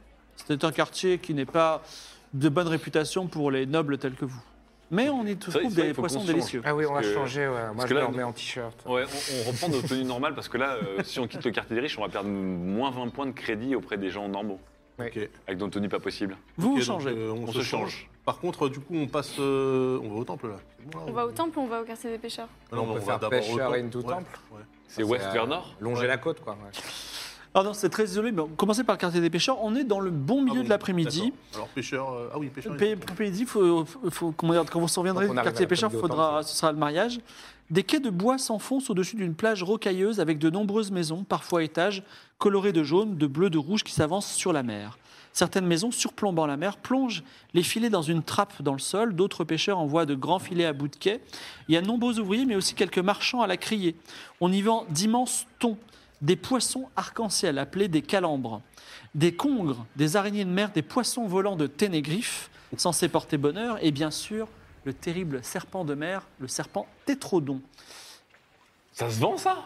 [SPEAKER 3] C'est un quartier qui n'est pas de bonne réputation pour les nobles tels que vous. Mais on y
[SPEAKER 4] vrai,
[SPEAKER 3] trouve
[SPEAKER 4] c'est vrai
[SPEAKER 3] des
[SPEAKER 4] qu'il faut
[SPEAKER 3] poissons
[SPEAKER 4] qu'on change.
[SPEAKER 3] délicieux.
[SPEAKER 5] Ah oui, on
[SPEAKER 4] Parce
[SPEAKER 5] l'a
[SPEAKER 4] que-
[SPEAKER 5] changé, ouais. Moi
[SPEAKER 4] parce
[SPEAKER 5] je
[SPEAKER 4] que
[SPEAKER 5] me
[SPEAKER 4] là-
[SPEAKER 5] remets en t-shirt.
[SPEAKER 4] Ouais, on, on reprend nos tenues normales parce que là, euh, si on quitte le quartier des riches, on va perdre moins 20 points de crédit auprès des gens normaux.
[SPEAKER 1] Ok.
[SPEAKER 4] Avec nos tenues pas possibles.
[SPEAKER 3] Vous
[SPEAKER 1] Ok,
[SPEAKER 3] vous changez.
[SPEAKER 1] donc, euh, on,
[SPEAKER 4] On
[SPEAKER 1] se
[SPEAKER 4] se
[SPEAKER 1] change. Par contre, du coup, on passe. euh, on va au temple là.
[SPEAKER 2] On va au temple ou on va au quartier des pêcheurs
[SPEAKER 1] Ah non,
[SPEAKER 5] On peut
[SPEAKER 1] va
[SPEAKER 5] faire
[SPEAKER 1] d'abord au
[SPEAKER 5] pêcheur
[SPEAKER 1] temple.
[SPEAKER 5] into
[SPEAKER 1] Ouais,
[SPEAKER 5] temple.
[SPEAKER 1] ouais.
[SPEAKER 4] C'est
[SPEAKER 5] Ah,
[SPEAKER 4] ouest
[SPEAKER 5] c'est, euh,
[SPEAKER 4] vers nord
[SPEAKER 5] Longer
[SPEAKER 1] Ouais.
[SPEAKER 5] la côte, quoi. ouais.
[SPEAKER 3] Ah non, c'est très isolé. Mais commencez par le quartier des pêcheurs. On est dans le bon
[SPEAKER 1] Ah
[SPEAKER 3] milieu
[SPEAKER 1] bon,
[SPEAKER 3] de l'après-midi.
[SPEAKER 1] d'accord. Alors pêcheur, euh, ah oui, pêcheur.
[SPEAKER 3] Pé- Pour Pays faut, faut- comment dire, quand vous s'en reviendrez
[SPEAKER 5] Donc, on
[SPEAKER 3] du
[SPEAKER 5] arrive
[SPEAKER 3] quartier
[SPEAKER 5] à la
[SPEAKER 3] des pêcheurs,
[SPEAKER 5] table de
[SPEAKER 3] faudra,
[SPEAKER 5] Autant.
[SPEAKER 3] ce sera le mariage. Des quais de bois s'enfoncent au-dessus d'une plage rocailleuse avec de nombreuses maisons, parfois étages, colorées de jaune, de bleu, de rouge, qui s'avancent sur la mer. Certaines maisons surplombant la mer plongent les filets dans une trappe dans le sol. D'autres pêcheurs envoient de grands filets à bout de quai. Il y a de nombreux ouvriers, mais aussi quelques marchands à la criée. On y vend d'immenses thons, des poissons arc-en-ciel appelés des calambres, des congres, des araignées de mer, des poissons volants de ténégriffe, censés porter bonheur, et bien sûr le terrible serpent de mer, le serpent tétrodon.
[SPEAKER 4] Ça se vend ça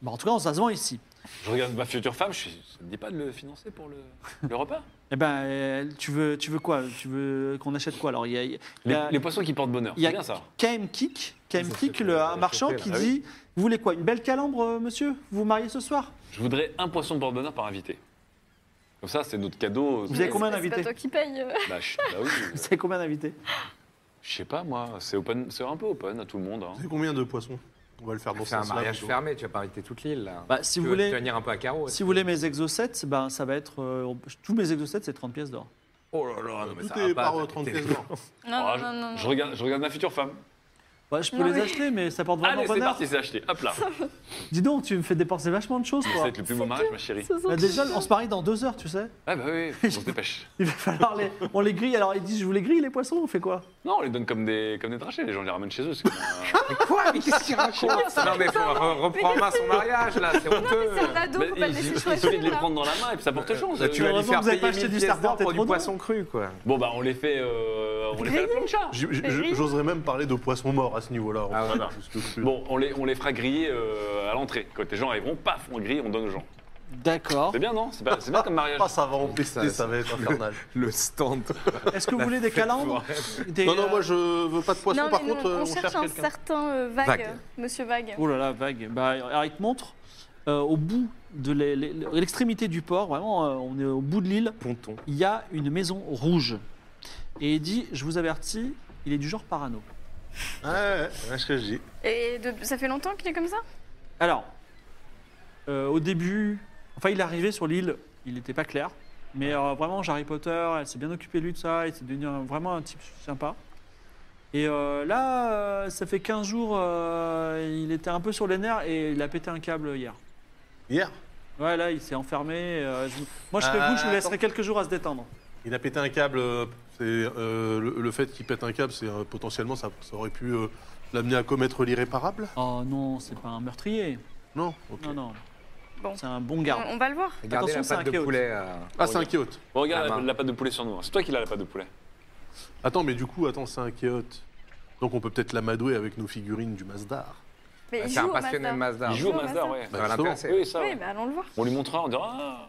[SPEAKER 3] Bon, en tout cas, ça se vend ici.
[SPEAKER 4] Je regarde ma future femme, je suis... ça ne dit pas de le financer pour le, le repas
[SPEAKER 3] Eh ben, euh, tu veux, tu veux quoi Tu veux qu'on achète quoi Alors, il y a, il y
[SPEAKER 4] les,
[SPEAKER 3] a
[SPEAKER 4] les poissons qui portent bonheur,
[SPEAKER 3] Euh, il y a-
[SPEAKER 4] c'est bien ça
[SPEAKER 3] KM Kick, qui implique le, un marchand qui
[SPEAKER 4] là,
[SPEAKER 3] dit Vous voulez quoi Une belle calambre, euh, monsieur Vous vous mariez ce soir
[SPEAKER 4] Je voudrais un poisson de bord d'honneur par invité. Comme ça, c'est notre cadeau.
[SPEAKER 3] Vous avez combien
[SPEAKER 2] C'est pas
[SPEAKER 3] d'invités
[SPEAKER 2] toi qui paye. euh.
[SPEAKER 4] bah, je, bah oui.
[SPEAKER 3] Vous avez combien d'invités
[SPEAKER 4] Je sais pas, moi. C'est open- c'est un peu open à tout le monde. hein.
[SPEAKER 1] Vous savez combien de poissons On va le faire dans ce
[SPEAKER 5] C'est un
[SPEAKER 1] sens-là.
[SPEAKER 5] mariage
[SPEAKER 1] plutôt.
[SPEAKER 5] fermé, tu vas pas inviter toute l'île là.
[SPEAKER 3] Bah, si
[SPEAKER 5] Tu
[SPEAKER 3] vous
[SPEAKER 5] veux
[SPEAKER 3] voulez-
[SPEAKER 5] tenir un peu à carreau.
[SPEAKER 3] Si vous voulez mes exocets, ben, ça va être. euh, tous mes exocets, c'est 30 pièces d'or.
[SPEAKER 5] Oh là là, non, mais ça
[SPEAKER 1] Tout
[SPEAKER 5] va
[SPEAKER 1] est
[SPEAKER 5] pas,
[SPEAKER 1] par
[SPEAKER 5] t'as
[SPEAKER 1] 30
[SPEAKER 5] pété les-
[SPEAKER 1] pièces d'or.
[SPEAKER 2] Non,
[SPEAKER 4] Ah,
[SPEAKER 2] non,
[SPEAKER 4] je,
[SPEAKER 2] non, non,
[SPEAKER 4] je
[SPEAKER 2] non.
[SPEAKER 4] regarde, je regarde ma future femme.
[SPEAKER 3] Ouais, je peux
[SPEAKER 2] Non,
[SPEAKER 3] les
[SPEAKER 2] mais-
[SPEAKER 3] acheter, mais ça porte vraiment
[SPEAKER 4] Ah Allez, c'est
[SPEAKER 3] bonheur.
[SPEAKER 4] parti, c'est acheté. Hop là. Ça
[SPEAKER 3] Dis donc, tu me fais dépenser vachement de choses,
[SPEAKER 4] va
[SPEAKER 3] toi.
[SPEAKER 4] être le plus beau mariage, ma chérie.
[SPEAKER 2] Ce
[SPEAKER 1] Ah,
[SPEAKER 2] sont
[SPEAKER 3] Bah, déjà,
[SPEAKER 2] tous-
[SPEAKER 3] on se marie dans deux heures, tu sais.
[SPEAKER 4] Ah bah oui, on se dépêche.
[SPEAKER 3] Il va falloir les. On les grille, alors ils disent Je vous les grille, les poissons, on fait quoi
[SPEAKER 4] Non, on les donne comme des, comme des drachées. Les gens les ramènent chez eux. euh. c'est comme
[SPEAKER 3] Ah,
[SPEAKER 4] un-
[SPEAKER 5] Mais quoi Mais qu'est-ce qu'il raconte Non mais faut re- reprendre à son mariage là, c'est honteux.
[SPEAKER 2] C'est un ado,
[SPEAKER 4] Mais
[SPEAKER 2] faut pas le
[SPEAKER 4] il
[SPEAKER 2] laisser
[SPEAKER 4] il suffit
[SPEAKER 2] choisir. hein.
[SPEAKER 4] de les
[SPEAKER 2] là.
[SPEAKER 4] prendre dans la main et puis ça
[SPEAKER 3] Euh,
[SPEAKER 4] porte
[SPEAKER 3] bah,
[SPEAKER 4] chance. euh.
[SPEAKER 5] Là, tu vas lui
[SPEAKER 3] Heureusement que
[SPEAKER 5] faire
[SPEAKER 3] vous avez pas
[SPEAKER 5] payer
[SPEAKER 3] acheté
[SPEAKER 5] 1000
[SPEAKER 3] du
[SPEAKER 5] pièces
[SPEAKER 3] serpent,
[SPEAKER 5] d'or pour
[SPEAKER 3] t'es
[SPEAKER 5] du
[SPEAKER 3] trop
[SPEAKER 5] poisson cru quoi.
[SPEAKER 4] Bon bah on les fait, euh, on les fait à la plancha.
[SPEAKER 1] Je- je-
[SPEAKER 2] Mais oui.
[SPEAKER 1] je- J'oserais même parler de poissons morts à ce niveau-là.
[SPEAKER 5] Ah ouais.
[SPEAKER 1] Voilà, parce que je-
[SPEAKER 4] Bon, on les, on les fera griller euh, à l'entrée. Quand les gens arriveront, paf, on grille, on donne aux gens.
[SPEAKER 3] D'accord.
[SPEAKER 4] C'est bien, non C'est pas- c'est bien comme mariage.
[SPEAKER 1] Ah, ça va en
[SPEAKER 5] Ça,
[SPEAKER 1] pester,
[SPEAKER 5] ça-
[SPEAKER 1] ça va être infernal.
[SPEAKER 5] Le stand.
[SPEAKER 3] Est-ce que vous voulez des calendres Des,
[SPEAKER 1] Non, non,
[SPEAKER 3] euh,
[SPEAKER 1] moi je veux pas de poisson.
[SPEAKER 2] Non,
[SPEAKER 1] Par
[SPEAKER 2] mais non,
[SPEAKER 1] contre, euh,
[SPEAKER 2] on cherche un
[SPEAKER 1] quelqu'un.
[SPEAKER 2] certain euh, vague,
[SPEAKER 5] Vague.
[SPEAKER 2] monsieur Vague.
[SPEAKER 3] Oh là là, vague. Bah, alors, il te montre euh, au bout de l'e- l'e- l'extrémité du port, vraiment, euh, on est au bout de l'île,
[SPEAKER 5] Ponton.
[SPEAKER 3] il y a une maison rouge. Et il dit Je vous avertis, il est du genre parano.
[SPEAKER 1] Ouais, ouais, ouais, ce que je dis.
[SPEAKER 2] Et de- ça fait longtemps qu'il est comme ça
[SPEAKER 3] Alors, euh, au début, enfin, il est arrivé sur l'île, il n'était pas clair. Mais euh, vraiment, Harry Potter, elle s'est bien occupée de lui de ça, il s'est devenu un- vraiment un type sympa. Et euh, là, euh, ça fait 15 jours, euh, il était un peu sur les nerfs et il a pété un câble hier.
[SPEAKER 1] Hier,
[SPEAKER 3] Ouais, là, il s'est enfermé. euh, je- Moi, je serais
[SPEAKER 1] Ah,
[SPEAKER 3] vous, je lui laisserai
[SPEAKER 1] attends.
[SPEAKER 3] quelques jours à se détendre.
[SPEAKER 1] il a pété un câble. euh, C'est euh, le, le fait qu'il pète un câble, c'est euh, potentiellement ça, ça aurait pu euh, l'amener à commettre l'irréparable.
[SPEAKER 3] Oh non, c'est pas un meurtrier.
[SPEAKER 1] Non. ok.
[SPEAKER 3] Non, non.
[SPEAKER 2] Bon.
[SPEAKER 3] C'est un bon
[SPEAKER 2] on,
[SPEAKER 3] garde.
[SPEAKER 2] on va le voir.
[SPEAKER 5] Regardez
[SPEAKER 3] Attention,
[SPEAKER 5] la
[SPEAKER 3] c'est un
[SPEAKER 5] pâte de
[SPEAKER 3] chaos.
[SPEAKER 5] poulet. euh,
[SPEAKER 1] Ah, c'est un chaote.
[SPEAKER 4] Bon, regarde
[SPEAKER 5] La
[SPEAKER 4] la,
[SPEAKER 5] main.
[SPEAKER 4] la pâte de poulet sur nous. hein. C'est toi qui l'as la pâte de poulet.
[SPEAKER 1] Attends, mais du coup, attends, c'est un chaote. Donc on peut peut-être l'amadouer avec nos figurines du Masdar.
[SPEAKER 2] Mais il
[SPEAKER 5] Bah, C'est
[SPEAKER 2] joue
[SPEAKER 5] un
[SPEAKER 2] au
[SPEAKER 5] passionné de
[SPEAKER 2] Mazda.
[SPEAKER 1] Ah.
[SPEAKER 5] Mazda.
[SPEAKER 4] Il joue au Mazda, ouais.
[SPEAKER 5] Ça va
[SPEAKER 1] Justement.
[SPEAKER 5] l'intéresser.
[SPEAKER 4] Oui, ça.
[SPEAKER 2] Oui, bah.
[SPEAKER 4] ouais.
[SPEAKER 2] mais allons le voir.
[SPEAKER 4] On lui montrera, on dira Ah